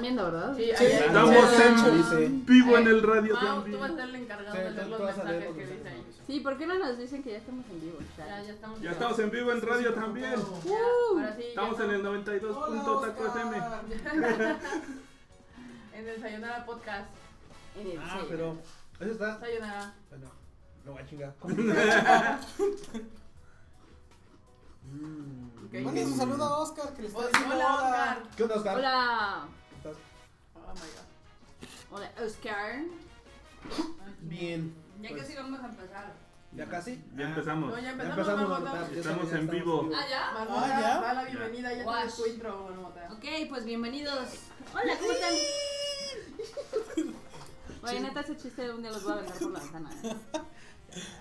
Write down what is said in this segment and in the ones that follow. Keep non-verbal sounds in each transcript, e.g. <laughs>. viendo, ¿verdad? Sí, Sí, ahí- lo hemos ahí- hecho, dice. Vivo ahí- en el radio Mau, también. tú vas a ser el encargado de leer los tú vas a leer mensajes los que dice ahí. mensajes. Sí, ¿por qué no nos dicen que ya estamos en vivo? Ya, ya estamos. Ya estamos en vivo en radio también. Ya, Ahora sí. ya Estamos en el 92. Taco FM. Ah, <laughs> En el Sayonara Podcast. En el Ah, cel. pero. Eso está. Sayonara. Bueno, no voy a <laughs> chingar. Mm. Ok. Manden su saludo a Oscar que le está Hola, diciendo Oscar. ¿Qué onda, Oscar? Hola. ¿Estás Oh my Hola, Oscar. god. bien? Ya Pues, casi vamos a empezar. ¿Ya casi? Ya No, empezamos. ya Ya empezamos. empezamos vamos, Marta, vamos. ya Estamos ya en vivo. ¿Ah, ya? Marmota, Ah, ya. da la bienvenida, ya Guau. te encuentro, Marmota. Ok, pues bienvenidos. Hola, ¿cómo están? <laughs> Oye, neta, ese chiste un día los voy a aventar por la ventana. ¿eh?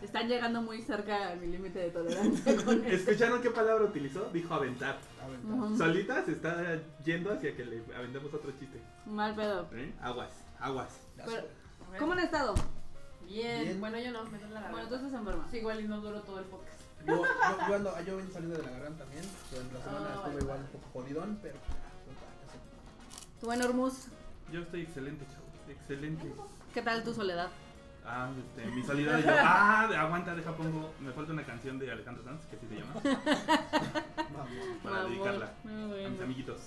Están llegando muy cerca a mi límite de <laughs> tolerancia con eso. ¿Escucharon qué palabra utilizó? Dijo aventar. Aventar. Ujú. Solita se está yendo hacia que le aventemos otro chiste. Mal pedo. ¿Eh? Aguas, aguas. Pero, ¿Cómo han estado? Bien. Bien. Bueno, yo no, me duele la Bueno, garganta. tú estás enferma. Sí, igual y no duró todo el podcast. Yo, yo, yo ando, yo vengo saliendo de la garganta también. pero en la semana Ah, estuve vale. igual un poco jodidón, pero. ah, puta, ya sé. ¿Tú en Hormuz? Yo estoy excelente, chavos. Excelente. ¿Qué tal tu soledad? Ah, este, mi salida de yo. Ah, de- aguanta, deja pongo. Me falta una canción de Alejandro Sanz, que así se llama. <laughs> Vamos. Para Mamón. dedicarla Muy a bueno. mis amiguitos.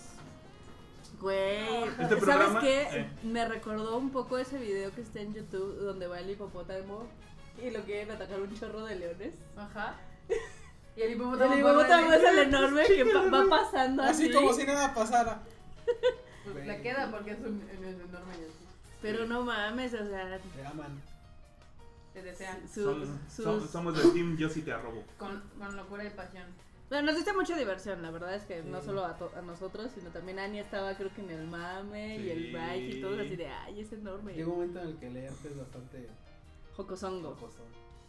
Güey, Este ¿sabes programa, qué? eh. Me recordó un poco ese video que está en YouTube donde va el hipopótamo y lo quieren atacar un chorro de leones. Ajá. Y el El hipopótamo hipopótamo es el enorme que Chica, pa- va enorme. pasando así, Así como si nada pasara. <laughs> Pues la queda porque es un, un- un enorme y así. Pero no mames, o sea, Te aman. Te desean. su- Som- sus... som- somos del team Yo sí te arrobo. Con, con locura y pasión. Bueno, nos diste mucha diversión, la verdad es que Sí. no solo a, to- a nosotros, sino también Ani estaba creo que en el mame y el Sí. bike y todo así de, ay, es enorme. Llega un momento en el que leerte es bastante Jocosongo. jocoso.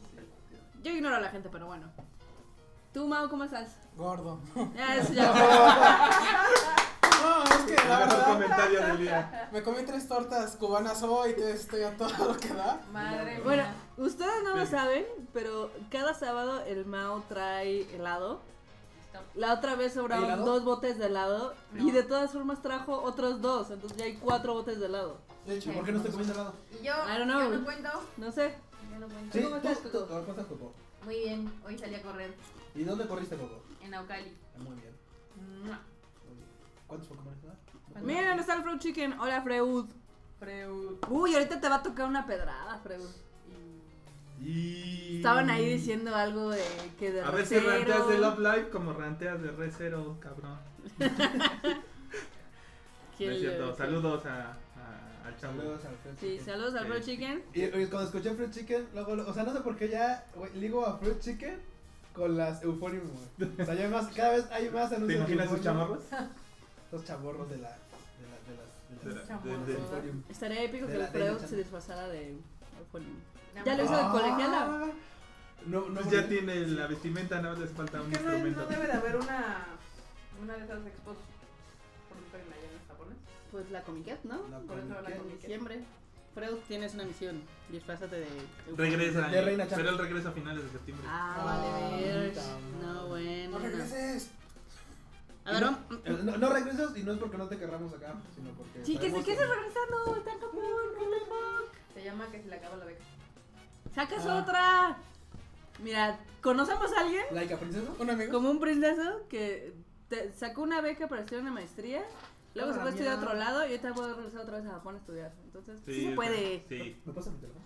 Sí. Yo ignoro a la gente, pero bueno. ¿Tú, Mau, cómo estás? <laughs> Gordo. Ya, eso ya. No, es que la Hagan un verdad. comentario del día. Me comí tres tortas cubanas hoy, entonces estoy a todo lo que da. Madre mía. Bueno, ustedes no lo saben, pero cada sábado el Mao trae helado. Stop. La otra vez sobraron ¿Helado? dos botes de helado No. y de todas formas trajo otros dos, entonces ya hay cuatro botes de helado. De hecho, ¿Por qué no estoy comiendo helado? Y yo, I don't know. yo no cuento. No sé. Yo no cuento. Sí. ¿Cómo estás, tú- Coco? tú- ¿Cómo estás, Coco? Muy bien, hoy salí a correr ¿Y dónde corriste, Coco? en Aucali. Ah, Muy bien. Mua. muy bien. ¿Cuántos Pokémon te da? Miren, está el Freud Chicken. Hola, Freud. Freud. Uy, ahorita te va a tocar una pedrada, Freud. Y- Y... Estaban ahí diciendo algo de que de A ver si rapero. ranteas de Love Live como ranteas de Re Cero, cabrón. No Que es le- cierto. Saludos a, a- al chavo. Saludos al Fruit Sí, Chicken. saludos al Sí. Freud Chicken. Y oye, cuando escuché Fruit Chicken, luego, lo- o sea, no sé por qué ya güey, ligo a Fruit Chicken con las Euphonium, güey. O sea, ya hay más, cada vez hay más anuncios. ¿Te imaginas de sus Euphonium. chamarros? Los chaborros de la, de la, de las, de De las- la- de- de- Euphonium. Estaría épico De que la el Freud Dana se disfrazara de... pues, eufonio. nada Ya Ah, más. lo hizo de colegiala. Ah, No, no, Pues ya tiene la vestimenta, nada más le hace falta un Es que no, instrumento. no debe de haber una, una de esas expos por ejemplo en la llave japonés. Pues la comiquet, ¿no? La Por eso la Comiquet. En comiqué. diciembre. Freud, tienes una misión. Disfrázate de... eufonio. Regresa. De Reina Pero Chava. él regresa a finales de septiembre. Ah, vale, Ah, ver. puta madre. No, bueno. No regreses. A ver, vamos- Eh, No, no regresas y no es porque no te querramos acá, sino porque. Sí, que se sabemos que se regresando, está en Japón, what the fuck. Se llama que se le acaba la beca. ¡Sacas Ah. otra! Mira, ¿conocemos a alguien? ¿Laika Princesa? Un amigo. Como un princeso que te- sacó una beca para estudiar una maestría, luego Ah, se fue a estudiar a mira. otro lado y ahorita puede regresar otra vez a Japón a estudiar. Entonces, sí, se o sea, puede. Sí. Sí. ¿Me pasa mi teléfono?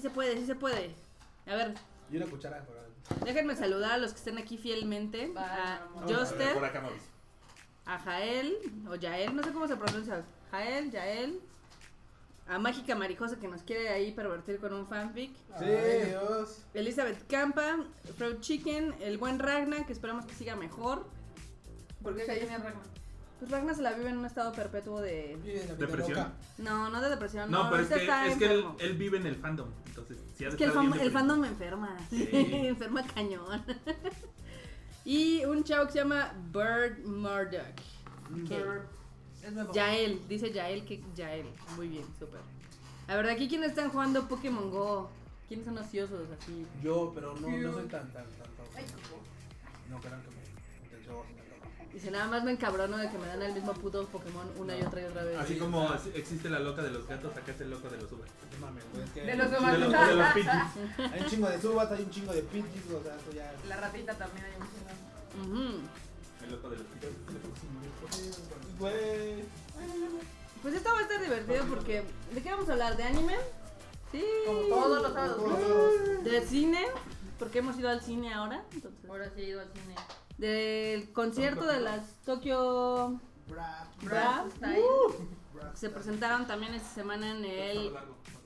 se puede, sí se puede. A ver, Y una cuchara, pero- déjenme saludar a los que estén aquí fielmente. Vale, a amor. Vamos a ver, Joster, Por acá, Mauricio. a Jael, o Yael, no sé cómo se pronuncia. Jael, Yael. A Mágica Marijosa que nos quiere ahí pervertir con un fanfic. Sí. Ay, Dios. Elizabeth Campa, Pro Chicken, el buen Ragna, que esperamos que siga mejor. Porque Porque se llama Ragma. pues Ragna se la vive en un estado perpetuo de. Vive la vida Depresión. loca. No, no de depresión. No, pero es ahorita que, está es que él, enfermo. él vive en el fandom. Entonces, sí ha de Es que el, estar fam- bien el deprimido. fandom me enferma. Sí. me <laughs> enferma cañón. y un chavo que se llama Bird Murdoch. Burr. Es nuevo. Yael, dice Yael que Yael. Muy bien, súper. A ver, aquí quiénes están jugando Pokémon Go. ¿Quiénes son ociosos así? Yo, pero no, no soy tan, tan, tan, tan- Ay, coco. No, crean que me. Dice, nada más me encabrono de que me dan el mismo puto Pokémon una y otra y otra vez. Así como es- existe la loca de los gatos, acá es el loco de los uvas. No mames, güey, es que De los De los, de los <laughs> pitbulls. hay un chingo de subas, hay un chingo de pitches, o sea, eso ya. La ratita también hay un chingo. Ujú. El loco de los pitbulls. Güey. Pues esto va a estar divertido porque. ¿De qué vamos a hablar? ¿De anime? Sí. Como Todos los sábados. Como todos. ¿De cine? Porque hemos ido al cine ahora. Entonces. Ahora sí he ido al cine. Del concierto de las Tokyo Bra- Bra. Está ahí. bra- Se presentaron también esta semana en el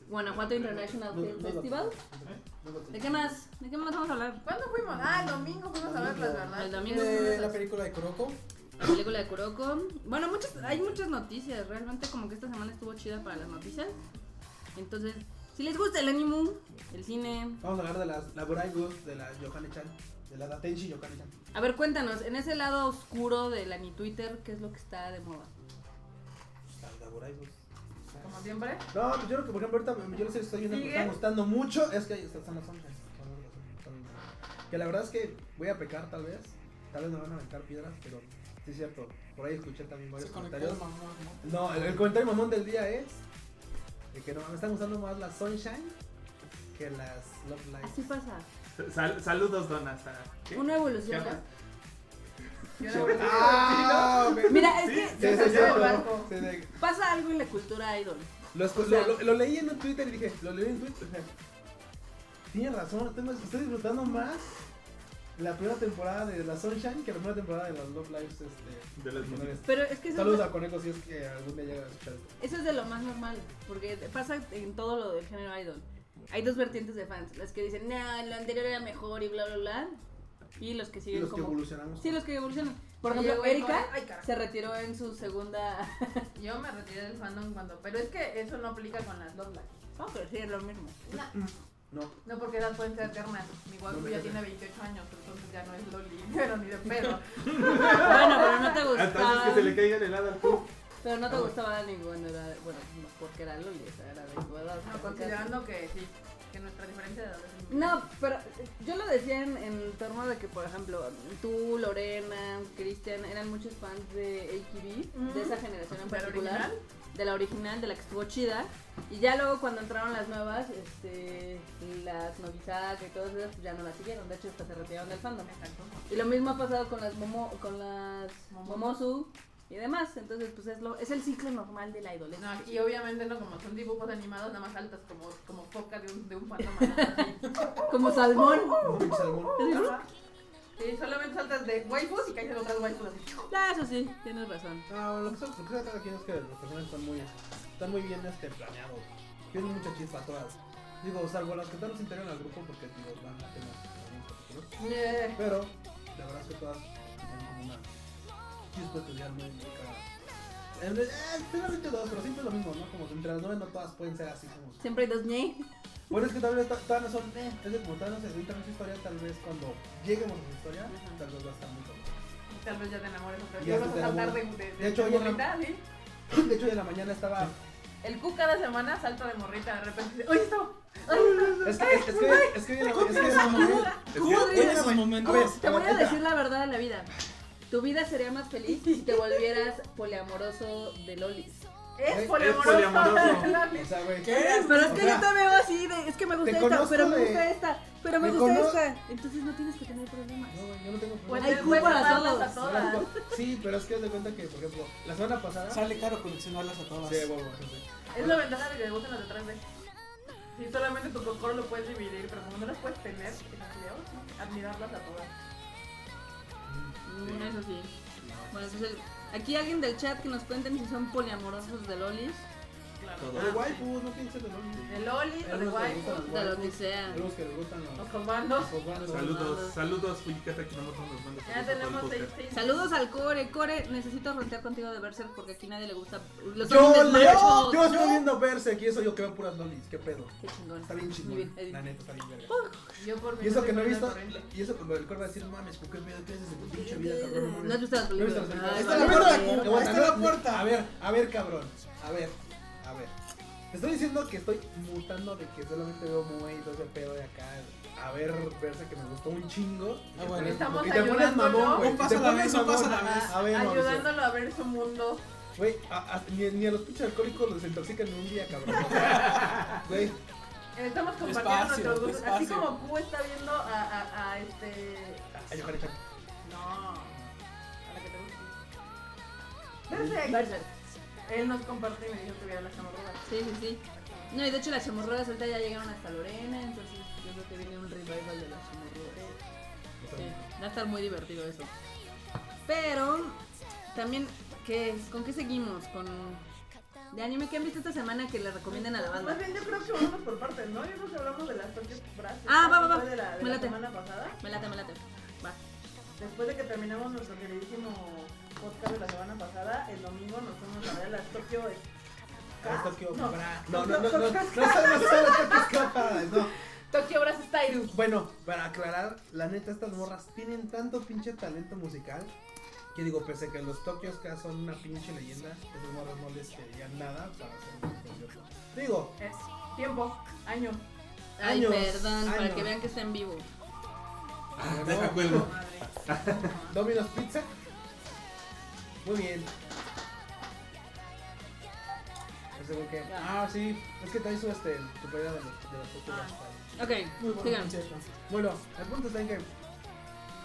Guanajuato International Film Festival. ¿Eh? ¿De qué más? ¿De qué más vamos a hablar? ¿Cuándo fuimos? Ah, el domingo fuimos a verlas, ¿verdad? El domingo. De la película de Kuroko. La película de Kuroko. Bueno, muchas, hay muchas noticias. Realmente como que esta semana estuvo chida para las noticias. Entonces, si les gusta el anime, el cine... Vamos a hablar de las laborangos de la Yohane-chan, de la Datenshi Yohane-chan. A ver, cuéntanos, en ese lado oscuro del anime Twitter, ¿qué es lo que está de moda? Las laborangos. Como siempre. No, pues yo creo que por ejemplo ahorita yo les estoy viendo que me ¿Sigue? está gustando mucho. Es que están las sombras. Que la verdad es que voy a pecar tal vez. Tal vez me van a aventar piedras, pero sí es cierto. Por ahí escuché también varios Se conectó el comentarios. mamón, ¿no? No, el, el comentario mamón del día es de que no, me están gustando más las Sunshine que las Love Así Live. pasa. Sal- saludos, Don, hasta. ¿qué? Una evolución. ¿Qué? Yo la verdad. Ah, me- Mira, es Sí, que sí, Sí, se sí, sí, pasó de sí, barco. sí, sí. pasa algo en la cultura idol. Lo, escu- lo- lo- lo leí en un Twitter y dije, lo leí en Twitter. Tienes razón, estoy, más- estoy disfrutando más la primera temporada de la Sunshine que la primera temporada de las Love Lives. Este, De las secundarias. Pero es que eso, Saludos a Conejo si es que algún día llega a escuchar esto. eso es de lo más normal, porque pasa en todo lo del género idol. Hay dos vertientes de fans, las que dicen, nah, lo anterior era mejor y bla, bla, bla. Y los que Y siguen los que como... evolucionamos. Sí, los que evolucionan. Por Sí, ejemplo, güey, Erika con- ay, carajo. se retiró en su <laughs> segunda. Yo me retiré del fandom cuando. Pero es que eso no aplica con las dos lives. No, pero sí, es lo mismo. No, No, porque esas pueden ser eternas. Mi No Waku me ya dejes. tiene 28 años, entonces ya no es Loli, <laughs> pero ni de pedo. Bueno, pero no te Hasta Ah, que se le Ah, gustaba. caiga el helado al cubo. Pero no te gustaba ninguno. Era, bueno, no, porque era Loli, o sea, era de tu edad. <laughs> No, considerando que sí, que nuestra diferencia de edad es muy- No, pero yo lo decía en, en torno de que, por ejemplo, tú, Lorena, Cristian, eran muchos fans de AKB, Ujú. de esa generación en ¿De la particular. original? De la original, de la que estuvo chida. Y ya luego cuando entraron las nuevas, este, las novizadas y todas esas, pues ya no las siguieron. De hecho, hasta se retiraron del fandom. Exacto. Y lo mismo ha pasado con las momo, con las Momosu. Momosu y demás. Entonces, pues es lo, es el ciclo normal de la <laughs> No, adolescencia. aquí obviamente no, como son dibujos animados, nada más altas, como, como foca de un, de un fandom. así. Como salmón. un pinche salmón. Ajá. Sí, solamente saltas de waifus y caes en otras waifus así. Ah, eso sí, tienes razón. No, lo que se trata cada quien es que los personajes están muy, están muy bien este, planeados. Tienen mucha chispa todas. Digo, salvo las que no se integran al grupo porque digo, van a temas en particular. Yeah. Pero la verdad es que todas tienen como una chispa estudiar muy muy cara. Especialmente dos, pero siempre es lo mismo, ¿no? Como que entre las nueve no todas pueden ser así como. Siempre hay dos ñe. Bueno, es que tal vez ta- todavía no son. eh, es de como todavía no se edita su historia, tal vez cuando lleguemos a su historia, Ajá. tal vez va a estar muy cabrón. Y Tal vez ya te enamores otra vez. Ya Ya vas te a saltar de, enamoro. de, De hecho, de ya no- morrita, ¿sí? De hecho, hoy en la mañana estaba. El Q cada semana salta de morrita de repente. dice, ¡Oye, esto! Es que, es que, es que, es que, hoy en la- es que hoy en la mañana. ¿Cómo Tiene dices? esos momentos. Te voy a decir la verdad de la vida. Tu vida sería más feliz si te volvieras poliamoroso de Lolis. ¡Es Es poliamoroso! poliamoroso. O sea, güey. ¿Qué es? Pero es O que sea, yo también veo así de, es que me gusta te esta, conozco pero me de- gusta esta, pero me me gusta cono- esta. Entonces no tienes que tener problemas. No, güey, yo no tengo Pues problema. Hay es cupo para guardarlas todos. a todas. Sí, pero es que haz de cuenta que, por ejemplo, la semana pasada. Sí, Sale caro coleccionarlas a todas. huevo, sí. Ah, Es la ventaja de que te gustan las de 3D. Si solamente tu cocoro lo puedes dividir, pero como no las puedes tener, en los videos, admirarlas a todas. Mm, Eso sí. Bueno, entonces, aquí alguien del chat que nos cuenten si son poliamorosos de Lolis, Claro. Ah, Pero guay, pues, no pienses en De Loli, o de Algunos les Waifu, gustan de los que sean. Los que les gustan los los. comandos. los bandos. Saludos, saludos, Fujikata, que no nos vamos a mandar Ya saludos por tenemos el 6 podcast. Saludos al Core. Core, necesito rentear contigo de Berserk porque aquí nadie le gusta. Los Yo hombres leo, machos. yo estoy viendo verse aquí, eso yo que veo puras lolis, qué pedo. Qué chingón. Está bien Muy chingón. bien. La neta, está bien verga. Yo por mi Y eso parte que no he soy visto, corriente. y eso que me recuerda decir, mames, ¿con qué pedo ¿Qué haces en tu pinche vida, cabrón? mames?" ¿No has visto las No he visto películas? Ah, las Ay, películas. Ahí está vale, la puerta de vale. Aguanta, Cuba. Ahí está no, la puerta. A ver, a ver, cabrón. A ver, a ver. Te estoy diciendo que estoy mutando de que solamente veo muy todo ese pedo de acá. a ver versa que me gustó un chingo. y te bueno. pones- Estamos y te pones ayudándolo. mamón, güey. Un y paso te a la pones vez, un mamón. paso a la vez. A ver, Mauricio. Ah, ayudándolo a ver su mundo. Güey, a- a- ni, ni a los pinches alcohólicos les intoxican en un día, cabrón. Güey, Estamos compartiendo Despacio, nuestros gustos. Así despacio. como Q está viendo a, a, a este. ay, ojalá, ojalá. No. A la que te gusta. Berserk. Él nos compartió y me dijo que viera la chamarrada. Sí, sí, sí. No, y de hecho las chamorrudas ahorita ya llegaron hasta Lorena, entonces yo creo que viene un revival de las chamorrudas. Sí, va a estar muy divertido eso. Pero también, ¿qué, ¿con qué seguimos? Con de anime que han visto esta semana que le recomiendan a la Más banda. bien, yo creo que vamos por partes, ¿no? Yo creo que hablamos de las Tokyo frases. Ah, va, va, va. De la, de Me la late. semana pasada. Me late, me late. Va. Después de que terminamos nuestro queridísimo podcast de la semana pasada, el domingo nos fuimos a ver las Tokyo. Ah, Tokio No. Bra- No, no, no, no, no, no, no, no, no, no. Tokyo Brass Style. Bueno, para aclarar, la neta, estas morras tienen tanto pinche talento musical que digo, pese a que los Tokyo Ska son una pinche leyenda, esas morras no les querían nada para hacer un concierto. Digo, Es tiempo, año. Ay, Años, perdón, para años. que vean que está en vivo. ganó Ah, Deja cuelgo. Madre. Domino's Pizza. Muy bien. Ese güey que- Ah, sí, es que trae su este, tu playera de los, de los Tokyo Ah. Ska. Ok, Muy bueno. sigan. concierto. Bueno, el punto está en que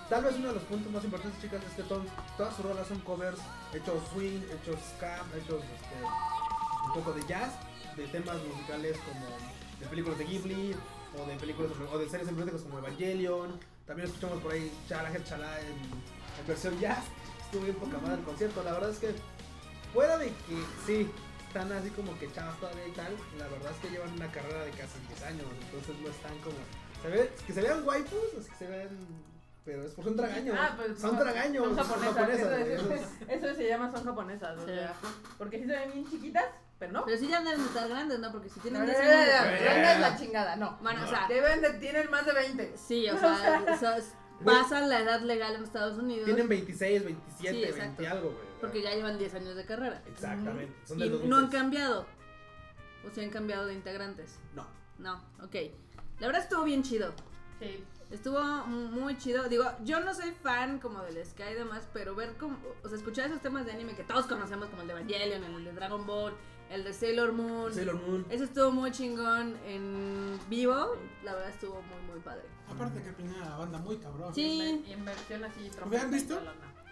tal vez uno de los puntos más importantes, chicas, es que to- todas sus rolas son covers, hechos swing, hechos ska, hechos este, un poco de jazz, de temas musicales como de películas de Ghibli o de películas o de series emblemáticas como Evangelion. También escuchamos por ahí Chala Head Chala en, en versión jazz. Estuvo bien poca madre el concierto. La verdad es que fuera de que sí están así como que chavas todavía y tal, la verdad es que llevan una carrera de casi 10 años, entonces no están como se ve, que se vean waifus, es que se vean. Pero es por son tragaños. Ah, pues, son tragaños. Son japonesas. eso, güey, es- eso se llama son japonesas. O Sí. sea, porque sí se ven bien chiquitas, pero no. Pero sí ya deben estar grandes, ¿no? Porque si tienen 10 años. de- Grande es la chingada, no. Bueno, o sea, Deben de, tienen más de 20. sí, o sea, o sea, es- Güey. pasan la edad legal en Estados Unidos Tienen 26, 27, Sí, 20 y exacto. algo, güey. porque ya llevan 10 años de carrera. Exactamente. Son Y del 2006. no han cambiado. O sea, han cambiado de integrantes. No. No, ok. La verdad estuvo bien chido. Sí. Estuvo m- muy chido. Digo, yo no soy fan como del Sky y demás, pero ver como. O sea, escuchar esos temas de anime que todos conocemos, como el de Evangelion, el de Dragon Ball, el de Sailor Moon. Sailor Moon. Eso estuvo muy chingón en vivo. La verdad estuvo muy, muy padre. Aparte que primera la banda muy cabrón. Sí. Y en versión así ¿Me han visto?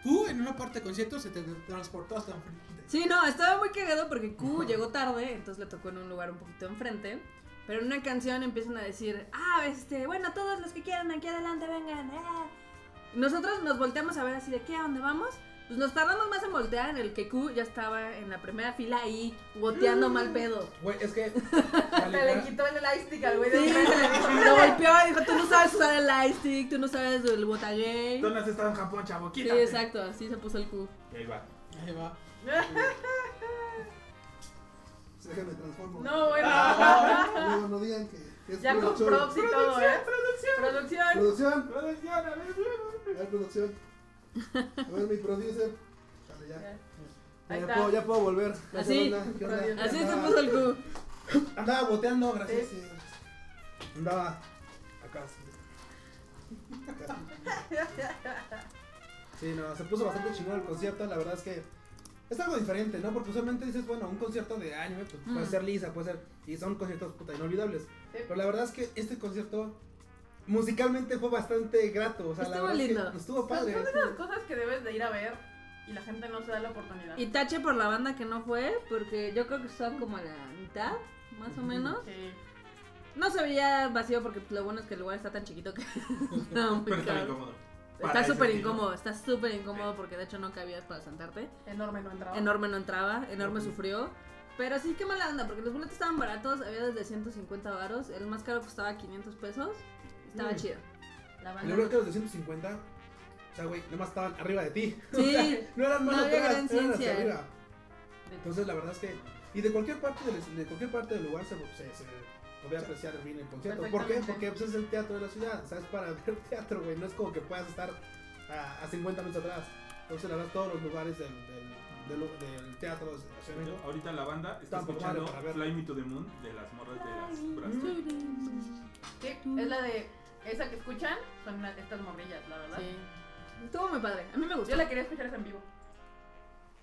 Q en una parte de concierto se te transportó hasta enfrente. Sí, no, estaba muy cagado porque Q llegó tarde, entonces le tocó en un lugar un poquito enfrente. Pero en una canción empiezan a decir, ah, este, bueno, todos los que quieran aquí adelante vengan. ah". Nosotros nos volteamos a ver así de qué, a dónde vamos. Pues nos tardamos más en voltear en el que Q ya estaba en la primera fila ahí, boteando mal pedo. Güey, <laughs> es que. Se le quitó el elástico al güey de Sí, enfrente, le dijo, <laughs> lo golpeó y dijo, tú no sabes usar el lightstick, tú no sabes el botagay. Tú no has estado en Japón, chavo, Sí, quítate. exacto, así se puso el Q. Y ahí va. Ahí va. Déjame transformo. <laughs> No, bueno. No, no digan que que es <laughs> Ya con producción. props y todo, ¿eh? Producción. Producción, Producción, a ver, a ver, producción. A ver, mi producer. Dale, ya. Ahí Ya está. puedo, ya puedo volver. Así. Así se puso el Q. Andaba boteando, gracias. Sí. Andaba. Acá. sí. Sí, no, se puso bastante chingón el concierto, la verdad es que es algo diferente, ¿no? Porque usualmente dices, bueno, un concierto de anime, pues puede Mm. ser lisa, puede ser, y son conciertos puta inolvidables. Sí. Pero la verdad es que este concierto musicalmente fue bastante grato, o sea, la Estuvo verdad es que lindo. estuvo Son padre. Pues, son de esas cosas que debes de ir a ver y la gente no se da la oportunidad. Y tache por la banda que no fue, porque yo creo que son como a la mitad, más o menos. Sí. No se veía vacío porque lo bueno es que el lugar está tan chiquito que <laughs> está muy Pero está cabrón. incómodo. Para Está ese súper estilo. incómodo, está súper incómodo porque de hecho no cabías para sentarte. Enorme no entraba. Enorme no entraba, enorme Ujú. sufrió. Pero sí, qué mala onda, porque los boletos estaban baratos, había desde 150 varos, el más caro costaba 500 pesos, estaba Mm. chido. La Y banda. Yo creo que los de 150, o sea, güey, nomás estaban arriba de ti. <laughs> Sí. O sea, no eran más No había atrás, gran eran hacia ciencia. arriba. Entonces, la verdad es que, y de cualquier parte del, de cualquier parte del lugar se, se, se podía apreciar bien el concierto. ¿Por qué? Perfectamente. Porque pues, es el teatro de la ciudad, ¿sabes? Para <laughs> ver teatro, güey, no es como que puedas estar a, a 50 metros atrás. Entonces, la verdad, todos los lugares del, del, del, del teatro de la Ciudad de México, Ahorita la banda está Está por madre escuchando para ver. Fly Me to the Moon de las morras de las Brass Tacks. Sí, es la de Esa que escuchan son la- estas morrillas, la verdad. Sí. Estuvo muy padre. A mí me gustó. Yo la quería escuchar esa en vivo.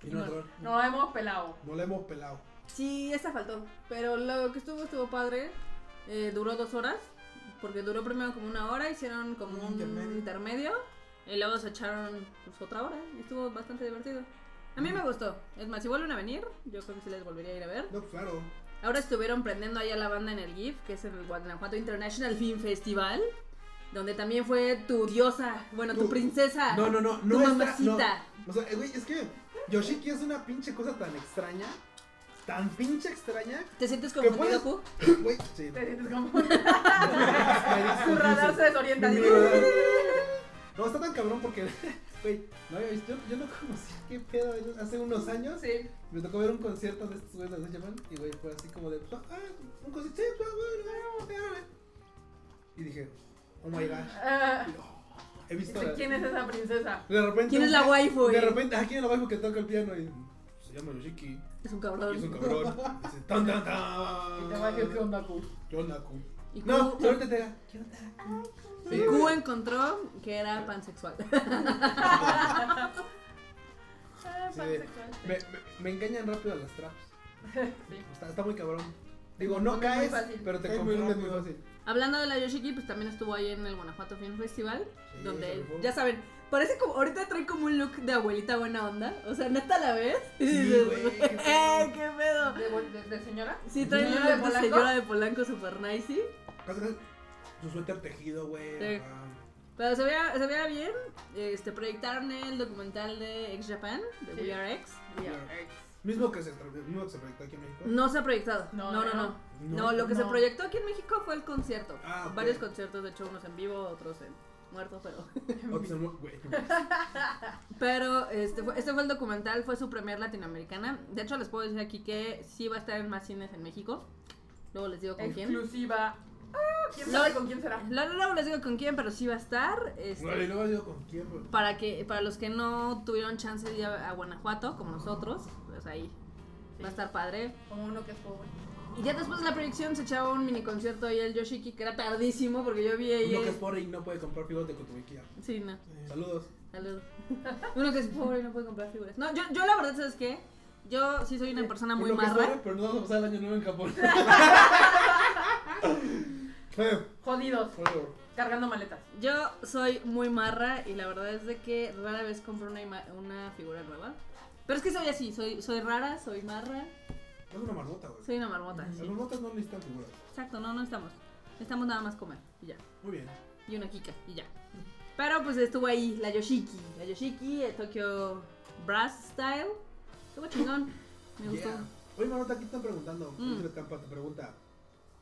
Y no, no, No, hemos pelado. no la hemos pelado. Sí, esa faltó. Pero lo que estuvo, estuvo padre. Eh, duró dos horas. Porque duró primero como una hora, hicieron como Un un intermedio. intermedio. y luego se echaron pues, otra hora. Y estuvo bastante divertido. A mí me gustó. Es más, si vuelven a venir, yo creo que sí les volvería a ir a ver. No, claro. Ahora estuvieron prendiendo allá la banda en el GIF, que es el Guanajuato International Film Festival. Donde también fue tu diosa, bueno, tu Tu- princesa. No, no, no. tu No está. No. mamacita. O sea, eh, güey, es que Yoshiki es una pinche cosa tan extraña. Tan pinche extraña. ¿Te sientes puedes- confundido, Q? Güey, sí. Te sientes como un Su radar se desorienta. Mi así. radar. No, está tan cabrón porque, güey, no había visto, yo, yo no conocía qué pedo ellos hace unos años. Sí. Me tocó ver un concierto de estos güeyes de los llaman y güey fue así como de, pues, ah, un concierto, sí, pues, bueno, bueno, bueno, bueno. Y dije, oh my god, Ah, he visto. dice, la- ¿Quién es esa princesa? De repente. ¿Quién un- es la waifu, De güey? repente, ah, ¿quién es la waifu que toca el piano? Y se llama Yoshiki. Es un y Es un cabrón. cabrón. Y dice, tan, tan, Y te va a decir que tan. onda Q. Yo la cu. Y No, Q- pero ahorita te diga, ¿qué onda? Y Sí, Q güey. encontró que era pansexual. Ah, Sí. pansexual. Me, me, me engañan rápido a las traps. <laughs> Sí. Está, está muy cabrón. Digo, Muy no caes, fácil. pero te Cae muy confundes muy rápido. fácil. Hablando de la Yoshiki, pues también estuvo ahí en el Guanajuato Film Festival, Sí, se donde rifó. ya saben, parece como ahorita trae como un look de abuelita buena onda, o sea, neta la ves y Sí, dices, güey, qué pedo. "Eh, qué pedo." ¿De, bol- de- de señora? Sí, trae un ¿Señora de look de Polanco? señora de Polanco super nicey, Casi, casi, Su suéter tejido, güey. Sí. ajá. pero se veía, se veía bien. Este proyectaron el documental de Ex Japan de Sí. We Are X. Yeah. Mismo que se, tra- mismo que se proyectó aquí en México. No se ha proyectado. No, no, no. no. no. No, lo que se proyectó aquí en México fue el concierto. Ah, ok. Varios conciertos, de hecho, unos en vivo, otros en muertos, pero. Otro se mu- güey. <laughs> Pero este fue, este fue el documental, fue su premier latinoamericana. De hecho, les puedo decir aquí que sí va a estar en más cines en México. Luego les digo con quién. Exclusiva. Ah, ¿Quién sabe No. con quién será? Luego, luego les digo con quién, pero sí va a estar. este, Güey, luego digo con quién, güey. para que para los que no tuvieron chance de ir a, a Guanajuato, como nosotros, pues ahí va a estar padre. Como uno que es pobre. Y ya después de la proyección se echaba un mini concierto ahí el Yoshiki, que era tardísimo porque yo vi ahí. Uno que es el- pobre y no puede comprar figuras de Cotubiquía. Sí, no. Eh, Saludos. Saludos. <laughs> Uno que es pobre y no puede comprar figuras. No, yo, yo la verdad, ¿sabes qué? Yo sí soy una persona muy Uno que es marra. pobre, pero no vamos a pasar el año nuevo en Japón. Eh, Jodidos. por favor. Cargando maletas. Yo soy muy marra y la verdad es de que rara vez compro una, ima- una figura nueva. Pero es que soy así, soy, soy rara, soy marra, Es una marmota, güey. soy una marmota. Las sí. marmotas no necesitan figuras. Exacto, no, no estamos. Estamos nada más comer y ya. Muy bien. Y una kika y ya. Pero pues estuvo ahí la Yoshiki, la Yoshiki, el Tokyo Brass Style. Estuvo chingón, me gustó. Yeah. Oye, Marota, aquí están preguntando. Mm. Elizabeth Campa te pregunta: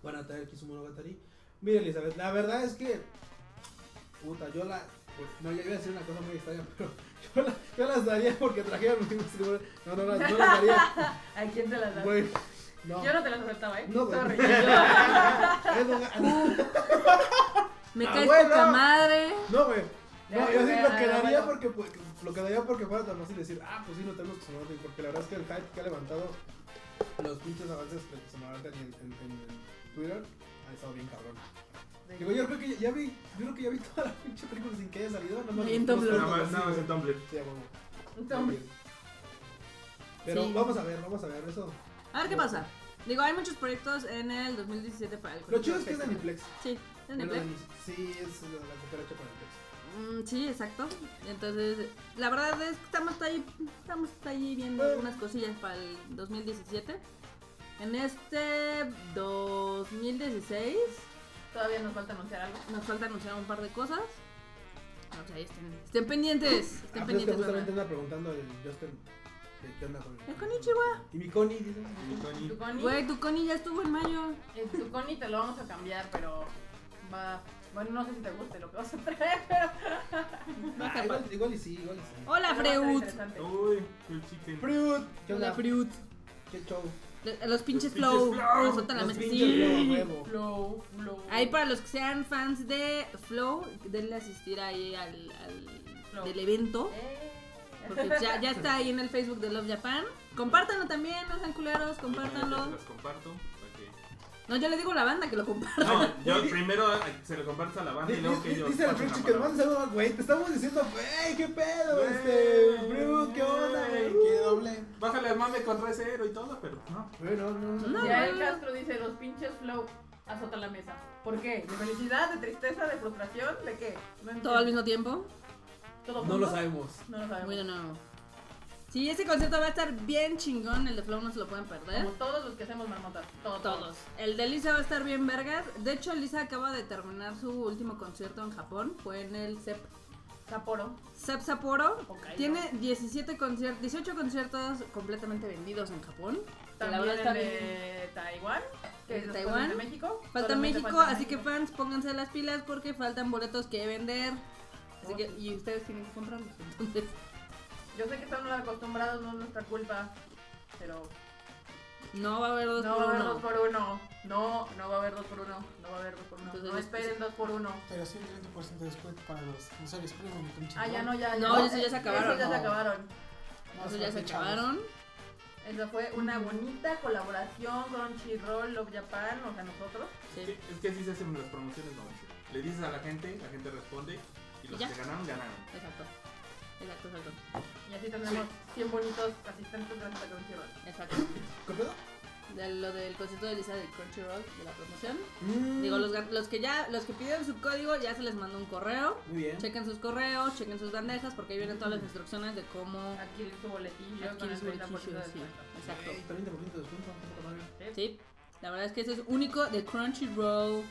¿Van a traer Kisumonogatari? Mira, Elizabeth, la verdad es que. Puta, yo la. pues, No, yo iba a decir una cosa muy extraña, <laughs> pero yo, la- yo las daría porque trajeron mi Kisumono- No, no, no, no las <laughs> daría. ¿A quién te las das? Güey, no. Yo no te las aceptaba, ¿eh? No, güey. Sorry. Es <laughs> lo- Me Ah, caes bueno. poca madre. No, güey. No, Ya, yo sí ya, lo ya, quedaría bueno. porque, pues, lo quedaría porque fuera tan fácil decir, ah, pues sí, no tenemos Tsunoda, porque la verdad es que el hype que ha levantado los pinches avances que Tsunoda en, en, en, en Twitter ha estado bien cabrón. Digo, yo creo que ya, ya vi, yo creo que ya vi <laughs> toda la pinche película sin que haya salido, nomás Y en los Tumblr. Nada cortos, más, sí, nada más güey. en Tumblr. Sí, a huevo. Entonces, Pero Sí. vamos a ver, vamos a ver eso. A ver qué pasa. Digo, hay muchos proyectos en el 2017 para el Lo chido es que es de Festival. Aniplex. Sí, de Bueno, Netflix. Sí, es la la cucaracha para Aniplex. Mm, sí, exacto. Entonces, la verdad es que estamos ahí, estamos ahí viendo Eh. algunas cosillas para el 2017. En este 2016 Todavía nos falta anunciar algo. nos falta anunciar un par de cosas. O sea, ahí estén, estén pendientes, estén Ah, pues es que pendientes. justamente ¿verdad? anda preguntando el Justin que qué onda con El konnichiwa. Y mi Connie dice. Ah, Y Tony. Tu Connie, Güey, tu Connie ya estuvo en mayo. eh, tu Connie te lo vamos a cambiar, pero va... Bueno, no sé si te guste lo que vas a traer, Va pero... a "Ah, estar igual, padre. igual y sí, igual y sí. Hola, pero va a estar Freud. interesante. Uy, el chicken. Fruit. Hola, ¿Qué onda? Freud. ¿Qué show? Los, los pinches pinches flow. flow. Nos sueltan la Los mesa. pinches Sí. flow, a huevo. Flow, flow. Ahí para los que sean fans de Flow, denle asistir ahí al, al- Flow. del evento. Eh. Porque ya, ya está ahí en el Facebook de Love Japan. Compártanlo también, no sean culeros, Ahí también ya se compártanlo. Las comparto. para que No, yo le digo a la banda que lo comparta. <laughs> No, yo primero eh, se lo compartes a la banda y luego que ellos. Dice el pasen la Fruchi que palabra. nomás le saluda, güey. Te estamos diciendo, güey, qué pedo, Güey, este. Bru, qué onda, güey, güey. Que doble. Bájale al mame con 3-0 y todo, pero no. Güey, no, no, no. No, Ya no, el no. Castro dice, los pinches flow, azota la mesa. ¿Por qué? ¿De felicidad, de tristeza, de frustración? ¿De qué? No entiendo. Todo al mismo tiempo. ¿Todo No lo junto? sabemos. No lo sabemos. Muy de nuevo. Sí, ese concierto va a estar bien chingón. El de Flow no se lo pueden perder. Como todos los que hacemos marmotas. Todos. ¿eh? Todos. El de Lisa va a estar bien vergas. De hecho, Lisa acaba de terminar su último concierto en Japón. Fue en el CEP, Sapporo. CEP Sapporo. Hokkaido. Tiene 17 conciertos, 18 conciertos completamente vendidos en Japón. Que También verdad el de Taiwán. Que El es de después Taiwán. el de México. Falta Solamente México, falta así que México. fans, pónganse las pilas porque faltan boletos que vender. Así que, y ustedes tienen que comprarlos. Entonces, Yo sé que están acostumbrados, no es nuestra culpa. Pero no va a haber dos no por va a haber uno. dos por uno. No, no va a haber dos por uno. No va a haber dos por uno. Entonces, no los- esperen dos por uno. Pero sí, un 30% de descuento para los usuarios premium. pinche Ah, ya no, ya. No, eso ya se acabaron, Eso ya se no. acabaron. Eso ya se acabaron. Esa fue una bonita colaboración con Chirrol Love Japan, o sea, nosotros. Sí. Sí, Es que así se hacen las promociones, no. Le dices a la gente, la gente responde y los Ya. que ganaron, ganaron. Exacto. Exacto, exacto. Y así tenemos 100 bonitos asistentes gracias a Crunchyroll. Exacto. ¿Qué pedo? De lo del concierto de Lisa de Crunchyroll, de la promoción. Mm, Digo, los, gan- los que ya, los que pidieron su código ya se les mandó un correo. Mm, Muy bien. Chequen sus correos, chequen sus bandejas porque ahí vienen todas las instrucciones de cómo Adquirir su boletillo con adquirir el su 30% de beneficio. Sí, descuento. exacto. Ey, 30% de descuento, un poco más. Sí, la verdad es que eso es único de Crunchyroll.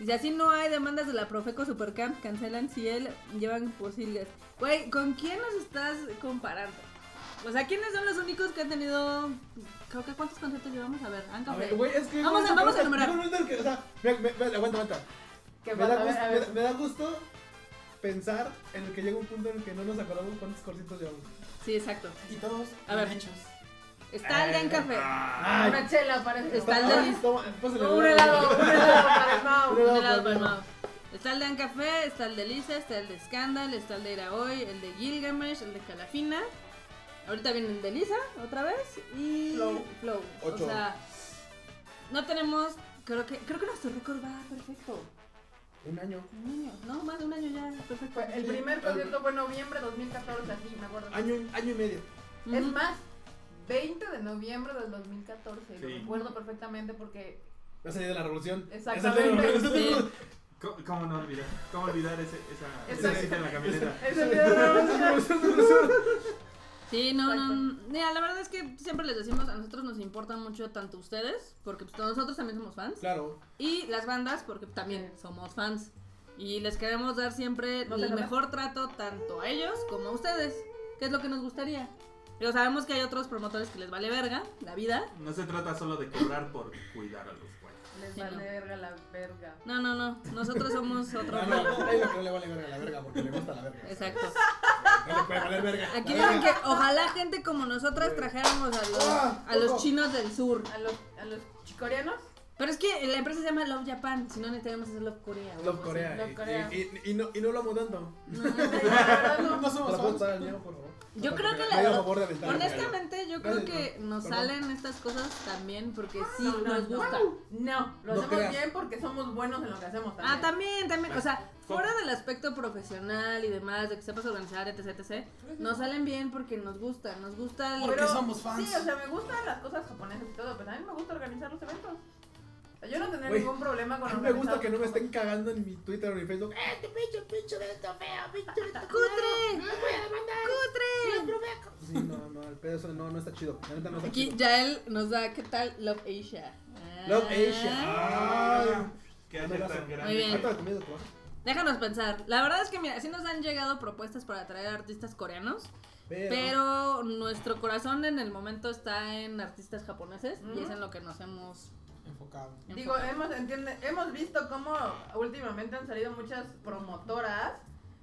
Dice, así no hay demandas de la Profeco Supercamp, cancelan si él llevan posibles. Güey, ¿con quién nos estás comparando? O sea, ¿quiénes son los únicos que han tenido... Creo que cuántos conciertos llevamos? A ver, han A ver, güey, es que. Vamos a- vamos a enumerar. Yo no entiendo que- O sea, mira, me- me- aguanta, aguanta. Que Me va- da, a ver, gusto, a me, ver, da- me da gusto pensar en el que llega un punto en el que no nos acordamos cuántos cortitos llevamos. Sí, exacto. Y todos A ver. bien hechos. Está Eh, el Gran Café. Eh, Ah, Una chela para este. Está el Ah, de- Ay, toma, pásale, Un güey. <laughs> helado, un helado para el Mau. Un helado. Un helado por palmado. Está el de Café, está el de Lisa, está el de Scandal, está el de Iraoy, el de Gilgamesh, el de Calafina. Ahorita viene el de Lisa otra vez y Flow. Ocho. O sea, no tenemos, creo que creo que nuestro récord va perfecto. Un año. Un año, no, más de un año ya, perfecto. Fue- El primer concierto fue en noviembre de 2014, así me acuerdo. Año, año y medio. Ujú. Es más, 20 de noviembre del 2014, lo Sí. recuerdo perfecamente porque Me ha salido de la revolución. Exactamente. <laughs> Ese es el- Sí. ¿Cómo, cómo no olvidar? ¿Cómo olvidar ese, esa, Esa- esa cita en <laughs> la camioneta? <laughs> es el día de la revolución. Sí, no, no, Exacto. no. Mira, la verdad es que siempre les decimos, a nosotros nos importan mucho tanto ustedes, porque pues, nosotros también somos fans. Claro. Y las bandas, porque también somos fans. Y les queremos dar siempre No te el enojes. mejor trato tanto a ellos como a ustedes, que es lo que nos gustaría. Pero sabemos que hay otros promotores que les vale verga la vida. No se trata solo de cobrar por cuidar a los güeyes. Les Sí, vale no. verga la verga. No, no, no. Nosotros <laughs> somos otro Ah, rollo. no, hay uno que no le vale verga a la verga porque le gusta la verga. Exacto. No le puede valer verga. Aquí La dicen que verga. ojalá gente como nosotras trajéramos a los, Ah, a los chinos del sur. A los, a los chicoreanos, Pero es que la empresa se llama Love Japan, si no necesitamos hacer Love Korea. o Love algo así. Corea. Love y- Corea. Y, y- y no, y no lo amo tanto. No, <laughs> la verdad no. No ¿Me somos la puedo fans. pasar al mío, por favor? Yo Porque creo me- que me la dio verdad- favor de aventarme. Honestamente, yo creo Gracias, que no, nos perdón. Ah, salen estas cosas también porque sí No, no, nos no. gusta. No, lo No hacemos creas. bien porque somos buenos en lo que hacemos también. Ah, también, también. O sea, fuera del aspecto profesional y demás, de que sepas organizar, etc, etc, nos salen bien porque nos gusta. Nos gusta el. Porque Pero- somos fans. Sí, o sea, me gustan las cosas japonesas y todo, pero también me gusta organizar los eventos. O sea, yo no tendría Güey, ningún problema con A mí me gusta organizar que no me los estén cagando en mi Twitter o en mi Facebook. ¡Eh, te pinche, pinche de esto, feo, pinche de esto! ¡Cutre! ¡No voy a demandar! ¡Cutre! Sí, no, no, el pedo eso no, no está chido. La neta no está Aquí chido. Yael nos da, ¿qué tal? Love Asia. Ah. Love Asia. Ay. Qué año tan grande. Muy bien. ¿Cuánto de comida tú vas? Déjanos pensar. La verdad es que, mira, sí nos han llegado propuestas para traer artistas coreanos, pero nuestro corazón en el momento está en artistas japoneses y es en lo que nos hemos Enfocado. Digo, eh, hemos, entiende, hemos visto cómo últimamente han salido muchas promotoras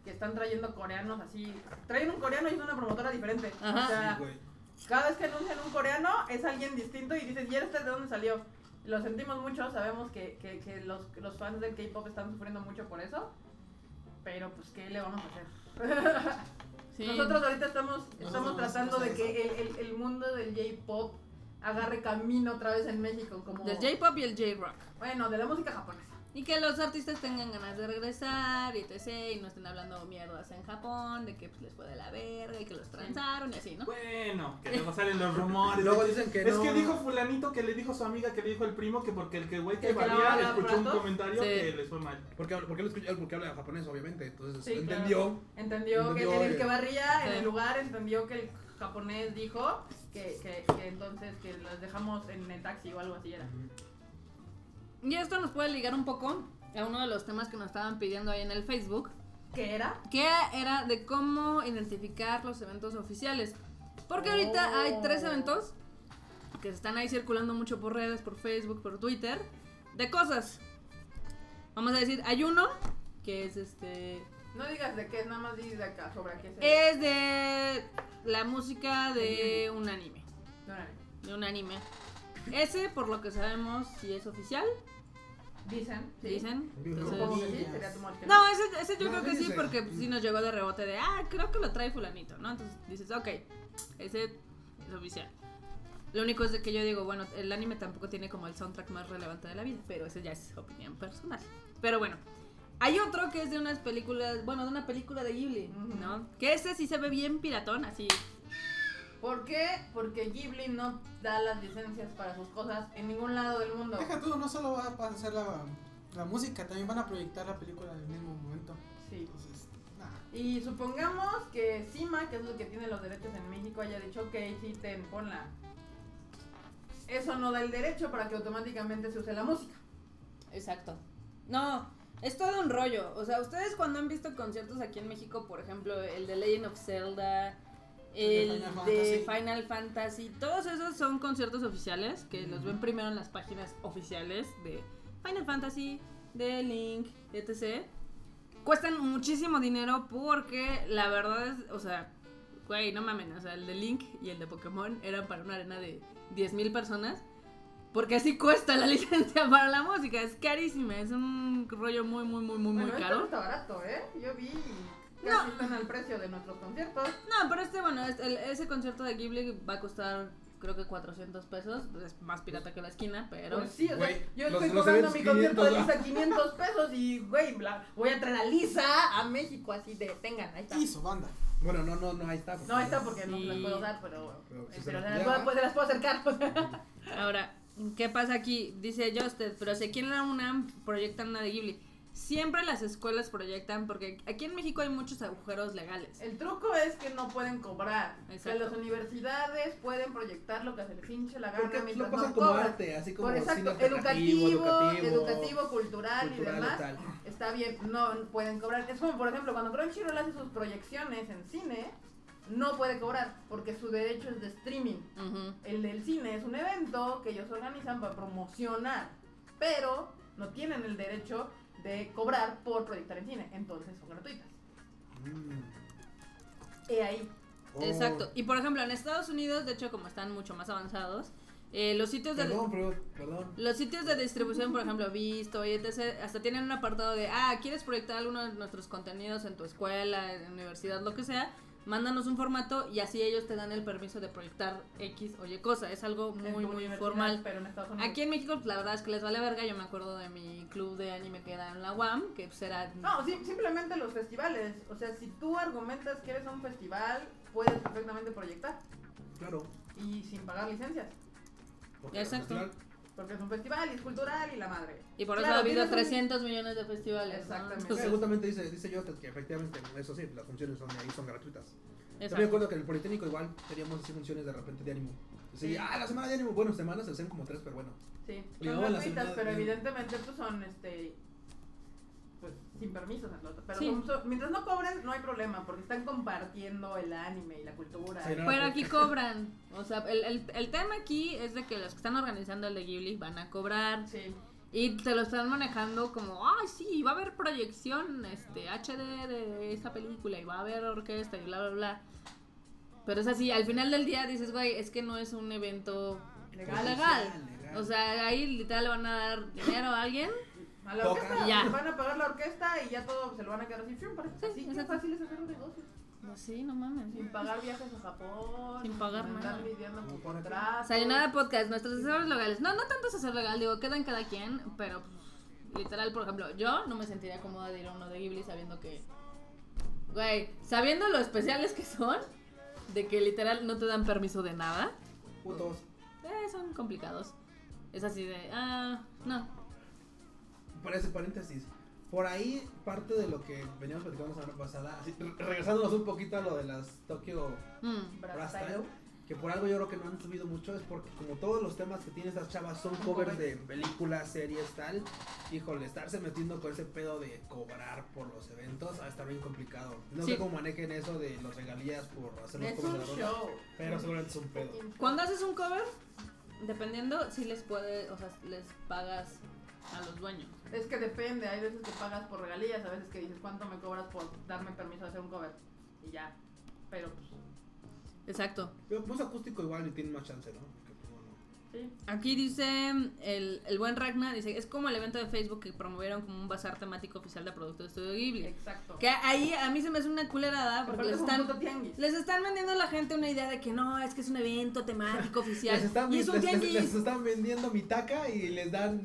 que están trayendo coreanos así. Traen un coreano y es una promotora diferente. Ajá. O sea, Sí, güey. cada vez que anuncian un coreano es alguien distinto y dices, ¿y este de dónde salió? Lo sentimos mucho, sabemos que, que- que los, que los fans del K-pop están sufriendo mucho por eso. Pero pues, ¿qué le vamos a hacer? Sí. Nosotros ahorita estamos, estamos Nosotros tratando de hacemos que el, el- el mundo del J-pop agarre camino otra vez en México como Del J-pop y el J-rock. bueno de la música japonesa Y que los artistas tengan ganas de regresar y etc. Y no estén hablando mierdas en Japón de que pues, les fue de la verga y que los transaron y así, ¿no? Bueno, Eh. que luego salen los rumores. Luego de dicen que Es no. que dijo fulanito que le dijo a su amiga que le dijo el primo que porque el que güey que Que la valía van a escuchó un ratos. comentario Sí. que les fue mal. Porque, porque, lo escuchó, porque habla japonés, obviamente. Entonces Sí, entendió. entendió que Entendió, en el que eh. barría en Sí. el lugar entendió que el japonés dijo que, que, que entonces que los dejamos en el taxi o algo así era Y esto nos puede ligar un poco a uno de los temas que nos estaban pidiendo ahí en el Facebook, que era que era de cómo identificar los eventos oficiales. Porque Oh. ahorita hay tres eventos que están ahí circulando mucho por redes, por Facebook, por Twitter, de cosas. Vamos a decir, hay uno que es este no digas de qué nada más dices de acá sobre qué se es de la música de un anime, No, no, no. de un anime. Ese, por lo que sabemos, si es oficial, dicen sí. dicen. supongo Entonces, que sí sería tu marca No, ese, ese yo No, creo que sí, fíjese. porque pues, sí nos llegó de rebote de, ah, creo que lo trae fulanito, ¿no? Entonces dices, ok, ese es oficial. Lo único es de que yo digo, bueno, el anime tampoco tiene como el soundtrack más relevante de la vida, pero esa ya es opinión personal. Pero bueno, hay otro que es de unas películas, bueno, de una película de Ghibli, Ujú. ¿no? Que ese sí se ve bien piratón, así. ¿Por qué? Porque Ghibli no da las licencias para sus cosas en ningún lado del mundo. Deja tú, no solo va a hacer la, la música, también van a proyectar la película en el mismo momento. Sí. Entonces, nada. Y supongamos que Cima, que es lo que tiene los derechos en México, haya dicho, ok, sí, ten, ponla. Eso no da el derecho para que automáticamente se use la música. Exacto. No, es todo un rollo. O sea, ustedes cuando han visto conciertos aquí en México, por ejemplo, el de Legend of Zelda, el El de Final de Fantasy. Final Fantasy, todos esos son conciertos oficiales que los Ujú. ven primero en las páginas oficiales de Final Fantasy, de Link, etc. Cuestan muchísimo dinero porque la verdad es, o sea, güey, no mamen, o sea, el de Link y el de Pokémon eran para una arena de 10.000 personas. Porque así cuesta la <laughs> licencia para la música, es carísima, es un rollo muy, muy, muy, muy, muy bueno, esto no caro. está barato, ¿eh? Yo vi y No. casi están al precio de nuestros conciertos. No, pero este, bueno, es- el- ese concierto de Ghibli va a costar creo que 400 pesos, es más pirata que la esquina, pero... Pues sí, o sea, Güey, yo los- estoy los cobrando eventos mi concierto de 500, Lisa 500 pesos y, güey, bla, voy a traer a Lisa a México así de, tengan, ahí está. Y su banda. Bueno, no, no, no, ahí está. No, está porque no Sí. las puedo dar, pero, Pero si eh, se pero las se, las pudiera. puedo, pues, se las puedo acercar. o sea. Ahora, ¿qué pasa aquí? Dice Justed, pero si aquí en la UNAM proyectan una de Ghibli, siempre las escuelas proyectan, porque aquí en México hay muchos agujeros legales. <laughs> El truco es que no pueden cobrar. Que Exacto. las universidades pueden proyectar lo que se les hinche la gana Porque pues, lo mientras pasan no como cobran. arte, así como Por exacto, cine educativo, educativo, cultural, y cultural demás. tal. Está bien, no pueden cobrar. Es como, por ejemplo, cuando Crunchyroll hace sus proyecciones en cine, no puede cobrar porque su derecho es de streaming. Ujú. El del cine es un evento que ellos organizan para promocionar, pero no tienen el derecho de cobrar por proyectar en cine, entonces son gratuitas. He ahí. Oh. Mm. Exacto. Y por ejemplo, en Estados Unidos, de hecho, como están mucho más avanzados, eh, los sitios de... Perdón, pero, perdón. Los sitios de distribución, por ejemplo, Visto y etc., hasta tienen un apartado de, ah, ¿quieres proyectar alguno de nuestros contenidos en tu escuela, en la universidad, lo que sea? Mándanos un formato y así ellos te dan el permiso de proyectar X o Y cosa. Es algo en muy, tu muy universidad, formal. Pero en Estados Unidos. Aquí en México, pues, la verdad es que les vale verga. Yo me acuerdo de mi club de anime que era en la UAM, que pues era. No, sí, simplemente los festivales. O sea, si tú argumentas que eres un festival, puedes perfectamente proyectar Claro. y sin pagar licencias. porque Exacto. al Porque es un festival y es cultural y la madre. Y por eso Claro, ha habido tienes un- 300 millones de festivales. ¿no? Exactamente. final- Entonces, eh, justamente dice, dice Yotet que efectivamente, eso sí, las funciones son, ahí son gratuitas. Yo me exacto. acuerdo que en el Politécnico igual teníamos así funciones de repente de ánimo. Sí, Sí. ah, la semana de ánimo, bueno, semanas se hacían como tres, pero bueno. Sí, Digo, son la gratuitas, semana- pero evidentemente pues son este pues sin permisos en Pero Sí. son- son- mientras no cobren, no hay problema, porque están compartiendo el anime y la cultura. Sí, no, Pero aquí cobran. O sea, el, el- el tema aquí es de que los que están organizando el de Ghibli van a cobrar. Sí. Y te lo están manejando como, ay, sí, va a haber proyección este, HD de esta película y va a haber orquesta y bla, bla, bla. Pero es así, al final del día dices, güey, es que no es un evento Legal. legal. legal. O sea, ahí literal le van a dar dinero a alguien. A la Toca. orquesta, Ya. les van a pagar la orquesta y ya todo se lo van a quedar así. fium, parece- Sí, así que exacto. fácil es hacer un negocio. Pues sí, no mames. Sin pagar viajes a Japón. Sin pagar andar nada. lidiando con Por acá. contratos. Sayonara Podcast, nuestros asesores legales. No, no tanto asesor legal, digo, quedan cada quien, pero pues, literal, por ejemplo, yo no me sentiría cómoda de ir a uno de Ghibli sabiendo que. Güey, sabiendo lo especiales que son, de que literal no te dan permiso de nada, Putos. eh, son complicados. Es así de, ah, no. Parece paréntesis. Por ahí, parte de lo que veníamos platicando la semana pasada, así, re- regresándonos un poquito a lo de las Tokyo Mm, Brass Brasil. Style, que por algo yo creo que no han subido mucho, es porque como todos los temas que tienen estas chavas son covers de películas, series, tal, híjole, estarse metiendo con ese pedo de cobrar por los eventos, ah, está bien complicado. No Sí. sé cómo manejen eso de los regalías por hacer los Es un covers de rolas, show. pero seguramente es un pedo. Cuando haces un cover, dependiendo, si les puede, o sea, les pagas a los dueños. Es que depende, hay veces que pagas por regalías, a veces que dices cuánto me cobras por darme permiso de hacer un cover. Y ya. Pero pues, Exacto. Pero pues acústico igual y tiene más chance, ¿no? Porque, pues, bueno, sí. Aquí dice el, el buen Ragnar, dice, es como el evento de Facebook que promovieron como un bazar temático oficial de productos de estudio Ghibli. Exacto. Que ahí a mí se me hace una culerada porque Aparte les es un están, puto tianguis. les están vendiendo a la gente una idea de que no, es que es un evento temático oficial. <laughs> les, están, y es un les- les- les tianguis. están vendiendo mi taca y les dan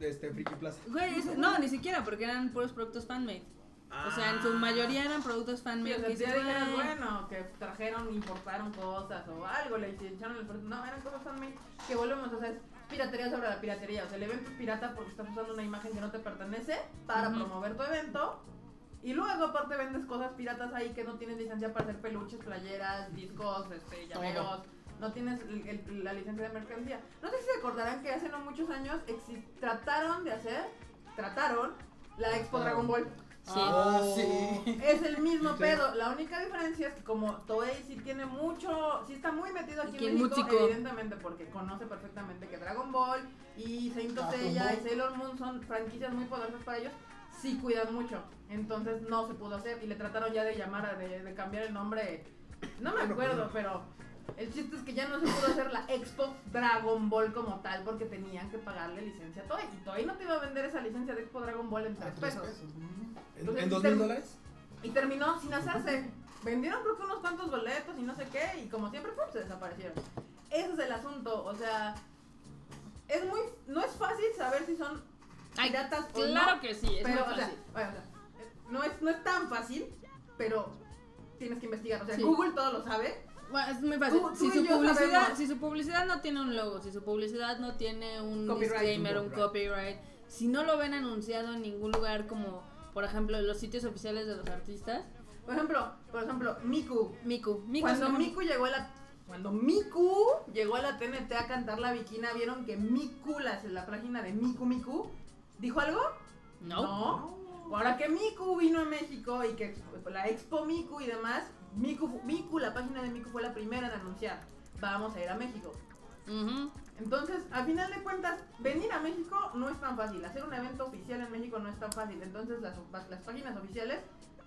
este friki plaza. Güey, es- no, ni siquiera porque eran puros productos fanmade. O sea, en su mayoría eran productos Ah. Sí, fanmade. o sea, que si dices, dijeras, "Güey". bueno, que trajeron, importaron cosas o algo, le echaron el precio. No, eran cosas fanmade que volvemos a hacer piratería sobre la piratería. O sea, el evento es pirata porque estás usando una imagen que no te pertenece para Ujú. promover tu evento. Y luego, aparte, vendes cosas piratas ahí que no tienes licencia para hacer peluches, playeras, discos, este, llaveros. No tienes el- el- la licencia de mercancía. No sé si se acordarán que hace no muchos años exi- trataron de hacer, trataron la Expo Dragon Ball. Sí. Ah, Oh. sí. Es el mismo Sí. pedo. La única diferencia es que como Toei sí tiene mucho, sí está muy metido aquí Aquí en en México, Músico. evidentemente, porque conoce perfectamente que Dragon Ball y Saint Ah, Dragon Seiya Ball. y Sailor Moon son franquicias muy poderosas para ellos. Sí cuidan mucho. Entonces no se pudo hacer y le trataron ya de llamar, a- de, de cambiar el nombre. No me Bueno, acuerdo, pero- pero el chiste es que ya no se pudo hacer la Expo Dragon Ball como tal porque tenían que pagarle licencia a Toei. Y Toei no te iba a vender esa licencia de Expo Dragon Ball en A tres tres pesos. pesos. mm. Pues, Entonces, ¿En, en dos sí mil te- dólares? Y terminó sin hacerse. Vendieron creo que unos cuantos boletos y no sé qué, y como siempre, ¡pum! se desaparecieron. Ese es el asunto, o sea, es muy, no es fácil saber si son Ay, piratas o Claro no, que sí, es pero, muy o sea, fácil. bueno, o sea, no es, no es tan fácil, pero tienes que investigar, o sea, Sí. Google todo lo sabe, Bueno, es muy fácil. Tú- tú si, y su yo publicidad, sabemos. si su publicidad no tiene un logo, si su publicidad no tiene un Copyright, disclaimer, un un copyright, si no lo ven anunciado en ningún lugar como, por ejemplo, los sitios oficiales de los artistas, por ejemplo, por ejemplo, Miku, Miku. Miku cuando es- Miku llegó a la... Cuando Miku llegó a la TNT a cantar la bikina, ¿vieron que Miku, la, la página de Miku Miku, dijo algo? No. No. Ahora que Miku vino a México y que la Expo Miku y demás, Miku, fu- Miku, la página de Miku fue la primera en anunciar, vamos a ir a México. Ujú. Entonces, al final de cuentas, venir a México no es tan fácil, hacer un evento oficial en México no es tan fácil, entonces las, las páginas oficiales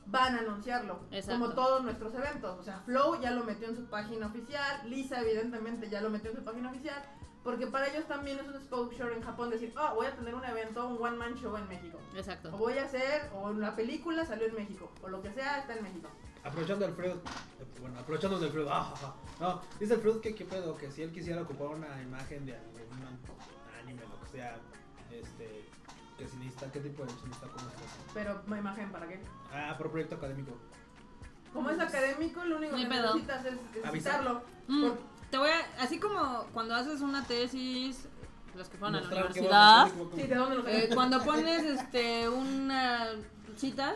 van a anunciarlo, Exacto. como todos nuestros eventos. O sea, Flow ya lo metió en su página oficial, Lisa evidentemente ya lo metió en su página oficial, porque para ellos también es un exposure en Japón decir, oh, voy a tener un evento, un one-man show en México. O Exacto. voy a hacer, o la película salió en México, o lo que sea está en México. Aprovechando Alfredo. Bueno, aprovechando de Alfredo. ah, ah, ah. No, dice Alfredo que qué pedo, que si él quisiera ocupar una imagen de algún anime, lo que sea, este, que si necesita, qué tipo de si necesita como cosa. Pero me imagen para qué. Ah, por proyecto académico. Como es académico, lo único Pues, Ni que pedo. necesitas es- es Avisar. visitarlo. Mm, Por- Te voy a, así como cuando haces una tesis, los que fueron a la Mostrar que universidad, vamos a Sí, hacer Ah, ¿de dónde lo eh, sacas? <laughs> cuando pones este una citas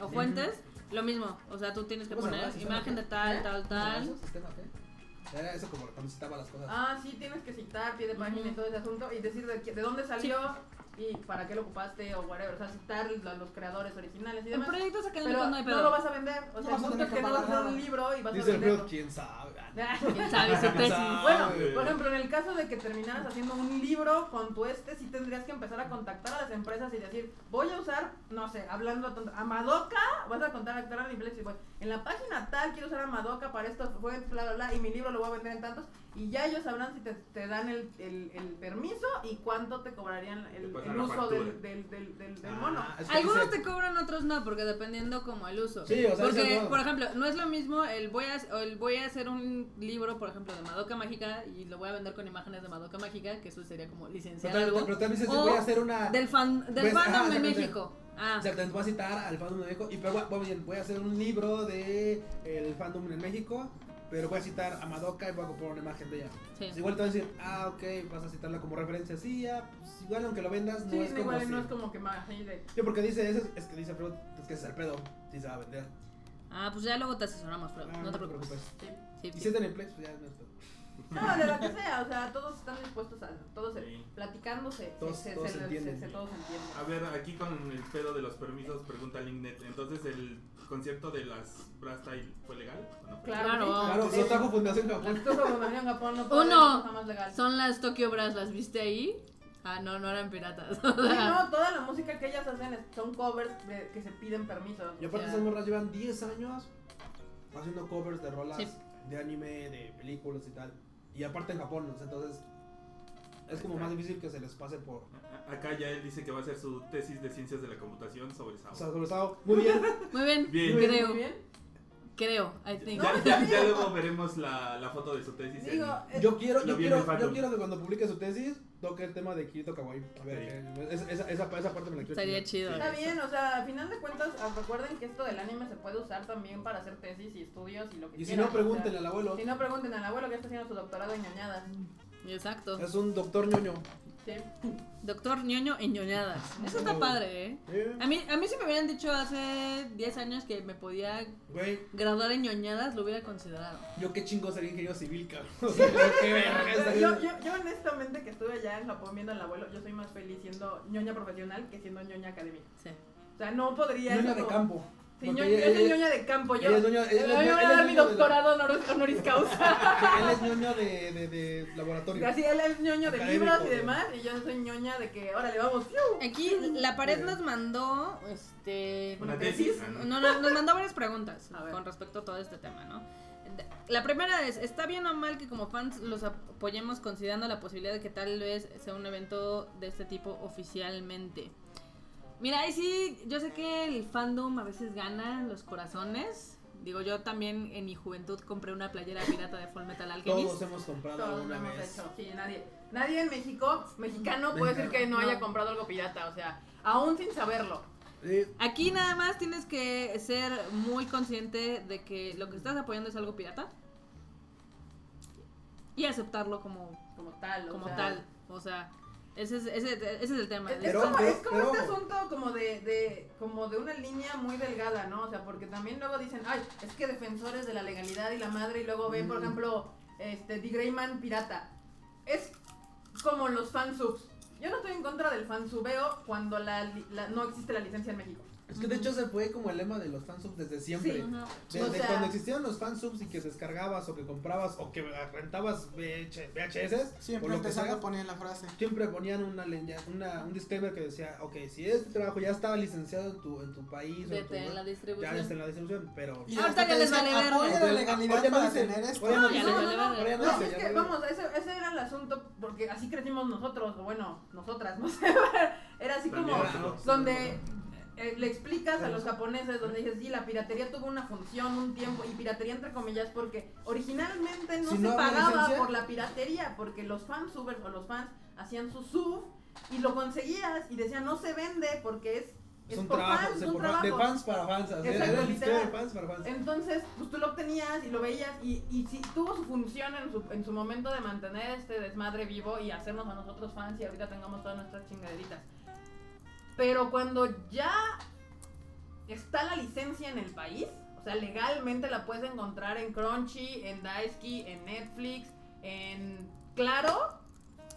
o fuentes, lo mismo, o sea, tú tienes que Pues, ¿Cómo se llama? poner ¿Sistema imagen qué? de tal, ¿Eh? tal, tal. sistema, ¿qué? ¿eh? Era eso como cuando citaba las cosas. Ah, sí, tienes que citar pie de página y Ujú. todo ese asunto y decir de, qué- de dónde salió y para qué lo ocupaste o whatever. O sea, citar a los creadores originales y En demás. proyectos académicos Pero no hay no pedo. lo vas a vender. O sea, vas a el punto tener es que que no vas a pagar hacer un nada. libro y vas <laughs> dice a venderlo. Alfredo, quién sabe. Ah, ¿Quién <laughs> sabe su ¿Quién tesis? sabe? Bueno, güey. por ejemplo, en el caso de que terminaras haciendo un libro con tu este, sí tendrías que empezar a contactar a las empresas y decir, voy a usar, no sé, hablando a, tonta- a Madoka, vas a contactar a Netflix y voy, en la página tal quiero usar a Madoka para esto, bla, bla, bla, y mi libro lo voy a vender en tantos, y ya ellos sabrán si te, te dan el, el- el permiso y cuánto te cobrarían Te el, pasan el la uso factura. del, del, del, del- del mono. Ah, es que Algunos dice- te cobran, otros no, porque dependiendo como el uso. Sí, o sea, porque, eso no. por ejemplo, no es lo mismo el voy, a, o el voy a hacer un libro, por ejemplo, de Madoka Mágica y lo voy a vender con imágenes de Madoca Mágica, que eso sería como licenciar Pero tal- algo. Pero tal vez O voy a hacer una. Del, fan, del Pues, ah, fandom de exactamente. México. Ah, Exactamente, voy a citar al fandom de México. Y pero voy a- voy, bien, voy a hacer un libro de el fandom en México. Pero voy a citar a Madoka y voy a comprar una imagen de ella. sí. Pues igual te van a decir, ah, ok, vas a citarla como referencia. Sí, ya, pues igual aunque lo vendas, no sí, es como. igual si- no es como que más así de... Sí, porque dice eso, es que dice, pero es que ese es el pedo. Sí, se va a vender. Ah, pues ya luego te asesoramos, Fred, Ah, no te preocupes. Sí, Y sí. si es de Netflix, pues ya no es pedo. No, de lo que sea, o sea, todos están dispuestos a, todos se- Sí. platicándose, Todos- se, todos se, se- entienden. se- se- todos entienden. A ver, aquí con el pedo de los permisos, pregunta Linknet. Entonces, ¿el concierto de las Brastyle fue legal? ¿O no? Claro, Claro. Claro, sí. lo trajo Fundación <laughs> Las Japón. cosas como en Japón no pueden Uno. ser más legal. Son las Tokyo Brass, ¿las viste ahí? Ah, no, no eran piratas. <laughs> Sí, no, toda la música que ellas hacen es- son covers de- que se piden permiso. Y aparte, Ya. esas morras llevan 10 años haciendo covers de rolas Sí. de anime, de películas y tal. Y aparte en Japón, o sea, entonces es como Exacto. más difícil que se les pase por. A- Acá ya él dice que va a hacer su tesis de ciencias de la computación sobre O Sao. sea, sobre todo, muy <laughs> bien. Muy bien, Bien. Muy creo, bien. creo, I think. Ya, ya- ya <laughs> luego veremos la, la foto de su tesis. en- Digo, eh, Yo quiero, Lo yo vi en el quiero, yo fandom. quiero que cuando publique su tesis toque el tema de Kirito Kawaii. A ver, que- es- esa, esa, esa parte me la quiero. Estaría chingar. chido. está bien, o sea, al final de cuentas, ah, recuerden que esto del anime se puede usar también para hacer tesis y estudios y lo que Y si quieran, no, o sea, pregúntenle al abuelo. si no, pregunten al abuelo que está haciendo su doctorado en ñoñadas. Exacto. Es un doctor ñoño. Sí. Doctor ñoño en ñoñadas. Eso está padre, ¿eh? Eh, A mí, a mí si me hubieran dicho hace 10 años que me podía Güey, graduar en ñoñadas, lo hubiera considerado. yo qué chingo sería ingeniero civil, cabrón. O sea, <laughs> qué verga estaría. Yo, yo, yo honestamente que estuve allá en Japón viendo al abuelo, yo soy más feliz siendo ñoña profesional que siendo ñoña académica. Sí. O sea, no podría... Ñoño eso de como- campo. Sí, Porque ñoña, ella- yo soy ella- ñoña de campo, yo... ella es dueña- ella es yo voy dueña- ella a es dar mi dueña de la- doctorado honor- honoris <laughs> causa. Él es ñoño de, de, de laboratorio. Así, él es ñoño de Académico, libros y güey. demás, y yo soy ñoña de que, órale, vamos, ¡fiu! Aquí la pared nos mandó, este... Una tesis. tesis. Ah, no. No, no, nos mandó varias preguntas A ver. con respecto a todo este tema, ¿no? De- La primera es, ¿está bien o mal que como fans los apoyemos considerando la posibilidad de que tal vez sea un evento de este tipo oficialmente? Mira, ahí sí, yo sé que el fandom a veces gana los corazones. Digo, yo también en mi juventud compré una playera pirata de Full Metal Alchemist. Todos hemos comprado Todos lo alguna hemos vez. hecho. Sí, nadie, nadie en México, mexicano, puede decir que no, No. haya comprado algo pirata, o sea, aún sin saberlo. Sí, Aquí nada más tienes que ser muy consciente de que lo que estás apoyando es algo pirata. Y aceptarlo como Como tal, o como sea, tal. O sea, ese es, ese, ese es el tema. Es, es Pero- como, pero- es como pero- este asunto como de, de, como de una línea muy delgada, ¿no? O sea, porque también luego dicen, ay, es que defensores de la legalidad y la madre, y luego ven, por Mm. ejemplo, este, The Greyman pirata. Es como los fansubs. Yo no estoy en contra del fansubeo cuando la, li- la- no existe la licencia en México. Es que de hecho se fue como el lema de los fansubs desde siempre. Sí. Ajá. Desde O sea- cuando existieron los fansubs y que descargabas o que comprabas o que rentabas VH VHS, o Siempre lo que sea, empezando a poner la frase. siempre ponían una, leña- una- un disclaimer que decía, ok, si este trabajo ya estaba licenciado en tu, en tu país o en tu Vete en la web, distribución. ya está en la distribución, pero... Y Ahorita hasta ya te les dicen, vale verga. "Apoya la Ahora- ahora legalidad ya no para dicen, tener esto. ahora No, ya dicen, les vale verga. ahora ya no No, dicen, Pues es ya que, no- vamos, ese, ese era el asunto, porque así crecimos nosotros, o bueno, nosotras, no <laughs> sé, era así como... También. donde eh, le explicas a los japoneses, donde dices, sí, la piratería tuvo una función, un tiempo, y piratería entre comillas, porque originalmente no Si se no había pagaba licencia. por la piratería, porque los fans subers o los fans hacían su sub y lo conseguías y decían, no se vende porque es, Es es un por trabajo, fans, se es un por- de trabajo. fans para fans, Exacto, así era el disclaimer literal. de fans para fans. Entonces, pues tú lo obtenías y lo veías y, y sí, tuvo su función en su, en su momento de mantener este desmadre vivo y hacernos a nosotros fans y ahorita tengamos todas nuestras chingaderitas. Pero cuando ya está la licencia en el país, o sea, legalmente la puedes encontrar en Crunchy, en Daisuke, en Netflix, en Claro,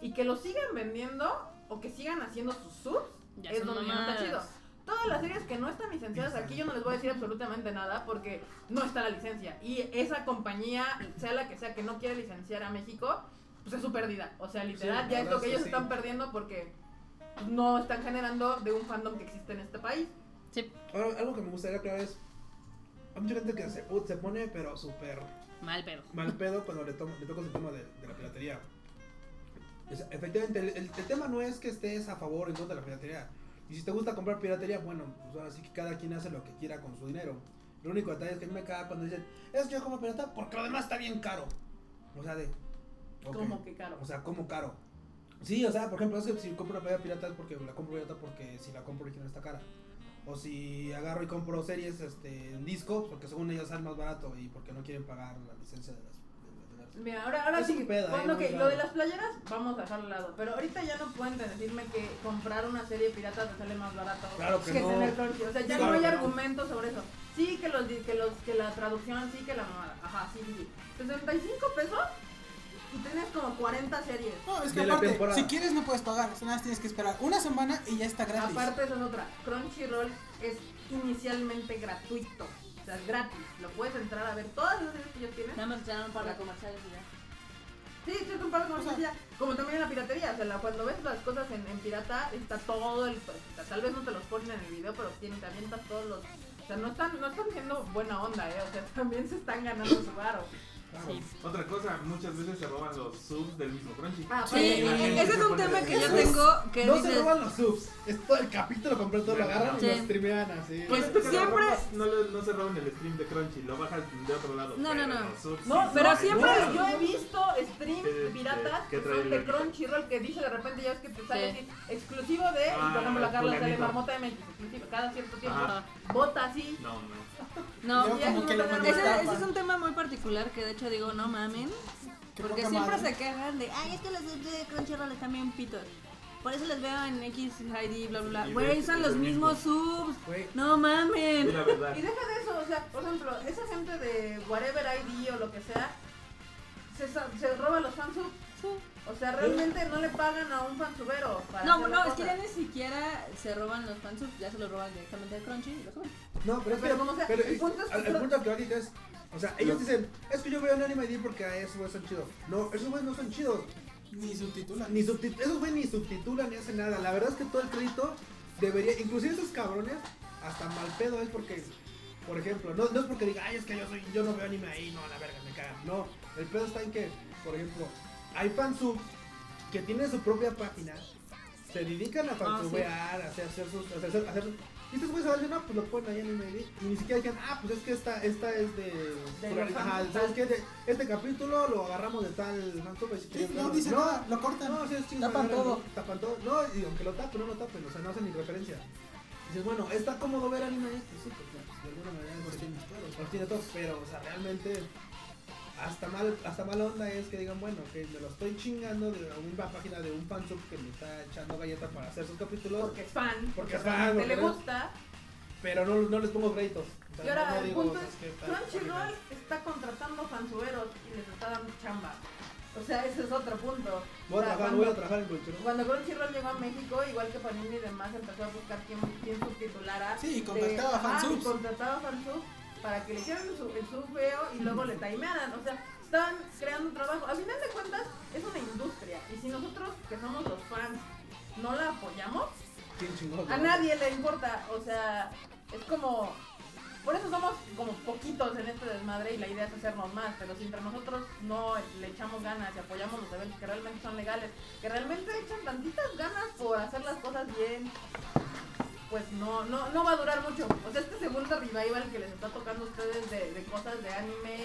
y que lo sigan vendiendo o que sigan haciendo sus subs, Ya es son donde ya no está mamadas. chido. Todas las series que no están licenciadas aquí yo no les voy a decir absolutamente nada porque no está la licencia. Y esa compañía, sea la que sea, que no quiere licenciar a México, pues es su pérdida. O sea, literal, Sí, ya la es lo verdad que es que ellos sí. están perdiendo porque no están generando de un fandom que existe en este país. Ahora, algo que me gustaría aclarar es. Hay mucha gente que se, uh, se pone, pero súper Mal pedo. mal pedo cuando le, toma- le tocas el tema de, de la piratería. O sea, efectivamente, el, el- el tema no es que estés a favor o en contra de la piratería. Y si te gusta comprar piratería, bueno, pues ahora sí que cada quien hace lo que quiera con su dinero. Lo único detalle es que a mí me caga cuando dicen, es que yo como pirata porque lo demás está bien caro. O sea, de. ok. Como que caro. O sea, como caro. Sí, o sea, por ejemplo, es que si compro una playera pirata es porque la compro pirata porque si la compro original está cara. O si agarro y compro series este, en disco porque según ellos salen más barato y porque no quieren pagar la licencia de las. de- de las- Mira, ahora, ahora Es sí, un pedo, bueno, ¿eh? ok, Muy lo de raro. las playeras vamos a dejarlo al lado, pero ahorita ya no pueden decirme que comprar una serie pirata te sale más barato Claro que no. tener Crunchy, o sea, ya Claro no hay que no. argumentos sobre eso. Sí que los, di- que los que la traducción, sí que la mamada. Ajá, sí, sí, sí. 65 pesos y tienes como 40 series. No, es que De la aparte, temporada. si quieres no puedes pagar, o sea, nada más tienes que esperar una semana y ya está gratis. Aparte esa es otra, Crunchyroll es inicialmente gratuito, o sea, es gratis, lo puedes entrar a ver todas las series que ellos tienen. Nada más echaron para comerciales y ya. Sí, estoy comparado con la piratería. Como también en la piratería, o sea, la- cuando ves las cosas en, en pirata, está todo el. Tal vez no te los ponen en el video, pero tienen, también están todos los. O sea, no están, no están siendo buena onda, ¿eh? O sea, <laughs> también se están ganando su varo. Otra cosa, muchas veces se roban los subs del mismo Crunchy. Ah, Sí, pues, la gente ese es se un pone tema de- que yo Eso tengo que no se dices. roban los subs. Es todo el capítulo completo, lo agarran Sí. y lo streamean así. Pues, Bueno, siempre- No, lo- no se roban el stream de Crunchy, lo bajan de otro lado. No, no, pero no. los subs No, sí pero son- siempre No, yo he visto streams Eh, piratas eh, que ¿qué trae son el de anime? Crunchyroll que dice de repente ya es que te sale Sí. así, exclusivo de, Ah, por ejemplo, la Carla sale fulanito. Marmota MX, exclusivo, cada cierto tiempo, Ajá. bota así. No, no. No, Yo ya como no que te lo dan Ese, nada. molestaba. ese es un tema muy particular que de hecho digo, no mamen. Qué Porque poca siempre madre. se quejan de, ay, es que los de Crunchyroll están bien pitos. Por eso les veo en X, ID, bla, bla, bla. Y Güey, ves, usan es los lo mismo. mismos subs. Güey, No Y mamen. la verdad. Y deja de eso, o sea, por ejemplo, esa gente de Whatever ID o lo que sea, se, sa- se roba los fansubs. O sea, realmente no le pagan a un fansubero. Para No, hacer no, las es que ya cosas. ni siquiera se roban los fansubs, ya se los roban directamente de Crunchy y los suben. No, pero es que. Pero como sea, pero el es- punto es que al- el creo- punto que va ahorita es. O sea, ellos dicen, es que yo veo un anime ID porque esos güeyes son chidos. No, esos güeyes no son chidos. Ni subtitula. ni subtit- esos güey ni subtitulan ni hacen nada. La verdad es que todo el crédito debería, inclusive esos cabrones, hasta mal pedo es porque, por ejemplo, no, no es porque diga, ay, es que yo soy, yo no veo anime ahí, no, la verga, me cagan. No, el pedo está en que, por ejemplo, hay fansub que tienen su propia página, se dedican Ah, a fansubear, a hacer, hacer sus, a hacer, a hacer- y estos güeyes dicen, no, pues lo ponen ahí en anime ID", y ni siquiera digan, ah, pues es que esta, esta es de, los ajá, fans, ¿sabes qué? De- este capítulo lo agarramos de tal fansub, así que- Sí, no dice nada, lo cortan. no, sí, es chingada, Tapan no, todo. Tapan todo. No, y aunque lo tapen, no lo tapen, o sea, no hacen ni referencia. Dices, bueno, está cómodo ver anime. Pues sí, porque pues, de alguna manera Los se- tienes todos. los tiene todos, pero, o sea, realmente. Hasta mal, hasta mala onda es que digan, bueno, que me lo estoy chingando de una página de un fansub que me está echando galleta para hacer sus capítulos, Porque es fan. Porque es fan, Te le porque- gusta. pero no, no les pongo créditos. O sea, Y ahora no- no el digo, "Pues, punto o sea, es, que está- Crunchyroll está contratando fansuberos y les está dando chamba. O sea, ese es otro punto. Voy a O sea, trabajar, voy a trabajar en Crunchyroll. Cuando Crunchyroll llegó a México, igual que Panini y demás, empezó a buscar quién, quién subtitulara. Sí, de- y ah, contrataba ajá, fansubs. y contrataba fansubs para que le hicieran el sub, el sub feo y luego le timearan. O sea, estaban creando un trabajo. Al final de cuentas, es una industria. Y si nosotros, que somos los fans, no la apoyamos, Bien chingón, a ¿no? nadie le importa, o sea, es como... Por eso somos como poquitos en este desmadre y la idea es hacernos más, pero si entre nosotros no le echamos ganas y apoyamos los eventos que realmente son legales, que realmente echan tantitas ganas por hacer las cosas bien, pues no, no, no va a durar mucho. O sea, este segundo revival que les está tocando a ustedes de, de cosas de anime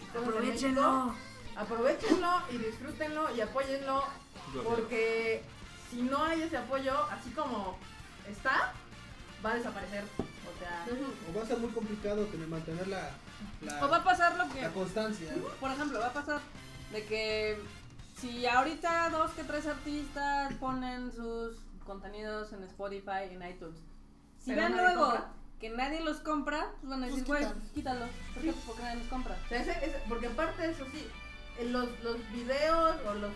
y cosas de México, aprovechenlo y disfrútenlo y apóyenlo Yo- porque si no hay ese apoyo, así como está, va a desaparecer. O sea, O va a ser muy complicado tener- mantener la, la, O va a pasar lo que la constancia. Por ejemplo, va a pasar de que si ahorita dos que tres artistas ponen sus contenidos en Spotify, en iTunes, si Pero ven nadie luego compra. que nadie los compra, pues van a Pues decir, güey, quítalo". quítalo, ¿por qué? Pues porque nadie los compra. o sea, ese- ese- porque aparte de eso sí, en los, los videos o los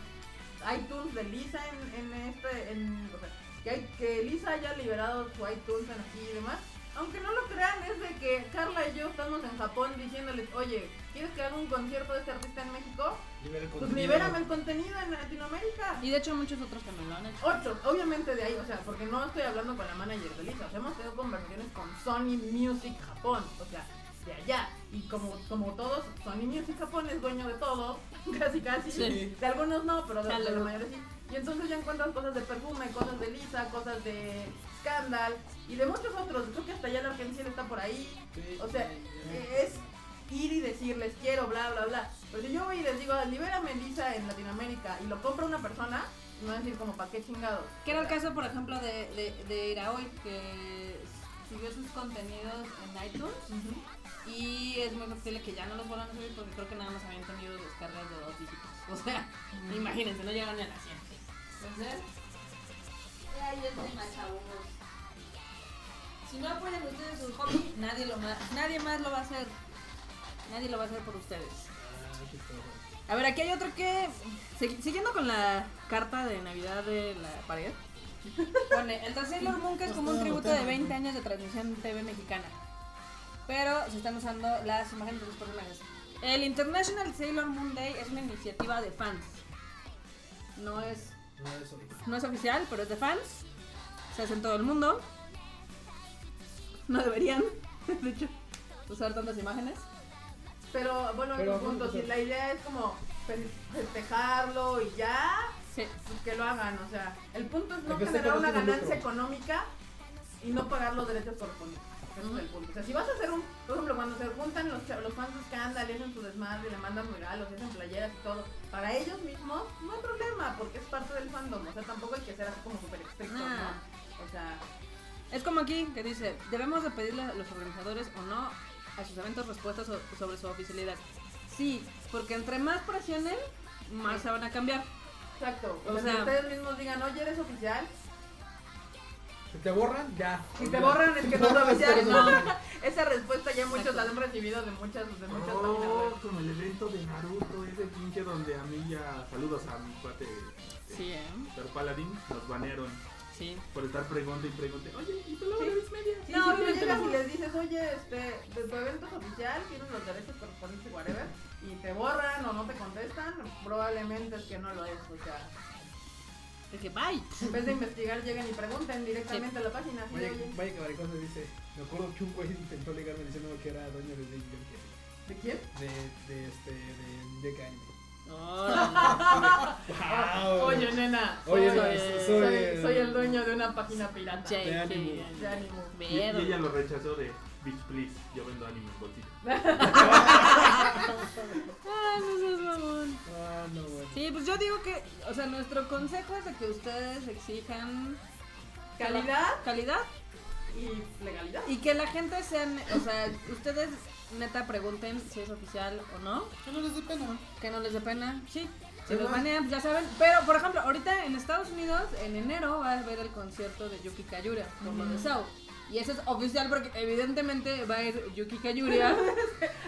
iTunes de Lisa en, en este, en, o sea, que, hay- que Lisa haya liberado su iTunes aquí y demás. Aunque no lo crean, es de que Carla y yo estamos en Japón diciéndoles, oye, ¿quieres que haga un concierto de este artista en México? Libera el Pues contenido. libérame el contenido en Latinoamérica. Y de hecho muchos otros también lo han hecho. Ocho, obviamente de ahí, o sea, porque no estoy hablando con la manager de Lisa, o sea, hemos tenido conversaciones con Sony Music Japón, o sea, de allá. Y como, como todos, Sony Music Japón es dueño de todo, <laughs> casi casi. Sí. De algunos no, pero de, de Salud. los mayores sí. Y entonces ya encuentras cosas de perfume, cosas de Lisa, cosas de Scandal y de muchos otros. Creo que hasta ya la Argentina está por ahí. O sea, es ir y decirles quiero, bla, bla, bla. Pero si yo voy y les digo, libérame Lisa en Latinoamérica y lo compra una persona, me van a decir como, ¿para qué chingados? Que era el caso, por ejemplo, de, de, de Iraoi, que subió sus contenidos en iTunes Ujú. y es muy posible que ya no los vuelvan a subir porque creo que nada más habían tenido descargas de dos dígitos. O sea, imagínense, no llegaron ni a las 100. Entonces, ya yo soy más chavos. Si no apoyan ustedes su hobby, nadie, lo ma- nadie más lo va a hacer. Nadie lo va a hacer por ustedes. A ver, aquí hay otro que. segui- Siguiendo con la carta de Navidad de la pared. Pone, el trasero Moon que es como un tributo de 20 años de transmisión TV mexicana. Pero se están usando las imágenes de los personajes. El International Sailor Moon Day es una iniciativa de fans. No es, No, eso. no es oficial, pero es de fans. Se hace en todo el mundo. No deberían, <laughs> de hecho, usar tantas imágenes. Pero bueno, Pero, a mi punto, o sea- si la idea es como fe- festejarlo y ya, Sí. pues que lo hagan, o sea, el punto es no Hay que hacer este generar una cosas sin ganancia lucro. económica y no pagar los derechos correspondientes. Ese Ujú. es el punto. O sea, si vas a hacer un, por ejemplo, cuando se juntan los, cha- los fans de Scandal y hacen su desmadre y le mandan regalos, y hacen playeras y todo, para ellos mismos no hay problema, porque es parte del fandom, o sea, tampoco hay que ser así como súper estrictos, Ah. ¿no? O sea, Es como aquí que dice, debemos de pedirle a los organizadores o no a sus eventos respuestas so- sobre su oficialidad. Sí, porque entre más presionen, más se van a cambiar. exacto. O O, sea, sea- que ustedes mismos digan, oye, eres oficial, Si te borran, ya. Si te borran es <laughs> que no es oficial. No. <laughs> Esa respuesta ya muchos la han recibido de muchas, de muchas páginas web. Oh, como el evento de Naruto, ese pinche donde a mí ya saludos a mi cuate Sí, ¿eh? Pero Paladín, los banearon Sí. por estar pregunte y pregunte, oye, ¿y tú lo eres media? Sí, No, si tú obviamente llegas no. y les dices, oye, este, de tu evento es oficial, tienes los derechos correspondientes y whatever, y te borran o no te contestan, probablemente es que no lo es. O sea, Es que bye. en vez de investigar, llegan y pregunten directamente a la página. así de, Vaya, "Oye, vaya que Maricosa dice, me acuerdo que un güey intentó ligarme diciendo que era dueño de Big Bang Theory. ¿De quién? De, de este, de Jack Anime. Órale. ¡Wow! Oye, nena. Ah, Oye, soy, nena, soy- soy- soy el dueño de una página pirata. Jake. De ánimo. De ánimo. Y, y Miedo. ella lo rechazó de, bitch, please, yo vendo anime en bolsillo. Ay, Ah, no seas mamón. Ah, no, bueno. Sí, pues yo digo que, o sea, nuestro consejo es de que ustedes exijan Calidad calidad y legalidad. y que la gente sean, o sea, ustedes neta pregunten si es oficial o no. Que no les dé pena. Que no les dé pena. Sí. Si los ¿Verdad? banean, ya saben. Pero, por ejemplo, ahorita en Estados Unidos, en enero, va a haber el concierto de Yuki Kayura, como de Sao. Y eso es oficial porque evidentemente va a ir Yuki Kayura.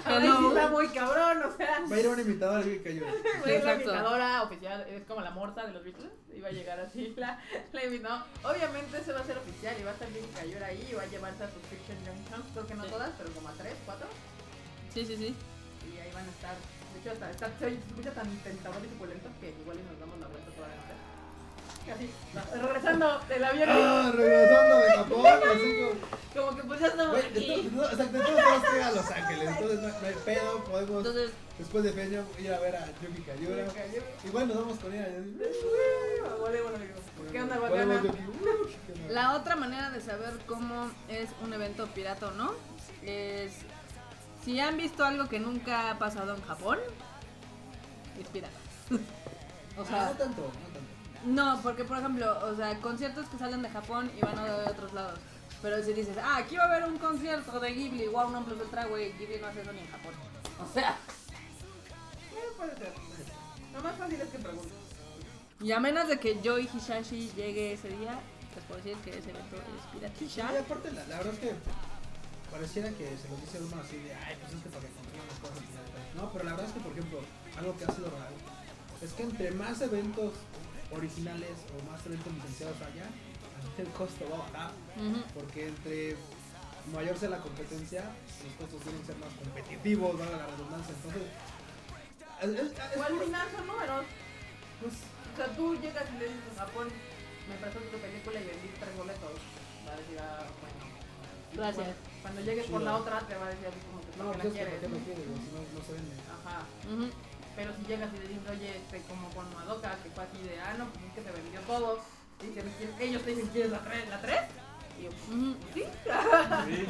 Ahora Hello. sí está muy cabrón, o sea. Va a ir un invitado al Big Cayo. Güey, Es la Exacto. invitadora oficial, es como la morsa de los Beatles. Iba a llegar así, <laughs> la, la invitó. Obviamente se va a hacer oficial y va a estar bien Cayur ahí y va a llevarse a sus Fiction Junction. Creo que no Sí. todas, pero como a tres, cuatro. Sí, sí, sí. Y ahí van a estar. De hecho, hasta, está, se oye- se escucha tan tentador y suculento que igual y nos damos la vuelta toda la noche. Casi, va- regresando del avión, ¡Ah! Regresando de Japón, así como... como que pues ya estamos Güey, de aquí. todo- no, exacto, de todos tenemos que ir a Los Ángeles, entonces no, no hay pedo, Pues, podemos Entonces, después de Peña ir a ver a Yuki Kayura. Cayur. Igual nos vamos con ella. ¿eh? Volvemos, amigo. ¿Qué onda, Volvemos, Guadiana? Yuki. Uh, qué <laughs> eh. onda. la otra manera de saber cómo es un evento pirata o no es si han visto algo que nunca ha pasado en Japón, es pirata. <laughs> o sea, Ah, no tanto, no tanto. No, porque por ejemplo, o sea, conciertos que salen de Japón y van a de otros lados. Pero si dices, ah, aquí va a haber un concierto de Ghibli, wow, no plus ultra, güey, Ghibli no hace eso ni en Japón. O sea, Eh, puede ser. Lo más fácil es que preguntes. y a menos de que Joy Hishashi llegue ese día, les puedo decir que ese evento es piratilla. Y aparte, la, la verdad es que pareciera que se lo dice uno así de, ay, pues es que para que consigan las cosas. y tal, tal". No, pero la verdad es que, por ejemplo, algo que ha sido raro es que entre más eventos originales o más eventos licenciados allá, <laughs> el costo va a bajar. Ujú. Porque entre mayor sea la competencia, los costos tienen que ser más competitivos, valga la redundancia. Entonces, es- es- es O al puro- final son números. pues, O sea, tú llegas y le dices a Japón, me pasó tu película y vendí tres boletos. Va a decir, ah, bueno. Gracias. Cuando, cuando llegues por la otra, te va a decir así como que no, ¿por qué pues, la es que quieres? ¿para qué lo quiere? Si no, no se vende. Ajá. Ujú. Pero si llegas y le dices, oye, este, como con Madoka, que fue así de, ah, no, pues es que se vendió todo. Y dicen, "¿Quieres- ellos te dicen, ¿quieres la 3? ¿La 3? Y yo, Ujú. sí. <laughs> Sí.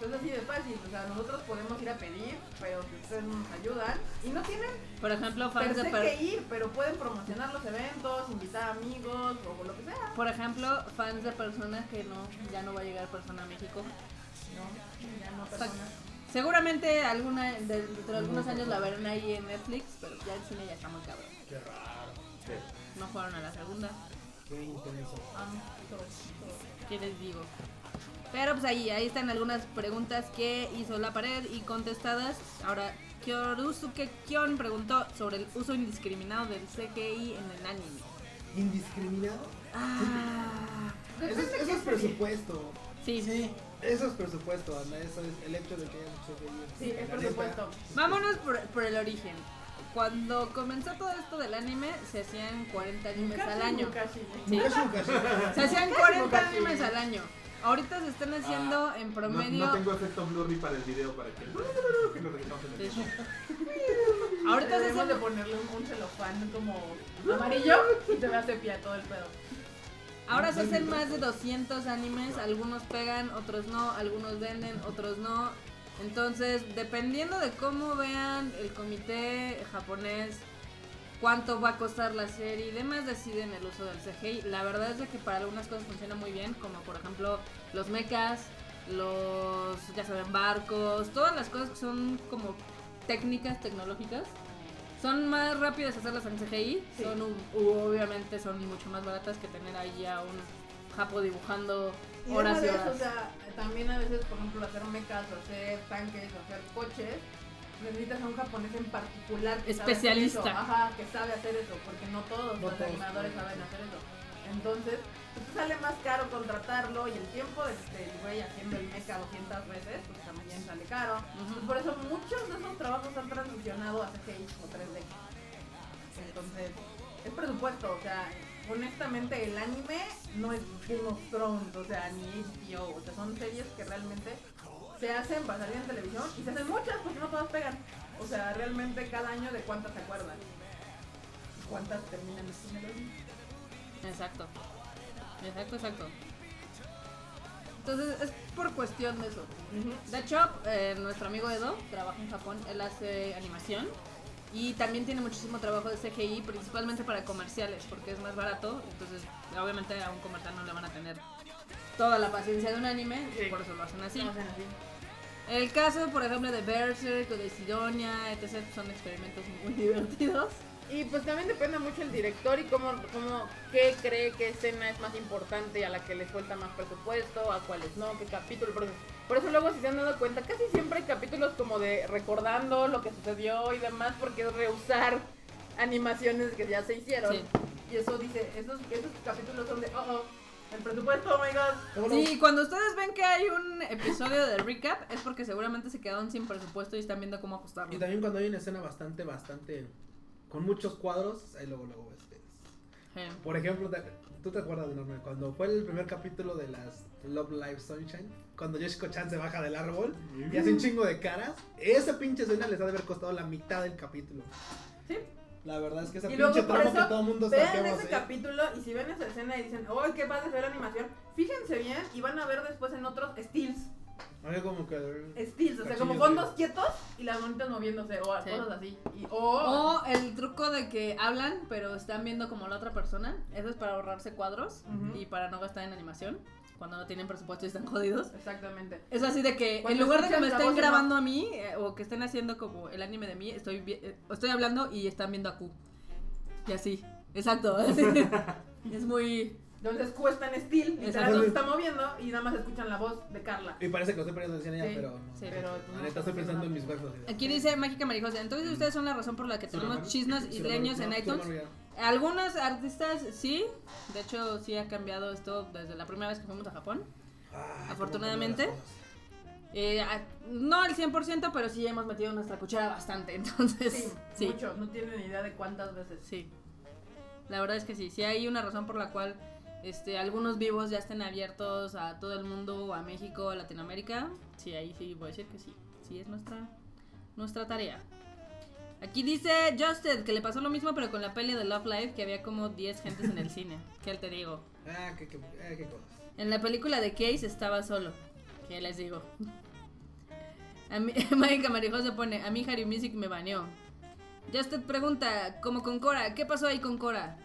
Entonces así de fácil. O sea, nosotros podemos ir a pedir, pero si ustedes no nos ayudan. Y no tienen Por ejemplo, fans de Pensé per- que ir, pero pueden promocionar los eventos, invitar amigos o lo que sea. por ejemplo, fans de personas que no, ya no va a llegar persona a México. No, ya no Exacto. personas. Seguramente alguna, de- dentro de algunos años la verán ahí en Netflix, pero ya el cine ya está muy cabrón. Qué raro. No fueron a la segunda, Qué intenso. Ah, no, todo, todo. ¿qué les digo? Pero pues ahí, ahí están algunas preguntas que hizo la pared y contestadas. Ahora, Kyorusuke Kion preguntó sobre el uso indiscriminado del CGI en el anime. Indiscriminado. Ah, Eso es, eso es presupuesto. sí, Sí. Eso es presupuesto, Ana. Eso es el hecho de que haya mucho Sí, es por supuesto. Vámonos por, por el origen. Cuando comenzó todo esto del anime, se hacían 40 animes al año. Casi, Sí. Nunca es un caso. Se hacían Casi 40 nunca, sí. animes al año. Ahorita se están haciendo en Ah, No, promedio. no tengo efecto Blurry para el video para que, que lo regresamos en el Sí. tiempo. Ahorita se Deberíamos hacen. de ponerle un, un celofán como <laughs> amarillo y te va a cepillar todo el pedo. Ahora se hacen más de 200 animes, algunos pegan, otros no, algunos venden, otros no. Entonces, dependiendo de cómo vean el comité japonés, cuánto va a costar la serie y demás, deciden el uso del CGI. La verdad es de que para algunas cosas funciona muy bien, como por ejemplo los mechas, los, ya saben, barcos, todas las cosas que son como técnicas tecnológicas. Son más rápidas hacerlas en CGI, Sí. son u- u- obviamente son mucho más baratas que tener ahí a un japo dibujando Y horas además y de eso, horas. o sea, también a veces, por ejemplo, hacer mecas, o hacer tanques, o hacer coches, necesitas a un japonés en particular que sabe hacer Especialista. eso, ajá, que sabe hacer eso, porque no todos No los todos, animadores no, saben sí. hacer eso. Entonces, pues, te sale más caro contratarlo y el tiempo de este el güey haciendo el meca 200 veces, pues también sale caro. Ujú. Pues, por eso muchos de esos trabajos han transicionado a CGI o 3D. Entonces, es presupuesto, o sea, honestamente el anime no es Game of Thrones, o sea, ni HBO, o sea, son series que realmente se hacen para salir en televisión y se hacen muchas porque no todas pegan. O sea, realmente cada año de cuántas se acuerdan. Y ¿Cuántas terminan en el anime? Exacto. Exacto, exacto. Entonces es por cuestión de eso. De hecho, eh, nuestro amigo Edo trabaja en Japón, él hace animación y también tiene muchísimo trabajo de CGI, principalmente para comerciales, porque es más barato, entonces obviamente a un comercial no le van a tener toda la paciencia de un anime y por eso lo hacen así. Hacen así. El caso, por ejemplo, de Berserk o de Sidonia, etc., son experimentos muy <laughs> divertidos. Y pues también depende mucho el director y cómo, cómo, qué cree que escena es más importante y a la que le suelta más presupuesto, a cuáles no, qué capítulo. Por eso, por eso luego si se han dado cuenta, casi siempre hay capítulos como de recordando lo que sucedió y demás, porque es reusar animaciones que ya se hicieron. Sí. Y eso dice, esos, esos capítulos son de, oh, oh, el presupuesto, oh my god. Sí, cuando ustedes ven que hay un episodio de recap es porque seguramente se quedaron sin presupuesto y están viendo cómo ajustarlo. Y también cuando hay una escena bastante, bastante. con muchos cuadros, ahí luego, luego ves. que- Sí. Por ejemplo, te- ¿tú te acuerdas de Norman? Cuando fue el primer capítulo de las Love Live Sunshine, cuando Yoshiko Chan se baja del árbol y hace un chingo de caras, esa pinche escena les ha de haber costado la mitad del capítulo. Sí. La verdad es que esa Y luego pinche por trama eso, que todo el mundo está Vean que ese capítulo y si ven esa escena y dicen, oh, qué padre se ve la animación, fíjense bien y van a ver después en otros steals. Oye, como que. Steals, o sea, como Cachillos, fondos sí. quietos y las manitas moviéndose o Sí. cosas así. Y, oh, O el truco de que hablan pero están viendo como la otra persona, eso es para ahorrarse cuadros Ujú. y para no gastar en animación cuando no tienen presupuesto y están jodidos. exactamente. Es así de que en Cuando lugar de que me escuchas la estén voz en grabando a mí eh, o que estén haciendo como el anime de mí, estoy vi- eh, estoy hablando y están viendo a Q. Y así. Exacto. <laughs> así. es muy Entonces cuestan steal, literal Exacto. no se está moviendo y nada más escuchan la voz de Carla. Y parece que lo estoy poniendo en escena Sí, ya, pero. no, sí. no, Pero no, no, La neta, estoy no, pensando no. en mis versos. Aquí dice Mágica Marijosa, entonces ustedes son Mm. la razón por la que tenemos Sí, chisnos sí, isleños no, en Ah, no, iTunes sí, no, no, Algunos artistas sí, de hecho sí ha cambiado esto desde la primera vez que fuimos a Japón. Afortunadamente. Eh, a- no al 100%, pero sí hemos metido nuestra cuchara bastante, <laughs> entonces Sí, sí. mucho. No tienen idea de cuántas veces. Sí. La verdad es que sí. Sí hay una razón por la cual este, algunos vivos ya estén abiertos a todo el mundo, a México, a Latinoamérica. Sí, ahí sí voy a decir que sí. Sí es nuestra, nuestra tarea. Aquí dice Justed que le pasó lo mismo pero con la peli de Love Live que había como 10 gentes en el cine. ¿Qué te digo? Ah, qué, qué, eh, qué cosas. En la película de Case estaba solo. ¿Qué les digo? A mí, <laughs> Mágica Marijosa pone, a mí Harry Music me baneó. Justed pregunta, como con Cora, ¿qué pasó ahí con Cora?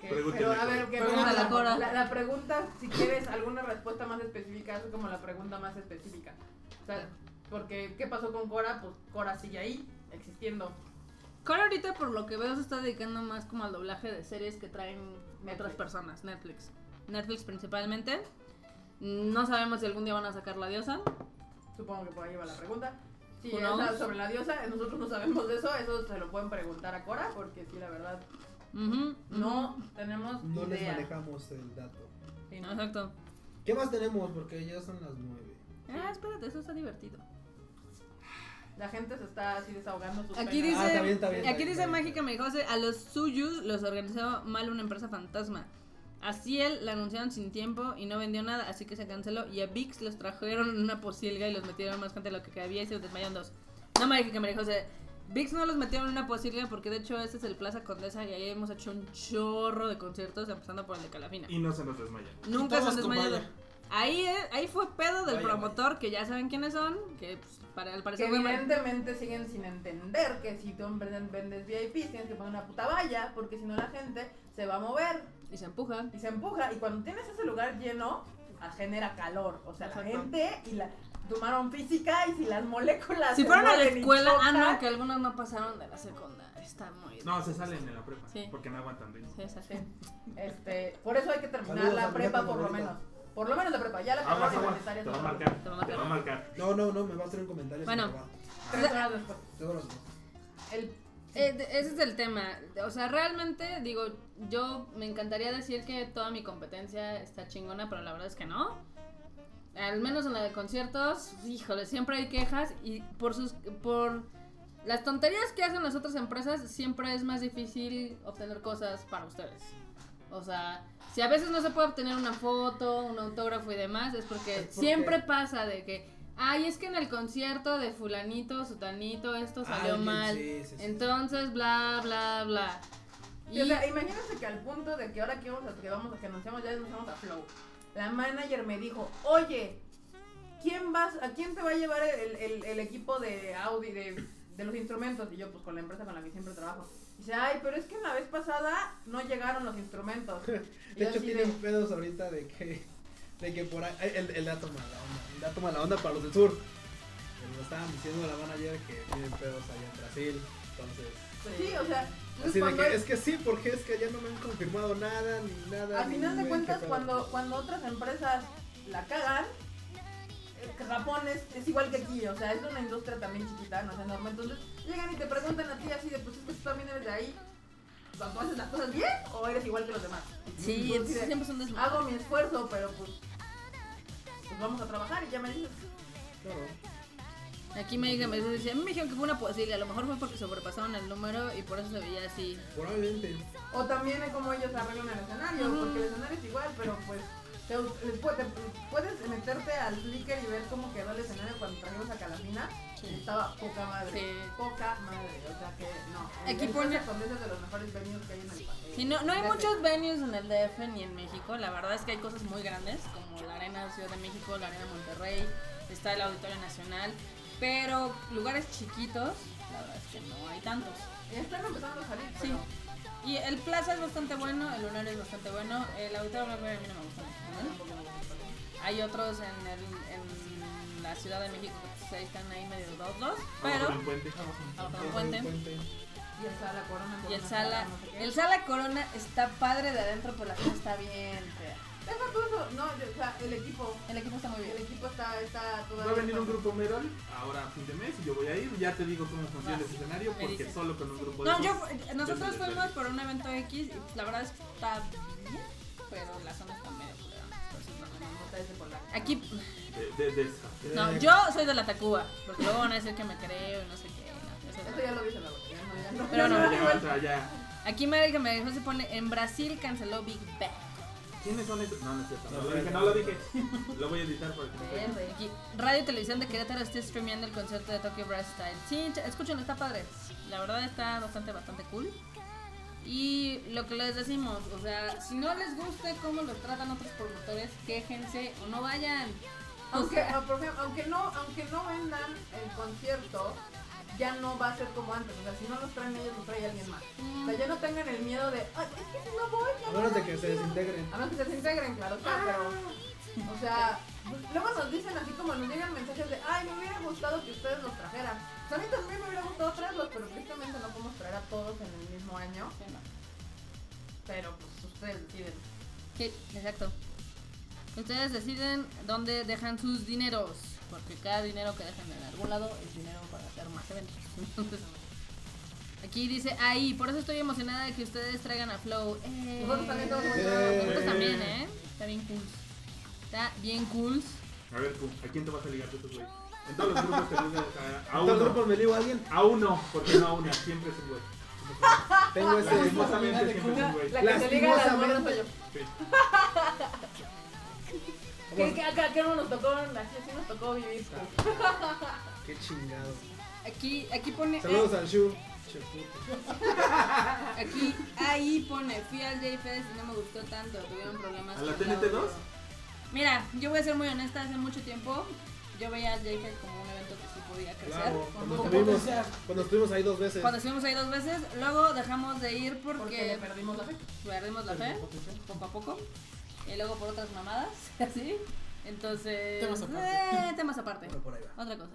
Que- Pregúntenle, pero a ver, Cora. que Pregúntale a Cora. La, la pregunta, si quieres alguna respuesta más específica, es como la pregunta más específica. O sea, porque ¿qué pasó con Cora? Pues Cora sigue ahí, existiendo. Cora ahorita por lo que veo se está dedicando más como al doblaje de series que traen otras Netflix. personas, Netflix. Netflix principalmente. No sabemos si algún día van a sacar la diosa. Supongo que por ahí va la pregunta. Si Who es knows? la- sobre la diosa, eh, nosotros no sabemos de eso, eso se lo pueden preguntar a Cora, porque sí, la verdad, Ujú, no tenemos No les idea. manejamos el dato. Sí, ujú, no. Exacto. ¿Qué más tenemos? Porque ya son las nueve. Ah, espérate, eso está divertido. La gente se está así desahogando sus Aquí penas. dice- ah, está bien, está bien. está Aquí bien, dice está bien. Mágica Merijose, a los suyos los organizó mal una empresa fantasma. A Ciel la anunciaron sin tiempo y no vendió nada, así que se canceló. Y a VIX los trajeron en una posilga y los metieron más gente de lo que cabía y se desmayaron dos. No, Mágica Merijose, VIX no los metieron en una posilga porque de hecho este es el Plaza Condesa y ahí hemos hecho un chorro de conciertos, empezando por el de Calafina. Y no se nos desmaya. Nunca se Todos han con desmayado. valla. Ahí, eh, ahí fue pedo del Vaya, promotor, que ya saben quiénes son, que pues, para, al Que parecer fue mal- evidentemente siguen sin entender que si tú vendes, vendes VIP tienes que poner una puta valla porque si no la gente se va a mover y se empujan. y se empuja y cuando tienes ese lugar lleno ah, genera calor, o sea, la Exacto. gente y la tomaron física y si las moléculas Si se fueron a la mueven y escuela, ah no, chocan, que algunos no pasaron de la secundaria, está muy No, se salen en la prepa. Sí. Porque no aguantan de Sí, exacto. este, por eso hay que terminar Saludos a la mi prepa jefa por lo favorita. menos. Por lo menos la prepa, ya la Aguas, carrera aguas. universitaria Te va a son- marcar. Te va a marcar. Te va a marcar. No, no, no, me va a hacer un comentario. Bueno. se me va. tres horas después. Luego los dos. El- Eh, de- ese es el tema. O sea, realmente, digo, yo me encantaría decir que toda mi competencia está chingona, pero la verdad es que no. Al menos en la de conciertos, híjole, siempre hay quejas y por sus por las tonterías que hacen las otras empresas siempre es más difícil obtener cosas para ustedes. O sea, si a veces no se puede obtener una foto, un autógrafo y demás, es porque, Es porque- siempre pasa de que, ay, es que en el concierto de fulanito, sutanito, esto salió Alguien, mal. sí, sí, sí. Entonces, bla, bla, bla. Y, Y, o sea, imagínense que al punto de que ahora que vamos a que vamos a que nos vamos ya nos vamos a Flow. La manager me dijo, oye, ¿quién vas, a quién te va a llevar el, el- el equipo de Audi de, de los instrumentos? Y yo, pues con la empresa con la que siempre trabajo. Dice, ay, pero es que la vez pasada no llegaron los instrumentos. <laughs> Y De yo hecho, así tienen pedos ahorita de que, de que por ahí. El, el dato mala onda. El dato mala onda para los del sur. Nos estaban diciendo a la manager que tienen pedos allá en Brasil. Entonces. pues, Sí, o sea, entonces Así de cuando- que es que sí, porque es que allá no me han confirmado nada ni nada. al ni final de ven cuentas, qué pedo. cuando, cuando otras empresas la cagan, eh, que Japón es, es igual que aquí, o sea, es una industria también chiquita, no es enorme. Entonces, llegan y te preguntan a ti así de, pues es que tú también eres de ahí. O sea, ¿Tú haces las cosas bien o eres igual que los demás? sí, Entonces, entonces de, siempre son desmadres. Hago mi esfuerzo, pero pues, pues vamos a trabajar y ya me dices. Claro. Aquí me digan, me dice, a mí me dijeron que fue una posible, a lo mejor fue porque sobrepasaron el número y por eso se veía así. Probablemente. Eh, O también es como ellos arreglan el escenario, Ujú. porque el escenario es igual, pero pues te, les pu- te- pues, puedes meterte al Flickr y ver cómo quedó el escenario cuando trajimos a Calafina. Estaba poca madre. Sí. Poca madre. O sea que no. Aquí El pone- Plaza Condesa es de los mejores venues que hay en el país. Sí, no, no hay muchos venues en el DF ni en México. La verdad es que hay cosas muy grandes, como la Arena Ciudad de México, la Arena Monterrey, está el Auditorio Nacional. Pero lugares chiquitos, la verdad es que no hay tantos. Están empezando a salir, Sí. pero Y el Plaza es bastante bueno, el Lunar es bastante bueno, el Auditorio Nacional a mí no me gusta. mucho, ¿no? tampoco me gusta. Hay otros en, el, en la Ciudad de México que pues, ahí están ahí medio dos, dos, pero Abajo de un puente. abajo de un puente. Y el Sala Corona. Y el Corona, Sala, no sé qué. el Sala Corona está padre de adentro, pero la gente está bien fea. Deja tú eso. No, yo- o sea, el equipo. El equipo está muy El bien. equipo está, está Va todavía. a venir un grupo Merol ahora a fin de mes y yo voy a ir. Ya te digo cómo funciona el escenario me porque dices. solo con un grupo de No, yo, esos- nosotros Desde fuimos Berlín. por un evento X y pues, la verdad es que está bien, pero la zona está medio culera, entonces, no, no. Está ese polaco. Aquí, de, de- de esa. no, yo soy de la Tacuba, porque luego van a decir que me creo y no sé qué. no, eso Esto no. ya lo dice la verdad. ya no, ya no. Pero no. Ya, o sea, ya. Aquí me que me dejó se pone, en Brasil canceló Big Bang. ¿Quiénes son esos? No, no es cierto. No, No, lo no, dije, no. no lo dije. Lo voy a editar para que no se- Aquí, Radio y Televisión de Querétaro está streameando el concierto de Tokyo Brass Style. Sí, ch- escúchenlo, está padre. La verdad está bastante, bastante cool. Y lo que les decimos, o sea, si no les gusta cómo los tratan otros promotores, quéjense o no vayan. O Aunque, sea, ah, por ejemplo, aunque, no, aunque no vendan el concierto, ya no va a ser como antes. O sea, si no los traen ellos, los trae alguien más. O sea, ya no tengan el miedo de, "Ay, es que si no voy, ya A no menos de van que a se ir". desintegren. Ah, Ah. A menos que se desintegren, claro, claro, pero. O sea, luego nos dicen así como nos llegan mensajes de, ay, me hubiera gustado que ustedes los trajeran. O sea, a mí también me hubiera gustado traerlos, pero tristemente no podemos traer a todos en el mismo año. Pero pues ustedes deciden. sí, exacto. Ustedes deciden dónde dejan sus dineros, porque cada dinero que dejan en algún lado es dinero para hacer más eventos. <laughs> Entonces, aquí dice, ahí, por eso estoy emocionada de que ustedes traigan a Flow. ¡Eh! Nosotros también estamos muy Nosotros Eh. también, ¿eh? Está bien cool. Está bien cool. A ver, tú, ¿a quién te vas a ligar tú, tú, güey? En todos los grupos te ligas a, a En todos los uno. grupos me ligo a alguien. A uno, porque no a una, siempre es un güey. Tengo este Ah, ese. Lastimosamente siempre es un güey. La que se liga a las morras soy yo. <laughs> Que, que acá que no nos tocó, así así nos tocó vivir. Qué chingado. Aquí, aquí pone... Saludos al Shu. Aquí, ahí pone, fui al J-Fest y no me gustó tanto, tuvieron problemas. ¿A la con el TNT2? audio. Mira, yo voy a ser muy honesta, hace mucho tiempo yo veía al J-Fest como un evento que sí podía crecer. Claro. Como Cuando estuvimos, potencial. cuando estuvimos ahí dos veces. Cuando estuvimos ahí dos veces, luego dejamos de ir Porque le porque perdimos la fe. perdimos la fe, poco a poco, y luego por otras mamadas, <laughs> así. Entonces, Temas aparte. eh, temas aparte. Bueno, por ahí va. Otra cosa.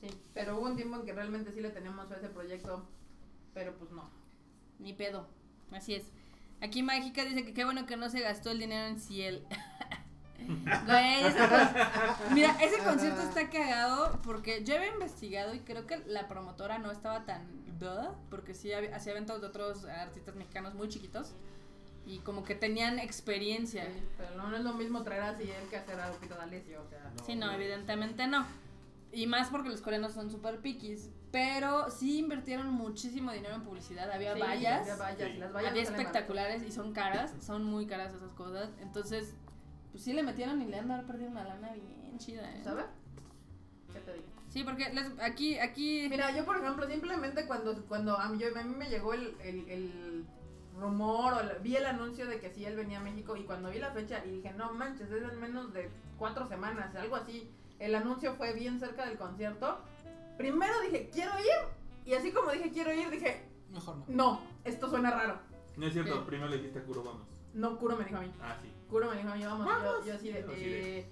Sí, pero hubo un tiempo en que realmente sí le teníamos fe a ese proyecto, pero pues no. Ni pedo. Así es. Aquí Mágica dice que qué bueno que no se gastó el dinero en Ciel. Güey, esa cosa- Mira, ese concierto está cagado porque yo había investigado y creo que la promotora no estaba tan duda porque sí había- hacía eventos de otros artistas mexicanos muy chiquitos y como que tenían experiencia. Pero no es lo mismo traer a Ciel que hacer a Lupita D'Alessio, o sea. Sí, no, evidentemente no. Y más porque los coreanos son súper piquis. Pero sí invirtieron muchísimo dinero en publicidad. Había Sí, vallas. había vallas, Sí. las vallas había no salen espectaculares y son caras, son muy caras esas cosas. Entonces, pues sí le metieron y le han de haber perdido una lana bien chida, ¿eh? baratas, ¿Sabes? ¿Qué te digo? Sí, porque les- aquí, aquí. Mira, yo por ejemplo, simplemente cuando, cuando a, mí, yo- a mí me llegó el, el- el rumor o el- vi el anuncio de que sí él venía a México y cuando vi la fecha y dije, no manches, es en menos de cuatro semanas, algo así. El anuncio fue bien cerca del concierto. Primero dije, quiero ir. Y así como dije, quiero ir, dije, Mejor no. no, esto suena raro. No es cierto, Sí. primero le dijiste a Kuro, vamos. No, Kuro me dijo a mí. Ah, sí. Kuro me dijo a mí, vamos. y yo- Yo, así de, Así de- eh,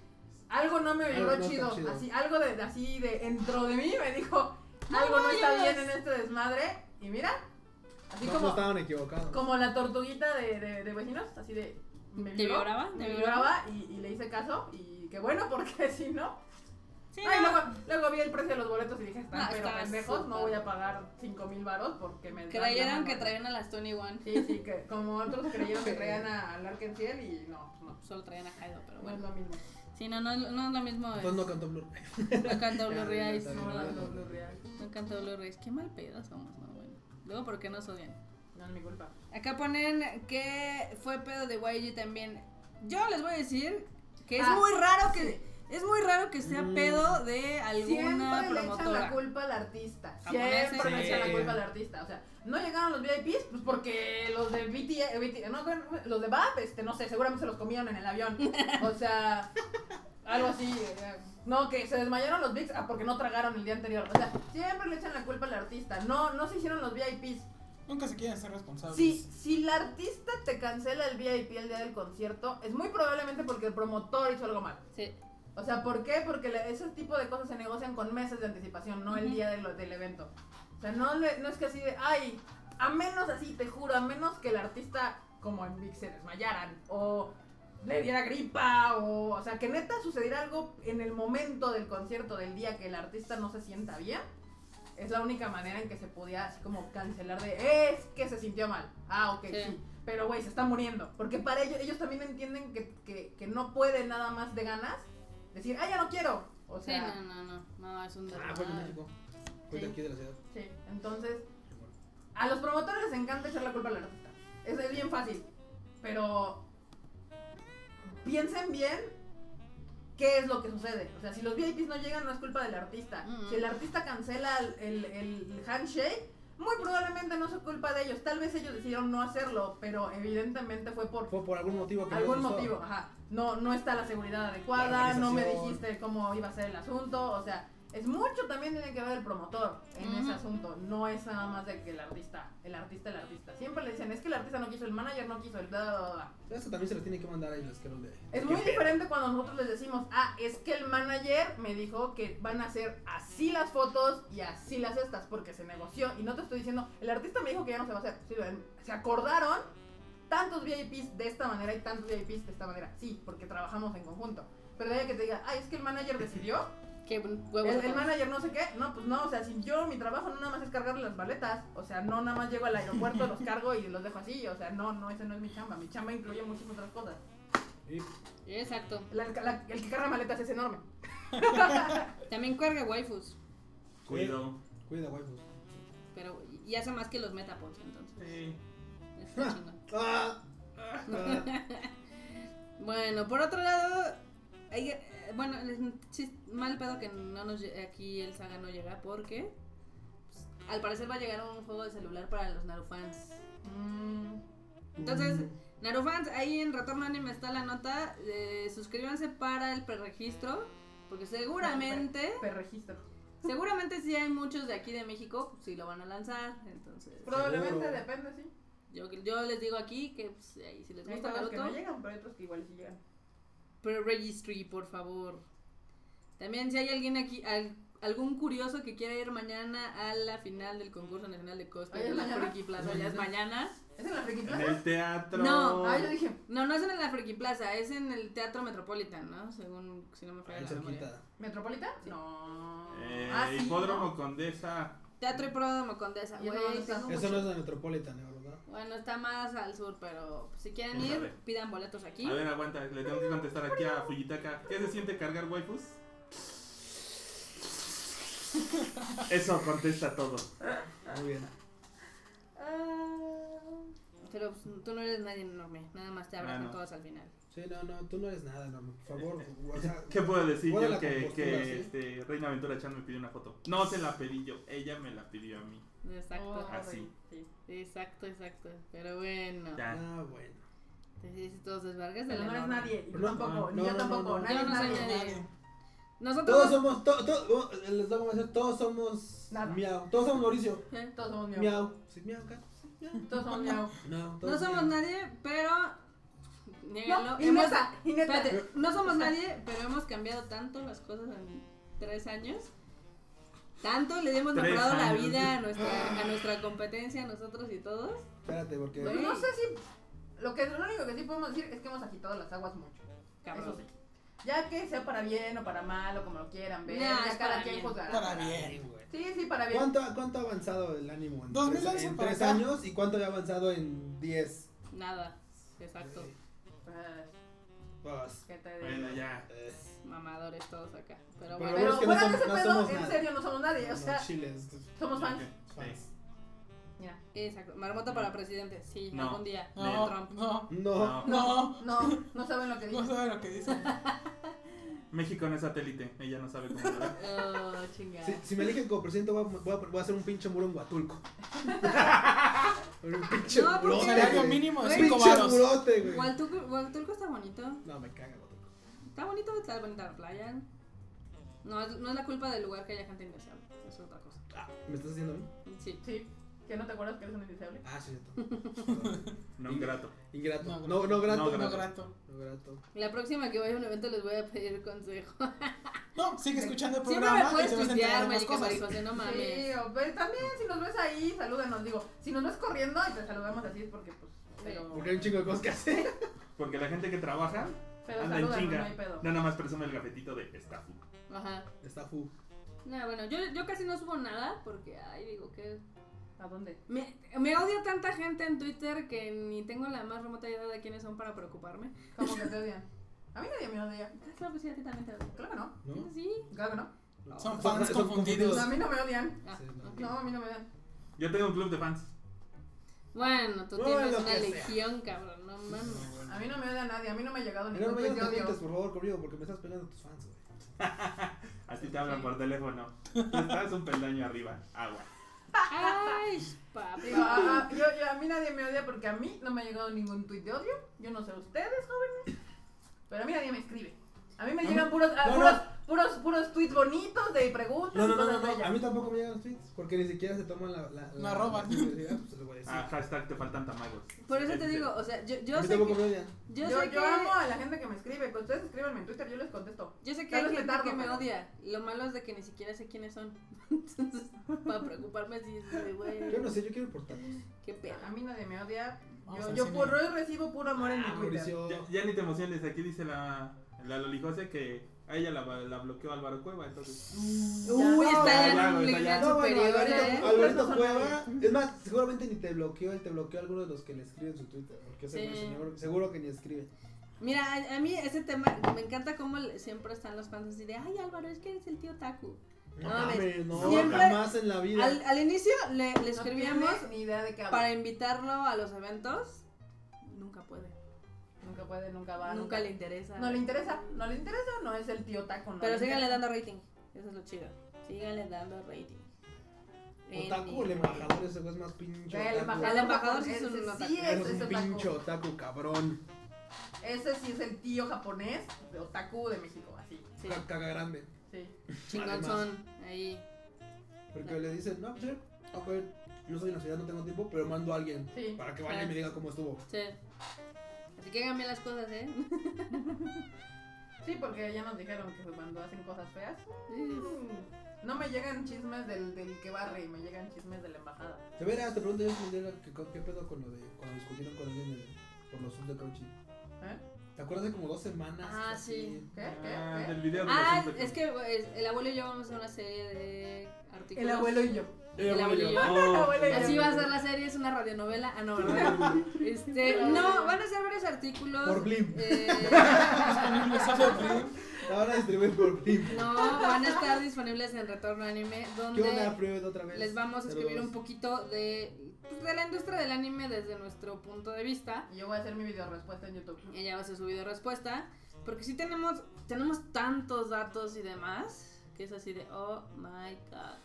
algo no me vibró no está chido. chido. Así, algo de, así de dentro de mí me dijo, No algo no está vayas. bien en este desmadre. Y mira, así No, no como, estaban equivocados. como la tortuguita de, de- de vecinos, así de. Me ¿Te vibraba? ¿Te me vibraba? vibraba y, y le hice caso. Y qué bueno, <laughs> porque si no. Sí, Ay, no, luego, luego vi el precio de los boletos y dije, están No, pero estaba pendejos, no súper. voy a pagar 5 mil baros porque me. están creyeron llamando". que traían a las Tony One. Sí, sí, que como otros creyeron que traían a- al Arkenciel y no, no. Solo traían a Kaido, pero No es bueno. lo mismo. Sí, no, no, no es lo mismo. eh. Entonces Pues no cantó Blur. No canta Blue <laughs> Ya, Eyes. ya No, está No, no, no, bien. no, no, no, real. canta Blue Eyes. Qué mal pedo somos, no, bueno. Luego, ¿por qué nos odian? No es mi culpa. Acá ponen que fue pedo de YG también. Yo les voy a decir que es Ah, muy raro que es muy raro que sea Mm. pedo de alguna Siempre le echan la promotora. culpa al artista. Japoneses. Siempre le echan Sí. la culpa al artista. O sea, no llegaron los VIPs, pues porque los de BTS, BT- no, bueno, los de BAP, este, no sé, seguramente se los comieron en el avión. O sea, algo así. eh, No, que se desmayaron los VIPs ah, porque no tragaron el día anterior. O sea, siempre le echan la culpa al artista. No, no se hicieron los VIPs. Nunca se quieren ser responsables. Si, si el artista te cancela el VIP el día del concierto, es muy probablemente porque el promotor hizo algo mal. Sí. O sea, ¿por qué? Porque le- ese tipo de cosas se negocian con meses de anticipación, no el Ujú. día de lo- del evento. O sea, no, le- no es que así de, ay, a menos así, te juro, a menos que el artista como en Vic se desmayaran o le diera gripa o, o sea, que neta sucediera algo en el momento del concierto, del día que el artista no se sienta bien, es la única manera en que se podía así como cancelar de, es que se sintió mal. Ah, ok, Sí. sí. Pero, güey, se está muriendo. Porque para ellos, ellos también entienden que, que, que no pueden nada más de ganas decir, ah, ya no quiero. O Sí, sea, no, no, no. No, es un Ah, fue en México. Fue de Sí. aquí de la ciudad. Sí, entonces a los promotores les encanta echar la culpa al artista. Es, es bien fácil. Pero piensen bien qué es lo que sucede. O sea, si los VIPs no llegan, no es culpa del artista. Mm. Si el artista cancela el, el- el handshake, muy probablemente no es culpa de ellos. Tal vez ellos decidieron no hacerlo, pero evidentemente fue por Fue por algún motivo que no algún les gustó. motivo, ajá. No, no está la seguridad La adecuada, no me organización. dijiste cómo iba a ser el asunto, o sea, es mucho también tiene que ver el promotor en Ujú. ese asunto, no es nada más de que el artista, el artista, el artista. Siempre le dicen, es que el artista no quiso, el manager no quiso, el da, da, da, da". Eso también se les tiene que mandar a los que los de. Es ¿Qué muy pedo? diferente cuando nosotros les decimos, ah, es que el manager me dijo que van a hacer así las fotos y así las estas, porque se negoció. Y no te estoy diciendo, el artista me dijo que ya no se va a hacer. Sí, en- se acordaron tantos VIPs de esta manera y tantos VIPs de esta manera. Sí, porque trabajamos en conjunto. Pero de ahí a que te diga, ah, es que el manager decidió, Qué el, huevos. el manager no sé qué. No, pues no, o sea, si yo mi trabajo no nada más es cargarle las maletas, o sea, no nada más llego al aeropuerto, los cargo y los dejo así, o sea, no, no, esa no es mi chamba. Mi chamba incluye muchas otras cosas. Exacto. La- la- el que carga maletas es enorme. También carga waifus. Cuido. Cuida, güey. pues. Pero y hace más que los metapods, entonces. Sí. Está <laughs> chingón. Ah, Bueno, por otro lado, hay- eh, bueno, es un chis- mal pedo que no nos lle- aquí el saga no llega porque pues, al parecer va a llegar un juego de celular para los Narufans. Mm, Entonces, Narufans, ahí en Retorno Anime está la nota, eh, suscríbanse para el preregistro porque seguramente, perregistro. seguramente sí hay muchos de aquí de México, pues, sí lo van a lanzar, entonces Probablemente depende, sí. yo, yo les digo aquí que pues, ahí, si les Hay gusta juegos que no Naruto, llegan, pero hay otros que igual sí llegan. pre-registry, por favor. También si hay alguien aquí, al- algún curioso que quiera ir mañana a la final del concurso nacional de cosplay ¿Ay, de es la mañana? Friki Plaza, ya es mañana. ¿Es en la Friki En Plaza? el teatro. No, Ah, yo dije, No, no es en la Friki Plaza, es en el Teatro Metropolitan, ¿no? Según, si no me falla Ahí la memoria. cerquita. ¿Metropolitan? No. Eh, ah, sí. Hipódromo no. Condesa. Teatro Hipódromo Condesa, ¿Y eso dónde güey. está? tengo Eso mucho- no es la Metropolitan, ¿eh, ¿verdad? Bueno, está más al sur, pero si quieren Quién ir, sabe. pidan boletos aquí. A ver, aguanta, le tengo que contestar aquí a Fujitaka. ¿Qué se siente cargar waifus? Eso contesta todo. Ah, Muy bien. Ah, Pero pues, tú no eres nadie enorme, nada más te abrazan Ah, no. todos al final. Sí, no, no, tú no eres nada, no, por <laughs> favor. o sea, ¿Qué puedo decir Guarda yo la que, compostura, que ¿sí? este, Reina Aventura Chan me pidió una foto? No se la pedí yo, ella me la pidió a mí. Exacto, Ah, Así. sí. exacto, exacto. Pero bueno. Ya. Ah, bueno. Te dices todos desvergas de la Pero no eres norma. nadie. Y tú No, tampoco. no, Ni yo no, tampoco. no, no. Nadie Yo es no soy nadie. nadie. Ah. Nosotros Todos somos, to- to- oh, les voy a comenzar, todos somos Nada. miau, todos somos Mauricio, Todos somos miau. miau, sí, miau, gato, sí, miau. Todos somos <laughs> miau. No, no todos somos miau. nadie, pero niégalo. No, y hemos- neta, y neta. Espérate, no somos nadie, pero hemos cambiado tanto las cosas en tres años. Tanto le hemos Tres mejorado la años. vida a nuestra, a nuestra competencia, a nosotros y todos. Espérate, porque Bueno. Pues no sé si. Lo, que, lo único que sí podemos decir es que hemos agitado las aguas mucho. Eso Cabrón. sí. Ya que sea para bien o para mal o como lo quieran ver, No, ya es para cada quien bien. juzgará. Para bien. Sí, sí, para bien. ¿cuánto, cuánto ha avanzado el ánimo en 2011 tres, en para tres acá. años y cuánto había avanzado en 10? Nada. Exacto. Pues, Pues, ¿qué te digo? Bueno, ya. eh, Mamadores todos acá. Pero Pero bueno. Pero es que no fuera de ese somos- no pedo, somos en nadie. serio, no somos nadie. O los sea, eh, chiles, pues, somos fans. fans. Mira, Exacto. Marmota para presidente. Sí, No. algún día. No, Trump. no, No. No, no. no, no saben lo que No dije. <laughs> sabe lo que dice. México no es satélite, ella no sabe cómo hablar. Oh, chingada. si, si me eligen como presidente voy a, voy a- voy a hacer un pinche muro en Huatulco. un pinche No, porque- murote, Salario güey. mínimo de Un cinco pinche varos. murote, güey. Hualtuco- Hualtulco está bonito. No, me caga Huatulco. Está bonito, está bonita la playa. No, es- no es la culpa del lugar que haya gente indeseable. Es otra cosa. Ah, ¿Me estás haciendo a mí? Sí. Sí, que no te acuerdas que eres un indeseable. Ah, sí, cierto. <laughs> No, un grato. Ingrato. No, No, no, grato. No, No, grato. grato. No, grato. La próxima que vaya a un evento les voy a pedir consejo. No, sigue escuchando el Siempre me programa y puedes te vas a enterar tuitear, de más Magica cosas. Maricosa, no Sí, mames. o- pero también si nos ves ahí, salúdanos. Digo, si nos ves corriendo y te saludamos así es porque, pues, pero. Porque hay un chingo de cosas que hacer. Porque la gente que trabaja Pero anda en saluda, no chinga. hay pedo. No, nada más presume el gafetito de estafu. Ajá. Está fu. No, bueno, yo, yo casi no subo nada porque, ay, digo que... ¿A dónde? Me, me odia tanta gente en Twitter que ni tengo la más remota idea de quiénes son para preocuparme. ¿Cómo que te odian? A mí nadie me odia. Ah, Claro que sí, a ti también te odio. Claro que no. ¿No? Sí. Claro que no. Son fans Son confundidos. No, a mí no me odian. Ah, Sí, no. ok. No, a mí no me odian. Yo tengo un club de fans. Bueno, tú Bueno, tienes lo una que sea. legión, cabrón, no mames. A mí no me odia nadie. A mí no me ha llegado Mira, ningún no tweet vayas de a odio. juntes, por favor, conmigo, porque me estás pegando a tus fans, güey. A ti te hablan por teléfono. Tú Estás un peldaño arriba. Agua. Ay, <laughs> papi. Digo, a, a- yo, yo- a mí nadie me odia porque a mí no me ha llegado ningún tuit de odio. Yo no sé ustedes, jóvenes. Pero a mí nadie me escribe. A mí me llegan puros, a- no, no. puros, puros, puros tweets bonitos de preguntas. No, y no, no, cosas no, no, bellas. a mí tampoco me llegan los tweets, porque ni siquiera se toman la... la, No la- roban. la sinceridad, pues, les voy a decir. Ah, hashtag te faltan tamagos. Por eso te Este, digo, o sea, yo, A yo mí sé tampoco me que... odian. Yo, yo, sé yo que... amo a la gente que me escribe. Cuando ustedes escríbanme en Twitter, yo les contesto. Yo sé que Tal hay vez me gente tardo, que me pero- odia. Lo malo es de que ni siquiera sé quiénes son. <laughs> Entonces, para preocuparme si es de, Yo güey, no sé, yo quiero portarlos. qué pedo. A mí nadie me odia. Vamos Yo, al yo cine. por hoy recibo puro amor en mi Ah, Twitter. Mauricio. Ya, ya ni te emociones. Aquí dice la, la Lolijose que a ella la, la bloqueó Álvaro Cueva. Entonces, Uy, está ya, ya en ya, un ya. nivel No, bueno, superior, ¿eh? Alvarito, No Alvarito son Cueva. Es más, seguramente ni te bloqueó, él te bloqueó a alguno de los que le escriben su Twitter. Porque ese Sí. güey seguro, seguro que ni escribe. Mira, a, a mí ese tema, me encanta cómo le- siempre están los fans así de, ay Álvaro, es que eres el tío Taku. No mames, no, siempre- jamás en la vida. Al, al inicio le, le No escribíamos tienes ni idea de qué hablo. para invitarlo a los eventos. Nunca puede. Nunca puede, nunca va. nunca, le interesa. No le interesa. No le interesa. No es el tío taco. No Pero le síganle interesa. dando rating. Eso es lo chido. Síganle dando rating. En mi- Otaku, el embajador, ese güey es más pincho. El otaku. embajador, Al embajador sí es ese un otaku. sí es, Eres es un otaku. pincho otaku, cabrón. Ese sí es el tío japonés de otaku de México, así. Sí, Ca- Caga grande. Sí. chingonzón. Ahí. Porque le dicen, no, pues sí, ok, yo soy en la ciudad, no tengo tiempo, pero mando a alguien Sí. para que vaya y me diga cómo estuvo. Sí. Así que hagan bien las cosas, ¿eh? <laughs> Sí, porque ya nos dijeron que cuando hacen cosas feas. mm, No me llegan chismes del, del que barre, me llegan chismes de la embajada. De veras, te pregunto yo si me dieron que- qué pedo con lo de cuando discutieron con alguien de- por los subs de Crunchy. ¿Eh? ¿Te acuerdas de como dos semanas? Ah, así? sí. ¿Qué? ah, ¿Qué? del video de los Ah, Simpsons. es que pues, el abuelo y yo vamos a hacer una serie de ¿Qué? artículos. El abuelo y yo. El abuelo <laughs> y yo. El Oh, abuelo y yo. Así va a ser la serie, es una radionovela. Ah, no, <laughs> ¿verdad? Este, no, van a ser varios artículos. Por Blim. <laughs> eh, La van a distribuir por Blim. no, van a estar disponibles en Retorno Anime, ¿Qué pues. onda, donde Freud, otra vez? les vamos a escribir Saludos. un poquito de, pues, de la industria del anime desde nuestro punto de vista. Y Yo voy a hacer mi video respuesta en YouTube. Ella va a hacer su video respuesta. Porque sí tenemos, tenemos tantos datos y demás, que es así de, oh my god.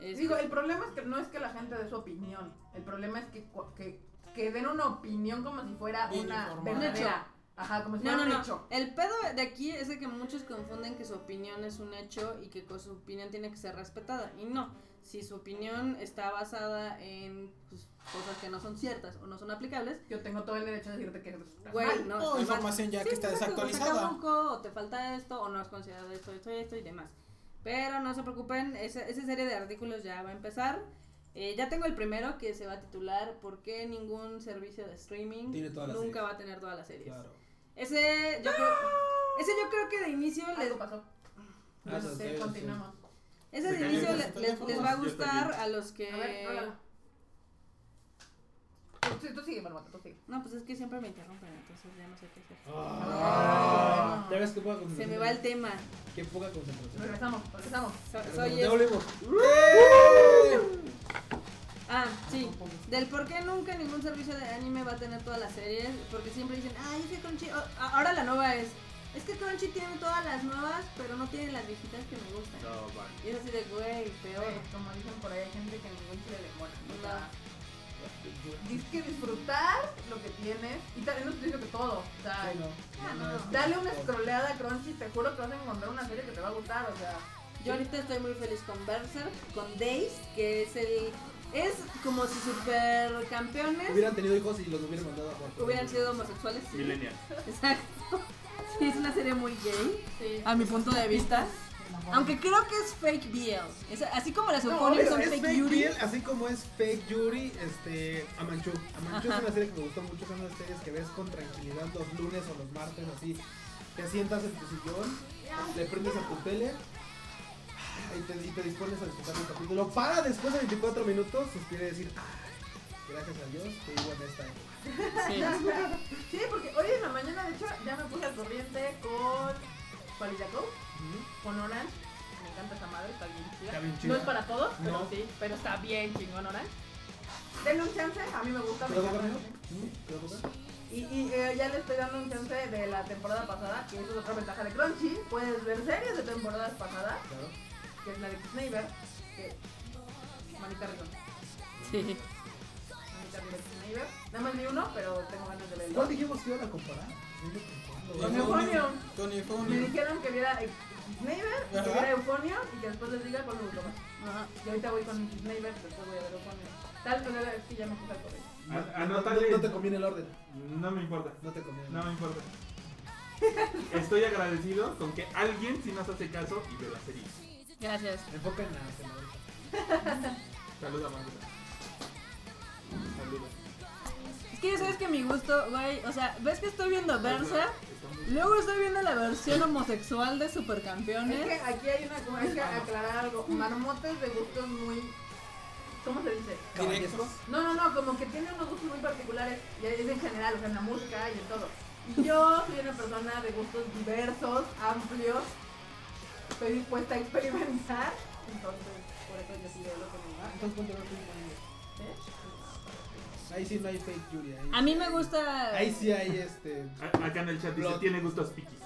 Es- Digo, el problema es que no es que la gente dé su opinión. El problema es que, cu- que, que den una opinión como si fuera Bien una informada. verdadera. Ajá, como si No, fuera no, un no. hecho. El pedo de aquí es de que muchos confunden que su opinión es un hecho y que con su opinión tiene que ser respetada. Y no, si su opinión está basada en pues, cosas que no son ciertas o no son aplicables, Yo tengo todo el derecho de decirte que estás güey, mal. no. O además, información ya sí, que está exacto, o está desactualizada. caduco, o te falta esto, o no has considerado esto, esto y esto y demás. Pero no se preocupen, esa, esa serie de artículos ya va a empezar. Eh, ya tengo el primero que se va a titular ¿Por qué ningún servicio de streaming Tiene todas las nunca series? va a tener todas las series? Claro. Ese yo, creo, ese yo creo que de inicio les, Algo pasó. Ah, eso Sí, sí, eso continuamos. ese Se de cayó inicio el le- teléfono. les, les va a Yo gustar también. a los que... A ver, rólala. Tú, tú- tú sigue, Marmota, tú sigue. No, pues es que siempre me interrumpen, entonces ya no sé qué hacer. Ah, no. Ya ves qué poca concentración. Se me va el tema. Qué poca concentración. Regresamos, regresamos. So- Pero soy Ya es- volvemos. Ah, sí. Del por qué nunca ningún servicio de anime va a tener todas las series. Porque siempre dicen, ay, es que Crunchy... oh, a- ahora la nueva es... Es que Crunchy tiene todas las nuevas, pero no tiene las viejitas que me gustan. No, vale. Y es así de, güey, Pero peor. bueno, Eh, como dicen por ahí, hay gente que ningún chile le mola. O sea, No. Dices que disfrutar lo que tienes. Y también no te digo que todo. O sea, Ay, no. Ah, no. dale una scrolleada a Crunchy. Te juro que vas a encontrar una serie que te va a gustar. O sea, Yo ahorita estoy muy feliz con Berserk, con Days, que es el... Es como si supercampeones Hubieran tenido hijos y los hubieran mandado a jugar. hubieran sido homosexuales. sí. Millennial. <laughs> Exacto. Sí, es una serie muy gay, a mi punto de vista. Aunque creo que es fake BL. Es- así como las No, Euphonium es, son es fake fake Yuri. BL, así como es Fake Yuri, este, Amanchu. Amanchu Ajá. es una serie que me gustó mucho, son las series que ves con tranquilidad los lunes o los martes, así. Te sientas en tu sillón, le prendes a tu tele y te, y te dispones a disfrutar el capítulo. Para después de 24 minutos, suspira y decir, "Ah, gracias a Dios, que vivo en esta época. Sí. Sí, porque hoy en la mañana, de hecho, ya me puse al corriente con Cualidaco, con Orange. Me encanta esa madre, está bien chida. Está bien chida. No es para todos, pero No. sí, pero está bien chingón Orange. Denle un chance, a mí me gusta. me ¿Puedo encanta. comer? ¿Mm? ¿Puedo comer? Y, y, eh, ya le estoy dando un chance de la temporada pasada, que eso es otra ventaja de Crunchy. Puedes ver series de temporadas pasadas, Claro. que es la de Xavier, que... Manita rico. Sí. Manita rico Xavier. Nada más vi uno, pero tengo ganas de verlo. ¿Cuál dijimos que iban a comparar? Con Eufonio. Eufonio. Con Me Eufonio. dijeron que viera Xavier, que Ajá. viera Eufonia y que después les diga cuál me gustó más. Y ahorita voy con Xavier, después voy a ver Eufonia. Tal, pero es que ya me puse al correo. A- No, no, Anótale. no te conviene el orden. No me importa. No te conviene. el No me importa. Estoy agradecido con que alguien si nos hace caso y ve la serie. Gracias. Enfoca en la en Saluda, Magda. Saluda. Es que ya sabes que mi gusto, güey, o sea, ¿ves que estoy viendo Versa? Está muy- Luego estoy viendo la versión homosexual de Supercampeones. Es que aquí hay una como hay que aclarar algo. Marmotes de gustos muy. ¿Cómo se dice? Directo. No, no, no, como que tiene unos gustos muy particulares. Y es en general, o sea, en la música y en todo. Y Yo soy una persona de gustos diversos, amplios. Estoy dispuesta a experimentar. Entonces, por eso yo sí veo lo que me va. Entonces, ¿cuánto no te conviene? Ahí sí no hay fake Yuri. Ahí, A mí me gusta Ahí sí hay este. A- Acá en el chat dice, Blog. tiene gustos piquis.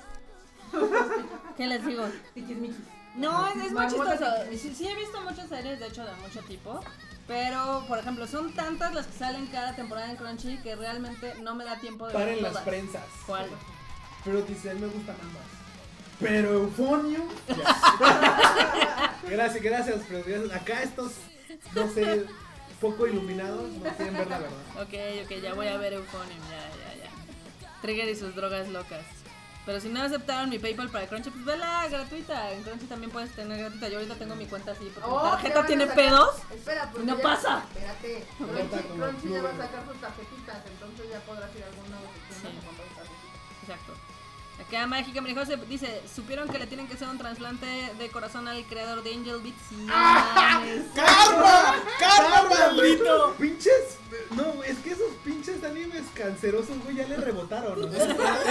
¿Qué les digo? Tiquismiquis. No, es, es muy Marmotas chistoso. y- Sí, sí he visto muchas series, de hecho, de mucho tipo. Pero, por ejemplo, son tantas las que salen cada temporada en Crunchy que realmente no me da tiempo de ver Paren las todas. prensas. ¿Cuál? Pero dice, a mí me gustan ambas. Pero Eufonio. <laughs> gracias, gracias, pero gracias. Acá estos, no sé, poco iluminados, no quieren ver la verdad. Ok, ok, ya voy a ver Euphonium, ya, ya, ya. Trigger y sus drogas locas. Pero si no aceptaron mi PayPal para Crunchy, pues vela gratuita. En Crunchy también puedes tener gratuita. Yo ahorita tengo mi cuenta así porque mi Oh, ¿qué van tarjeta a tiene sacar? pedos. Espera, porque No ya- pasa. Espérate. Cuenta Crunchy, con los Crunchy ya va a Blu-ray. sacar sus tarjetitas, entonces ya podrás ir a alguna de sus tiendas Sí. a comprar tarjetitas. Exacto. Acá Mágica María José dice, supieron que le tienen que hacer un trasplante de corazón al creador de Angel Beats. Sí, no mames. ¡Karma! ¡Karma, maldito! Pinches. No, es que esos pinches animes cancerosos, güey, ya le rebotaron. ¿no? Es, es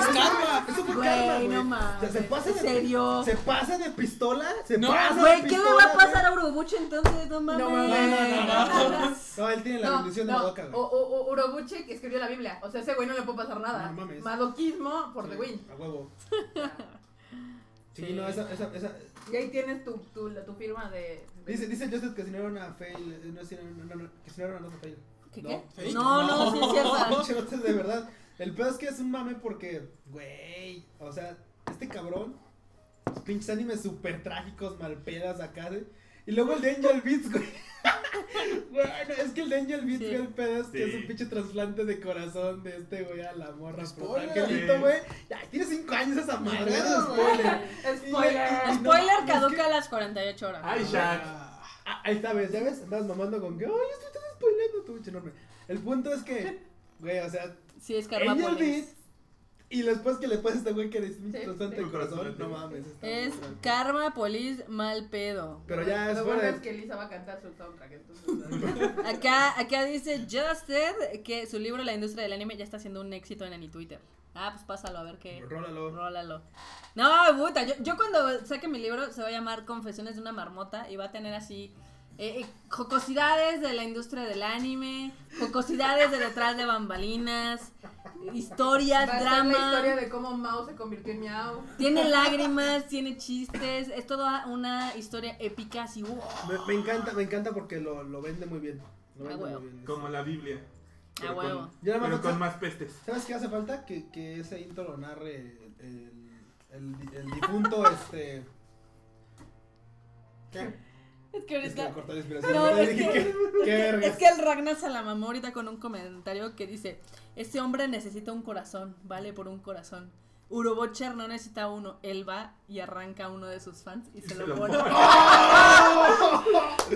karma. Eso fue karma, Güey, no O sea, mames. se pasa ¿En de serio? Se pasa de pistola, se No, pasa de Güey, ¿qué pistola. le va a güey. pasar a Urobuchi entonces? No mames. No mames. No, no, no, no. No, él tiene la bendición de Madoka, O, Oh, güey. o, o Urobuchi que escribió la Biblia. O sea, ese güey no le puede pasar nada. No mames. Madoquismo por The Sí, Win. A <laughs> huevo. Sí, Sí. no, esa, esa, esa. Y ahí tienes tu, tu, la- tu firma de. de- Dice, dice Joseph que si no era una fail, eh, no, si no, no, no, no, que si no era una nota fail. ¿Qué No. qué? Sí. No, no, sí es <laughs> cierto. Pinche nota de verdad. El pedo es que es un mame porque, güey, o sea, este cabrón, los pinches animes súper trágicos, malpedas acá, ¿sí? Y luego el de Angel Beats, güey. <laughs> Bueno, es que el de Angel Beats, Sí. güey, el pedo es que Sí. es un pinche trasplante de corazón de este güey a la morra. Por Spoiler. angelito, güey. Ya tiene 5 años esa madre. Madreado, no spoiler. Spoiler. Spoiler No, es que- caduca a las 48 horas. Ay, Shaq. Ah, Ah, ahí está, ¿ves? ¿Ya ves? Andabas mamando con que, ay, esto estás spoileando tú, pinche enorme. El punto es que, güey, o sea, Sí, es Angel Carmápolis. Beats y después que le pasa a este güey que es un Sí, trasplante sí. de corazón, no mames. está Es muy raro. Carmápolis mal pedo. Pero ya es Lo fuera bueno de... es que Elisa va a cantar su soundtrack. <laughs> Entonces, Acá, acá dice Justed que su libro La industria del anime ya está siendo un éxito en Annie Twitter. Ah, pues pásalo, a ver qué. Rólalo. Rólalo. No, puta, yo, yo cuando saque mi libro se va a llamar Confesiones de una marmota y va a tener así eh, eh, jocosidades de la industria del anime, jocosidades de detrás de bambalinas, historias, va a ser drama. la historia de cómo Mao se convirtió en Miau. Tiene lágrimas, tiene chistes, es toda una historia épica así. ¡wow! Me, me encanta, me encanta porque lo, lo vende muy bien. Lo Ah, vende huevo. muy bien. Como la Biblia. pero con- Ah, huevo. Ya nada más pero falta- con más pestes. ¿Sabes qué hace falta? Que, que ese intro lo narre el, el, el, el <laughs> difunto, este... ¿Qué? Es que Es que me ahorita. cortó la inspiración. No, es <laughs> dije, que- ¿qué, qué verga? Es que el Ragnar se la mamó ahorita con un comentario que dice: Este hombre necesita un corazón, vale por un corazón. Urobocher no necesita uno, él va y arranca a uno de sus fans y se Se lo lo pone. <laughs> pone.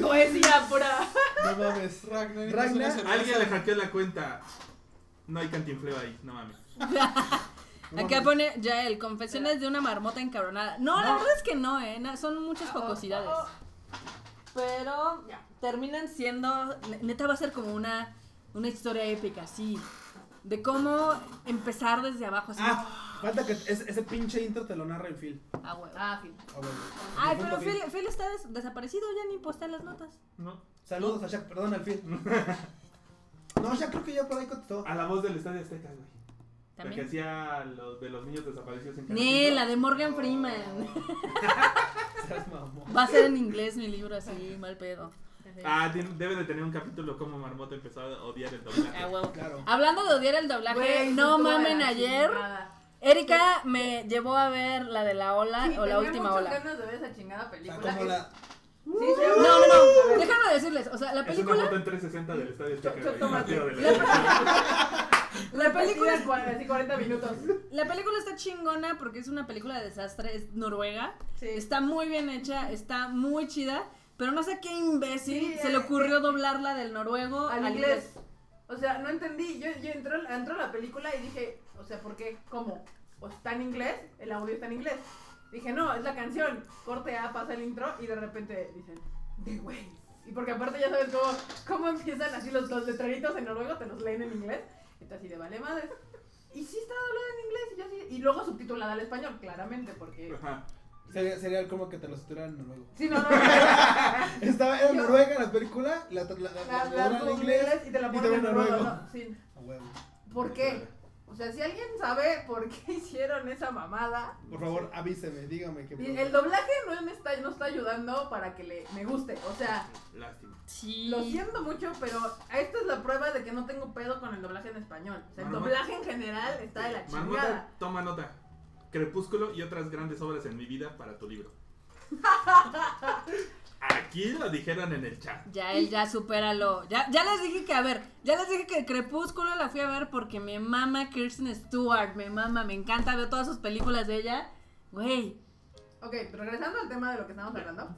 Poesía pura. No mames. Ragnar. Ragnar, Alguien le hackeó la cuenta. No hay cantinfleo ahí, no mames. Acá pone Yael, confesiones de una marmota encabronada. No, la verdad es que no, eh. na- Son muchas jocosidades. Pero Ya. terminan siendo. ne- Neta va a ser como una, una historia épica, sí. De cómo empezar desde abajo, así. Ah, falta que es- ese pinche intro te lo narra en Phil. Ah, huevo. Ah, sí. Ah, bueno. Ay, Me pero pongo Phil, Phil está des- desaparecido, ya ni posté las notas. No. Saludos a Shaq, perdón al Phil. <laughs> No, Shaq creo que ya por ahí contestó. Ah, A la voz del Estadio Azteca, güey. La que También. hacía los, de los niños desaparecidos en Ni Canal la de Morgan Freeman. Seas mamón. Va a ser en inglés mi libro, así, mal pedo. cinco. Ah, tiene- debe de tener un capítulo como Marmota empezó a odiar el doblaje. Ah, huevo. Claro. Hablando de odiar el doblaje, Güey, no tú a la mamen ayer. chingada. Erika me llevó a ver la de la ola Sí, Ah, o la tenía última muchas ola. ganas de ver esa chingada película. como Es- la. Sí, sí, No, no, no. Déjame decirles, o sea, la Es una película, foto en 360 del Estadio Yo- Azteca, yo güey. tomo no tiro aquí. de la- la película, Así 40 minutos. la película está chingona porque es una película de desastre, es noruega, Sí. está muy bien hecha, está muy chida, pero no sé qué imbécil Sí, se le eh, ocurrió doblarla del noruego Al inglés. O sea, no entendí. Yo, yo entró, entró la película y dije, o sea, ¿por qué? ¿Cómo? O está en inglés, el audio está en inglés. Dije, no, es la canción. Corte A, pasa el intro y de repente dicen, The Way. Y porque aparte ya sabes cómo, cómo empiezan así los, los letreritos en noruego, te los leen en inglés. Entonces así de vale madre. Y sí está doblada en inglés y yo así- y luego subtitulada al español, claramente, <laughs> porque... Ajá. Sería, sería como que te lo tiraran en noruego. Sí, no, no, no. Estaba, era Yo- noruega la película, la trasladaron La- la- en inglés. y te la y ponen en también noruego. noruego. no, sí. A huevo. ¿Por qué? O sea, si alguien sabe por qué <laughs> hicieron esa mamada, Por favor, avíseme, dígame que. y el doblaje no me está, no está ayudando para que le, me guste. O sea, Lástima. Sí. lo siento mucho, pero esta es la prueba de que no tengo pedo con el doblaje en español. O sea, el Marmota. doblaje en general está de la chingada. Marmota, toma nota. Crepúsculo y otras grandes obras en mi vida para tu <laughs> libro. Aquí lo dijeron en el chat. Ya él ya supéralo. Ya, ya les dije que, a ver, ya les dije que Crepúsculo la fui a ver porque me mama Kirsten Stewart, me mama, me encanta, veo todas sus películas de ella. Güey, Ok, regresando al tema de lo que estamos hablando.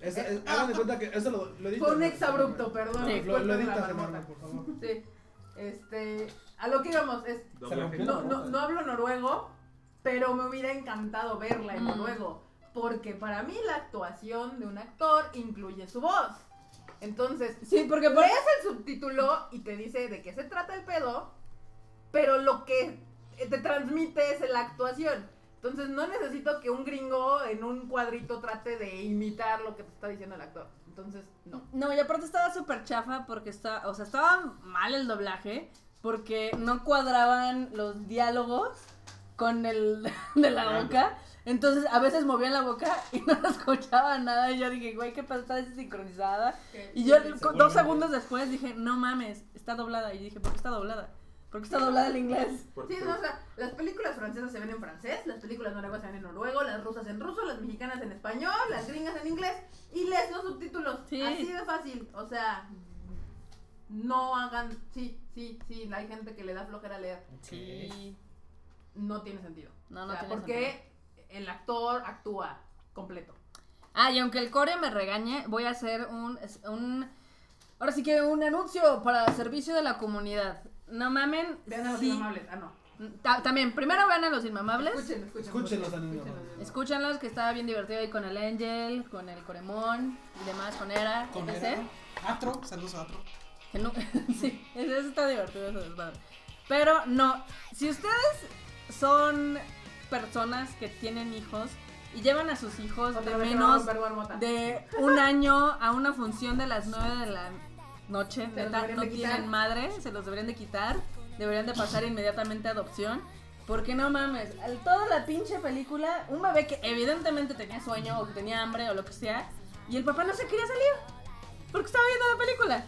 Esa- es- Hagan de cuenta que eso lo, lo editas, Fue un ¿no? exabrupto, perdón. Sí. Lo, lo disculpen la editas, marmota. hermano, por favor. Sí. Este, a lo que íbamos es, Doblaje. rompió. No, no, no hablo noruego, pero me hubiera encantado verla en Mm. noruego. Porque para mí la actuación de un actor incluye su voz. Entonces, sí, porque por lees el subtítulo y te dice de qué se trata el pedo, pero lo que te transmite es la actuación. Entonces, no necesito que un gringo en un cuadrito trate de imitar lo que te está diciendo el actor. Entonces, no. No, y aparte estaba súper chafa porque estaba, o sea, estaba mal el doblaje porque no cuadraban los diálogos con el <laughs> de la boca. Entonces, a veces movían la boca y <laughs> no escuchaba nada. Y yo dije, güey, ¿qué pasa? Está desincronizada. Y yo co- dos segundos después dije, no mames, está doblada. Y dije, ¿por qué está doblada? ¿Por qué está doblada el inglés? Porque- Sí, no, o sea, las películas francesas se ven en francés, las películas noruegas se ven en noruego, las rusas en ruso, las mexicanas en español, las gringas en inglés y les los subtítulos. Sí. Así de fácil, o sea, no hagan, sí, sí, sí, hay gente que le da flojera leer, Sí. no tiene sentido. No, no O sea, tiene porque el actor actúa completo. Ah, y aunque el core me regañe, voy a hacer un, es- un ahora sí que un anuncio para servicio de la comunidad. No mamen. Vean a los sí. inamables, ah, no. Ta- también, primero vean a los inmamables. Escuchen, escuchen. Escúchenlos a los escúchenlos. Escúchanlos, que estaba bien divertido ahí con el Angel, con el Coremón y demás, con Era, Con etc. Era. Atro, saludos a Atro. Que no- <laughs> sí, eso eso está divertido, eso es verdad. Pero no, si ustedes son personas que tienen hijos y llevan a sus hijos Otra de vez menos se va a romper Marmota. de un año a una función de las 9 de la noche, Se los neta, deberían no de quitar. tienen madre, se los deberían de quitar, deberían de pasar inmediatamente a adopción. Porque no mames, al- toda la pinche película, un bebé que evidentemente tenía sueño o que tenía hambre o lo que sea, y el papá no se quería salir porque estaba viendo la película.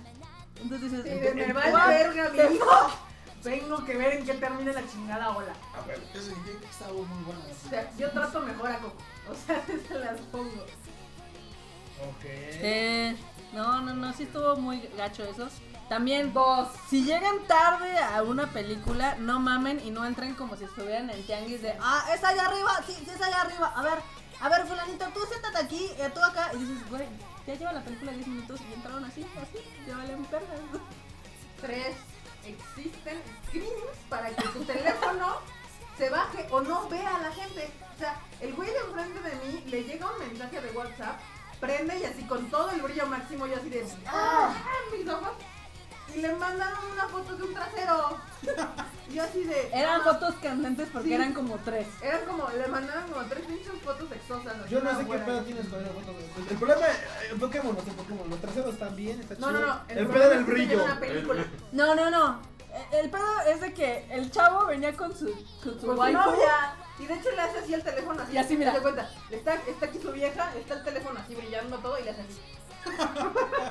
Entonces dices, Sí, de, me vale "Guau, verga, te- amigo. Tengo que ver en qué termina la chingada ola. Eso significa que estaba muy buena. O sea, yo <laughs> trato mejor a Coco. O sea, se las pongo. Ok. Eh, No, no, no, sí estuvo muy gacho eso. También dos, si llegan tarde a una película, no mamen y no entren como si estuvieran en tianguis de, ah, es allá arriba, sí, sí es allá arriba, a ver, a ver, fulanito, tú siéntate aquí, eh, tú acá, y dices, güey, ya lleva la película 10 minutos y entraron así, así, ya valen perra. <laughs> Tres, existen screenings para que tu teléfono se baje o no vea a la gente. O sea, el güey de enfrente de mí le llega un mensaje de WhatsApp, prende y así con todo el brillo máximo yo así de ¡Ah! mis ojos. Y le mandaron una foto de un trasero. <laughs> Yo así de. Eran "Ah". fotos candentes porque Sí. eran como tres. Eran como, le mandaron como tres pinches fotos exosas. así Yo no una sé qué güera. pedo tienes con esa foto. El problema, eh, Pokémon, no sé Pokémon. Los traseros están bien, está No, chido. no, no. El pedo problema del es que tenía brillo. Una película. No, no, no. Eh, El pedo es de que el chavo venía con su, con su Con su waifu. novia. Y de hecho le hace así el teléfono así. Y así, mira. Te cuenta. Le Está, está aquí su vieja, está el teléfono así brillando todo y le hace así.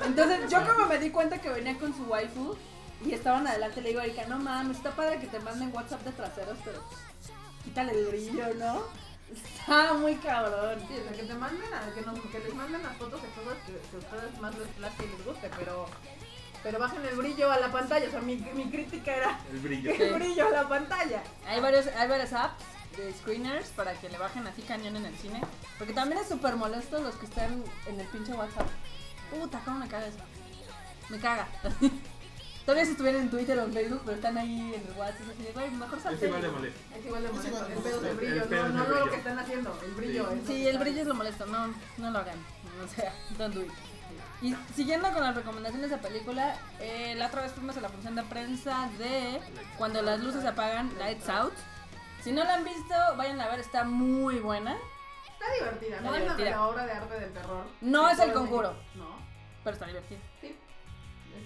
Entonces, yo como me di cuenta que venía con su waifu y estaban adelante, le digo a Erika, no mames, está padre que te manden WhatsApp de traseros, pero quítale el brillo, ¿no? Está muy cabrón. Sí, o sea, que te manden a, que, nos, que les manden las fotos exosas que, que a ustedes más les plazca y les guste, pero. Pero bajen el brillo a la pantalla. O sea, mi, mi crítica era El brillo. el brillo a la pantalla. Hay, varios, hay varias apps de screeners para que le bajen así cañón en el cine. Porque también es súper molesto los que están en el pinche WhatsApp. Puta, cómo me caga eso. Me caga. <laughs> Todavía si estuvieran en Twitter o en Facebook, pero están ahí en el WhatsApp. Así de, güey, mejor Es salte. igual de molesto. Es igual de Es igual molesto. de El pedo del molesto. brillo. El pedo No, del no, no lo brillo. que están haciendo. El brillo. Sí. es Sí, el brillo es lo molesto, no, no lo hagan. O sea, don't do it. Y siguiendo con las recomendaciones de película, eh, la otra vez fuimos a la función de prensa de Cuando las luces se apagan, Lights Out. Si no la han visto, vayan a ver, está muy buena, Está divertida, no Está es divertida. la obra de arte del terror. No Que es el todo Conjuro. No, pero está divertida. sí.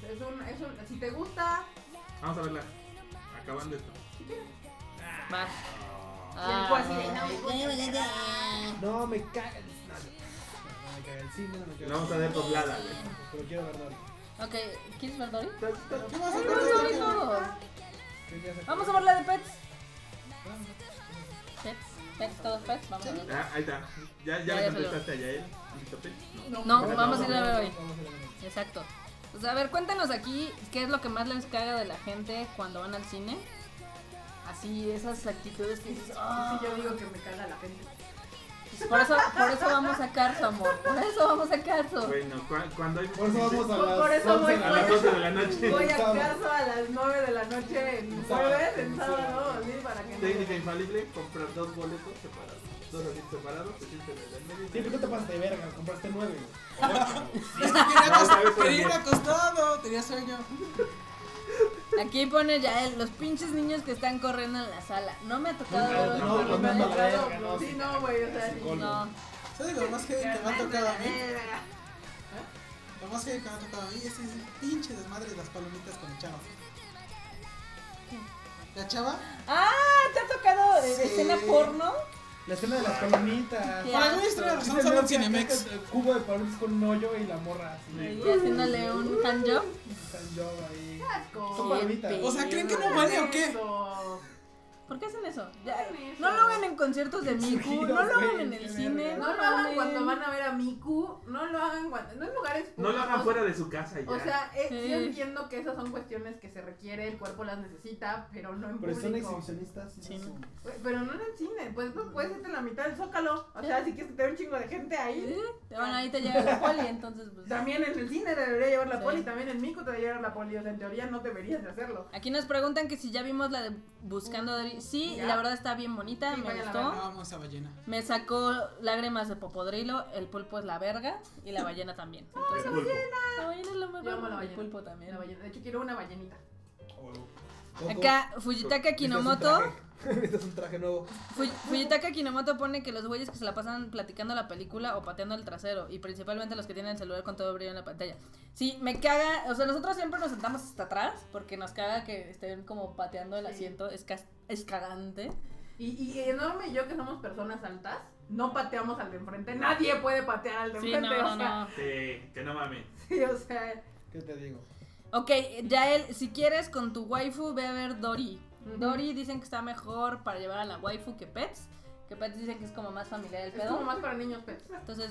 Es, es un, es un, si te gusta, Vamos a verla. Acabando esto. Vas. Ah. Ah. el juez así de, "No, me No, me caga el cine. No, me caga el cine. No, me caga el La vamos a ver doblada, güey. cine. Pero quiero ver Dory. Ok, ¿quieres ver Dory? Está- está- ¿Qué vas a hacer? No, no, no, no. ¿qué ya se- Vamos a ver la de Pets. Pets, Pets, todos Pets, vamos a ver. Ah, ahí está. ¿Ya, ya, Ya, le ya salió. contestaste a Yael? ¿Listo, Pe? No, vamos a ir a ver hoy. Exacto. Pues a ver, cuéntanos aquí qué es lo que más les caga de la gente cuando van al cine. Así, esas actitudes que dices, "Ah". sí, yo digo que me caga la gente. Pues por, eso, por eso vamos a Carso, amor. Por eso vamos a Carso. Bueno, cua- cuando hay... Por eso vamos <laughs> a Por- las por eso voy- once de A la las 12 de la noche. noche. Voy a Sábado. Carso a las 9 de la noche en Sábado. jueves, en Sí. sábado, así para que Técnica no. infalible, comprar dos boletos separados. Dos asientos separados, te sientes en el medio. Sí, pero tú te pasas de verga, compraste nueve. Es que quería No, acost- sabes por quería ir qué. acostado, tenía sueño. Aquí pone ya los pinches niños que están corriendo en la sala. No me ha tocado No, ver no, otro, no, me ha no, tocado. verga, no, Sí, sí, no, güey, o sea, es un sí. gol. No. ¿Sabes lo más que que me ha tocado a mí? Eh, Lo más que que me ha tocado a mí es ese pinche desmadre de las palomitas con la chava. La chava, Ah, ¿te ha tocado eh, Sí. escena porno? La escena <laughs> de las palomitas. Qué por alguna extraña razón, solo en Cinemex. El cubo de palomitas con un hoyo y la morra así. Y haciéndole un handjob. San Job ahí. asco. Son palomitas. pe- O sea, ¿creen que no vale o qué? Eso. ¿Por qué hacen eso? Ya, hacen eso? no lo hagan en conciertos de Miku, no lo hagan en el cine. No lo hagan mamen. cuando van a ver a Miku, no lo hagan cuando, no en lugares No lo hagan públicos. fuera de su casa ya. O sea, eh, Sí. sí entiendo que esas son cuestiones que se requiere, el cuerpo las necesita, pero no en Pero son público. exhibicionistas. Sí. no son- Güey, Pero no en el cine, pues no puedes irte en la mitad del zócalo. O sea, si quieres que te vea un chingo de gente ahí. ¿Eh? Te van ahí te llega la poli, entonces pues. También en el cine te debería llevar la Sí. poli, también en Mico te debería llevar la poli. O sea, en teoría no deberías de hacerlo. Aquí nos preguntan que si ya vimos la de Buscando Dory. Sí, y Ya. la verdad está bien bonita, Sí, me vayan a gustó. verla. Ah, Vamos a ballena. Me sacó lágrimas de popodrilo, el pulpo es la verga y la ballena también. El Entonces, pulpo. la ballena es lo Yo amo mejor. la El ballena. pulpo también. La ballena- De hecho, quiero una ballenita. Coco, Acá Fujitaka necesitas un Kinomoto, traje. <laughs> Necesitas un traje nuevo. Fuy- Fujitaka Kinomoto pone que los güeyes que se la pasan platicando la película o pateando el trasero y principalmente los que tienen el celular con todo brillo en la pantalla. Sí, me caga, o sea, nosotros siempre nos sentamos hasta atrás porque nos caga que estén como pateando el Sí. asiento, es, cas- es cagante. Y, y enorme y yo que somos personas altas, no pateamos al de enfrente. Nadie puede patear al de Sí, enfrente. no, o sea, no. Sí, que no mames. <laughs> sí, o sea, ¿Qué te digo? Ok, Yael, si quieres con tu waifu, ve a ver Dory. Ujú. Dory dicen que está mejor para llevar a la waifu que Pets. Que Pets dicen que es como más familiar el es como pedo. <laughs> más para niños, pues. Entonces,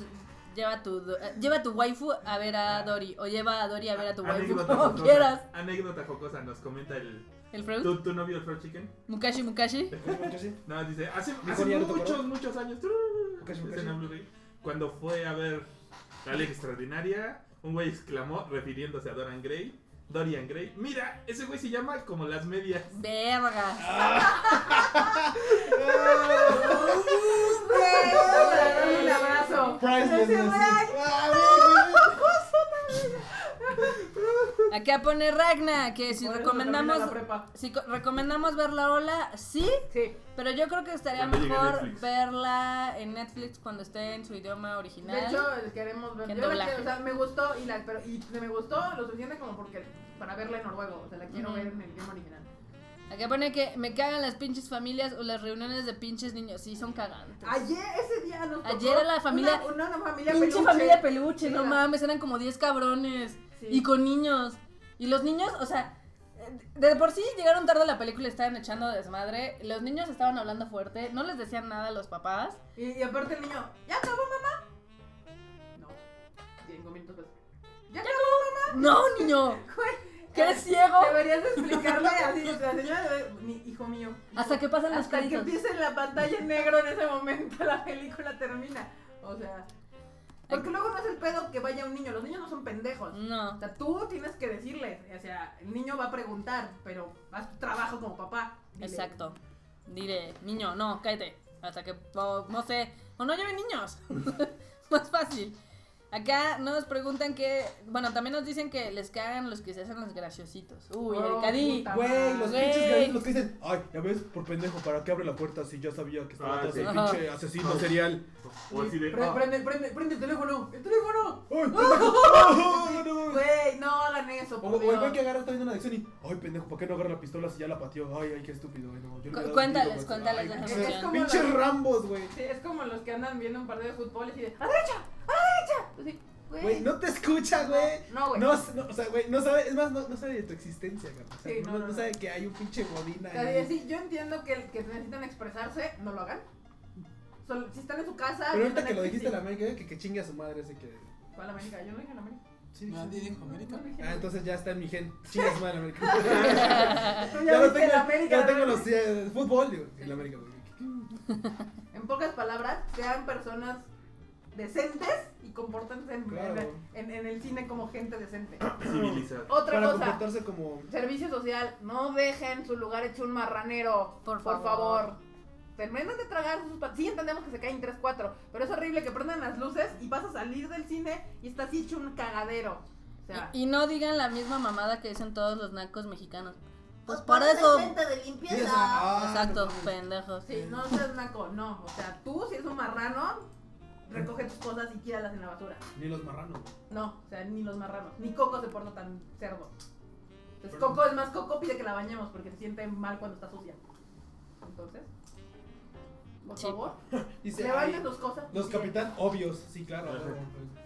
Lleva tu, do- eh, lleva tu waifu a ver a Ah. Dory. O lleva a Dory a ver a tu waifu. <laughs> Anécdota Como jocosa. quieras. Anécdota jocosa, nos comenta el. El Freud. ¿Tú, tú no vio el Fried Chicken? Mukashi Mukashi. <laughs> No, dice, hace, Dijo, hace "Ya no te muchos, acuerdas". muchos años. Mukashi, Dice Mukashi. en Blu-ray, Cuando fue a ver la ley extraordinaria, un güey exclamó, refiriéndose a Dorian Gray. Dorian Gray, mira, ese güey se llama como las medias. Vergas. ¡Ah! Ah. darle un abrazo. Priceless. Ah, Acá pone Ragna que si Por eso recomendamos. termina la prepa. Si co- recomendamos ver la ola, sí, Sí. pero yo creo que estaría Cuando llegue mejor Netflix. verla en Netflix cuando esté en su idioma original. De hecho, eh, queremos ver. En Yo la doblaje. quiero, o sea, me gustó y la, pero, y me gustó lo suficiente como porque para verla en noruego, o sea, la quiero Ujú. ver en el idioma original. Acá pone que me cagan las pinches familias o las reuniones de pinches niños. Sí, son cagantes. Ayer, ese día nos tocó Ayer a la familia- Una, una- una familia Pinche peluche. familia peluche, Sí, no la- mames, eran como 10 cabrones. Sí. Y con niños. Y los niños, o sea, de de por sí llegaron tarde a la película, estaban echando desmadre. Los niños estaban hablando fuerte, no les decían nada a los papás. Y, y aparte el niño, ¿ya acabó mamá? No. Cinco minutos después. ¿Ya acabó mamá? ¡No, niño! <laughs> Güey, ¡Qué eh, eres ciego! Deberías explicarle así, o sea, señora, debe- mi hijo mío. Hasta que pasan los Hasta que créditos. empiece la pantalla en negro en ese momento la película termina. O sea, porque luego no es el pedo que vaya un niño, los niños no son pendejos. O No. sea, tú tienes que decirle, o sea, el niño va a preguntar, pero haz tu trabajo como papá. Dile, Exacto. Diré, niño, no, cállate. Hasta que, o, no sé, o no lleven niños. <laughs> Más fácil. Acá nos preguntan que, bueno, también nos dicen que les cagan los que se hacen los graciositos. Uy, Oh, el Cadí. puta Güey, los Güey. pinches garitos que dicen, ay, ya ves, por pendejo, ¿para qué abre la puerta si ya sabía que estaba Ah, atrás sí. el Ajá. pinche asesino serial? O así de. Pre- "Ah, prende, prende, prende el teléfono, el <laughs> teléfono. ¡Ay, pendejo! ¡Ah, no, no, no! Güey, no hagan eso, O, por o el güey que Dios. agarra está viendo una adicción y, ay, pendejo, ¿para qué no agarra la pistola si ya la pateó? Ay, ay, qué estúpido. Ay, no, Cu- yo le hubiera dado un cuéntales, tiro, güey. cuéntales Ay, la pinches- Es canción. como Pinches los- rambos, güey. Sí, es como los que andan viendo un partido de fútbol y dicen, ¡a la derecha! ¡A la derecha! Así, Güey, no te escucha, güey. No, güey. No, no, o sea, güey, no sabe, es más, no, no sabe de tu existencia, cabrón. O sea, Sí, no, no, no, no no. sabe que hay un pinche godina. O sea, ahí. sí, yo entiendo que, que necesitan expresarse, no lo hagan. Sol- si están en su casa. Pero ahorita viendo que lo Netflix dijiste y- la América, que, que chingue a su madre ese que. ¿Cuál América? Yo no dije la América. Sí, Nadie sí. dijo América. No dije Ah, la <laughs> América. entonces ya está en mi gen. Chingue a su madre <laughs> la América. Tú ya ya no viste tengo, la América. ya tengo ¿no? los días de fútbol, digo, en la América, güey. En pocas palabras, sean personas decentes y compórtense en, Claro. en- en- en el cine como gente decente. "Ah, Civilizado. Oh, Otra Para cosa, comportarse como. servicio social, no dejen su lugar hecho un marranero. Por Por favor. favor. Terminan de tragar sus pa- Sí, entendemos que se caen 3, 4. Pero es horrible que prendan las luces y vas a salir del cine y estás hecho un cagadero. O sea, Y, y no digan la misma mamada que dicen todos los nacos mexicanos. Pues por eso. Sí, o sea, ah, Exacto, no mames. pendejos. sí, no seas naco, no. O sea, tú si eres un marrano, recoge tus cosas y tíralas en la basura. Ni los marranos, güey. No, o sea, ni los marranos. Ni Coco se porta tan cerdo. Entonces, Coco es más Coco, pide que la bañemos porque se siente mal cuando está sucia. Entonces, por Sí. favor, Dice, levanten ay, sus cosas. los Bien. capitán obvios. Sí, claro. Ajá. güey. pues.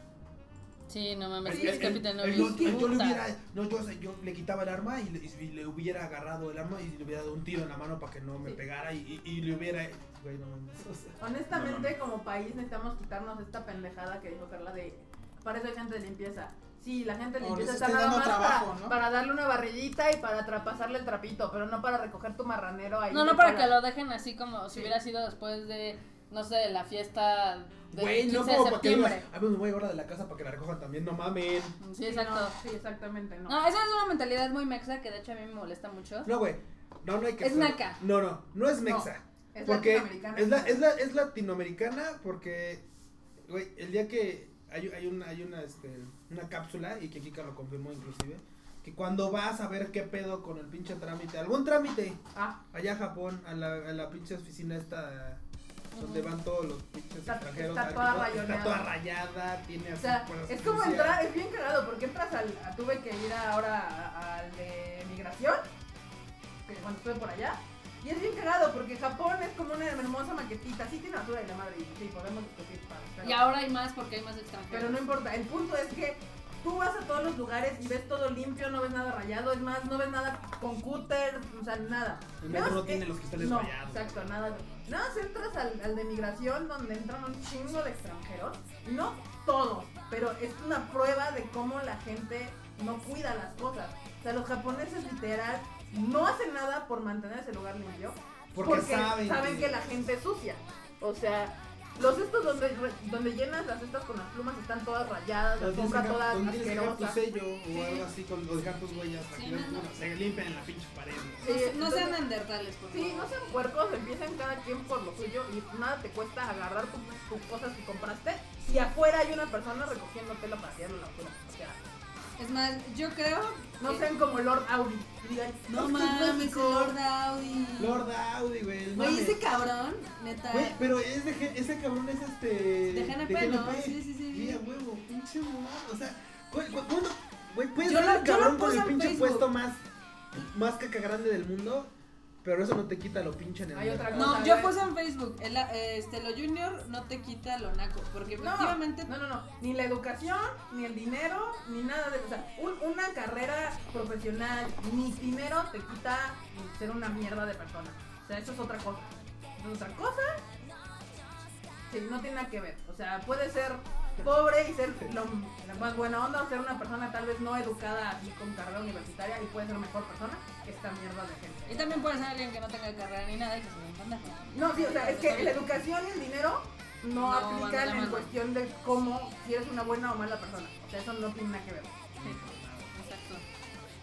Sí, no mames, El- es el- Capitán el- Obvious, el- el- Yo le puta. hubiera. No, yo, yo le quitaba el arma y le, y le hubiera agarrado el arma y le hubiera dado un tiro en la mano para que no me Sí. pegara y, y, y le hubiera. Güey, no mames. O sea, Honestamente, No como país necesitamos quitarnos esta pendejada que dijo Carla de para eso hay gente de limpieza. Sí, la gente de O les limpieza está esté nada dando más trabajo, para, ¿no? para darle una barridita y para tra- pasarle el trapito, pero no para recoger tu marranero ahí. No, de no para cola. que lo dejen así como si Sí. hubiera sido después de, no sé, la fiesta del Güey, 15 no de como para que digas, septiembre. a ver, me voy ahora de la casa para que la recojan también, no mamen. Sí, Sí, exacto. no, sí, exactamente, no. No, esa es una mentalidad muy mexa que de hecho a mí me molesta mucho. No, güey. No, no hay que. Es ser- naca. No, no, no es mexa. es porque latinoamericana. es, la, es, la, es latinoamericana porque, güey, el día que hay, hay una, hay una, este, una cápsula, y que Kika lo confirmó inclusive, que cuando vas a ver qué pedo con el pinche trámite, algún trámite, Ah, allá a Japón, a la, a la pinche oficina esta donde van todos los pinches Está- extranjeros, está toda ¿no? rayoneada. está toda rayada, tiene o así sea, por las es como policías. entrar, es bien cagado, porque entras al, a- tuve que ir ahora a- al de migración, que cuando estuve por allá, y es bien cagado, porque Japón es como una hermosa maquetita, sí tiene basura de la madre, y sí, podemos discutir, para, pero, Y ahora hay más porque hay más extranjeros. pero no importa, el punto es que tú vas a todos los lugares y ves todo limpio, no ves nada rayado, es más, no ves nada con cúter, o sea, nada. eh, El metro Nada no más tiene que- los cristales no, rayados. Exacto, nada. Nada más entras al, al de migración donde entran un chingo de extranjeros, y no todos, pero es una prueba de cómo la gente no cuida las cosas. O sea, los japoneses literal no hacen nada por mantener ese lugar limpio Porque, saben, que la gente es sucia. O sea, los estos donde, donde llenas las cestas con las plumas están todas rayadas, la Donde tienes compra que toda dejar- donde tienes que dejar tu asquerosa. sello o algo así con los gatos huellas para Sí, que no no, no. bueno, se limpian en la pinche pared. Sí, No sean entonces- neandertales, por favor. Sí, no sean puercos, empiezan cada quien por lo suyo y nada te cuesta agarrar tus tus cosas que compraste y afuera hay una persona recogiéndotelo para tirarlo a la basura. O sea, Es más, yo creo. no pues, que- sean como Lord Audi. y digan, No "Es que es mames, México". Lord Audi. Lord Audi, güey. el Güey, mame. ese cabrón, neta. eh. Güey, pero es de gen- ese cabrón es este. De GNP, ¿no? Sí, sí, sí. Mira, huevo, pinche mamá. O sea, güey, güey, ¿cuándo- güey, puedes Yo ser lo- el yo lo cabrón con puse el en pinche Facebook. puesto más, más caca grande del mundo, pero eso no te quita lo pinche en el Hay otra No, yo puse en Facebook, el, eh, este, lo junior no te quita lo naco, porque efectivamente No, no, no. Ni la educación, ni el dinero, ni nada de. O sea, un- una carrera profesional, ni dinero te quita ser una mierda de persona. O sea, eso es otra cosa. Eso es otra cosa. Sí, no tiene nada que ver. O sea, puede ser pobre y ser lo, la más buena onda, o ser una persona tal vez no educada así con carrera universitaria y puede ser mejor persona que esta mierda de gente. Y también puede ser alguien que no tenga carrera ni nada y que se vea un pendejo. No, sí, o sea, es que la educación y el dinero no, No, van de la aplican en mano. cuestión de cómo, si eres una buena o mala persona. O sea, eso no tiene nada que ver. Exacto.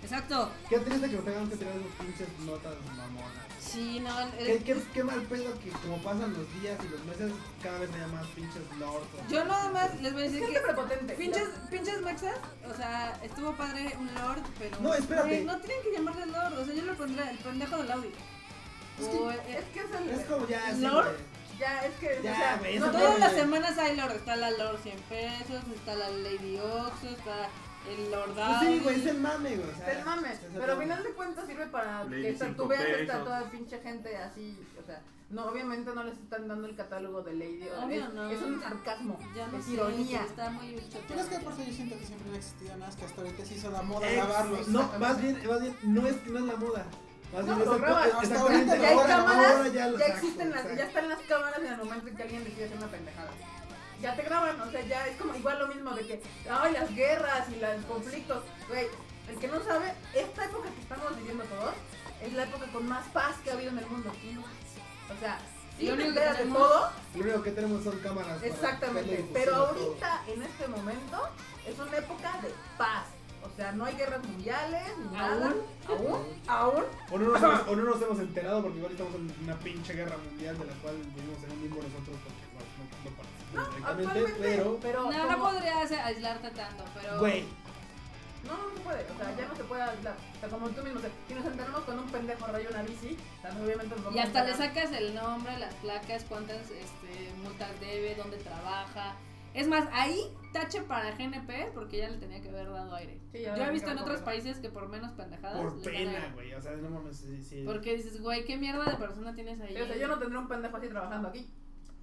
Exacto. Qué triste que tengan que tener esas pinches notas mamonas. Sí, no, Qué, eh, qué, qué mal pedo que como pasan los días y los meses, cada vez me llaman más pinches lords. o- yo nada más les voy a Es decir gente que prepotente. pinches, pinches mexas, o sea, estuvo padre un lord, pero No, espérate. Güey, no tienen que llamarle lord, o sea, yo le pondría el pendejo del Audi. Es O, Es eh, que es el... Es como ya. así, ¿Lord? güey. Ya, es que... Ya, o sea, güey, no, no, eso todas no, las güey. semanas hay lord, está la lord 100 pesos, está la lady Oxxo, está el lord Pues Audi. sí, güey, es el mame, güey. o sea, es el mame. es el Pero al mame. final de cuentas sirve para Lady que esta- cinco tú veas pesos. esta toda pinche gente así, o sea... No, obviamente no les están dando el catálogo de Lady. o- Obvio es, no. es un sarcasmo, Ya no es sé, ironía. está muy choteado. Pero es que aparte yo siento que siempre no existía más que hasta ahorita se hizo la moda Ex- grabarlos. No, más bien, más bien, no es, no es la moda. No, Más bien, es lo el- graban. es- Hasta exactamente, ahorita Ya hay ahora- cámaras, ahora ya, lo- exacto, existen las, exacto. ya están las cámaras en el momento en que alguien decide hacer una pendejada. Ya te graban, o sea, ya es como igual lo mismo de que, ay, las guerras y los conflictos, güey. El que no sabe, esta época que estamos viviendo todos es la época con más paz que ha habido en el mundo. O sea, sí Lo te único que enteras de tenemos- todo, Lo único que tenemos son cámaras. para darle exactamente. difusión Pero a todo. ahorita, en este momento, es una época de paz. O sea, no hay guerras mundiales, ni nada. Aún, aún, O no, nos hemos, o no nos hemos enterado porque igual estamos en una pinche guerra mundial de la cual vivimos en un limbo nosotros porque bueno, no, no participamos directamente, actualmente. No, pero. no como- podrías aislarte tanto, pero. Güey, No, no se puede, o sea, ya no se puede aislar. O sea, como tú mismo, o sea, si nos enteramos con un pendejo rayo una bici, también obviamente nos vamos Y hasta a le enterar. sacas el nombre, las placas, cuántas este, multas debe, dónde trabaja. Es más, ahí tache para GNP porque ya le tenía que haber dado aire. Sí, ya Yo la he visto en sacaron otros por países que por menos pendejadas. por les dan pena, aire. güey. O sea, no mames. Sí, sí. Porque dices, güey, ¿qué mierda de persona tienes ahí? Sí, o sea, yo no tendría un pendejo así trabajando aquí.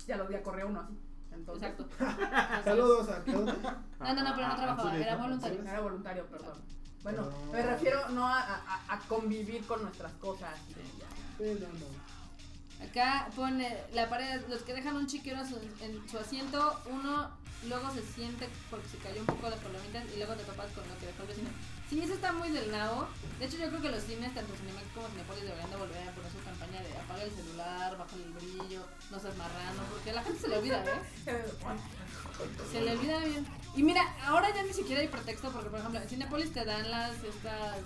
Ya los días corría uno así. Entonces, Exacto. Entonces, Ah, Saludos <laughs> a todos. No, no, no, pero no Ah, trabajaba, Anzures, era ¿no? voluntario. pues, era voluntario, perdón. Bueno, No. me refiero no a, a- a convivir con nuestras cosas. <laughs> Pero no. Acá pone la pared, los que dejan un chiquero en su, en su asiento, uno luego se siente porque se cayó un poco las palomitas y luego te tapas con lo que dejó el vecino. Sí, eso está muy del nabo. De hecho, yo creo que los cines, tanto Cinemex como Cinepolis, deberían de volver a poner su campaña de apaga el celular, baja el brillo, no seas marrano, porque a la gente se le olvida, ¿eh? Se le olvida bien. Y mira, ahora ya ni siquiera hay pretexto porque, por ejemplo, en Cinepolis te dan las, estas,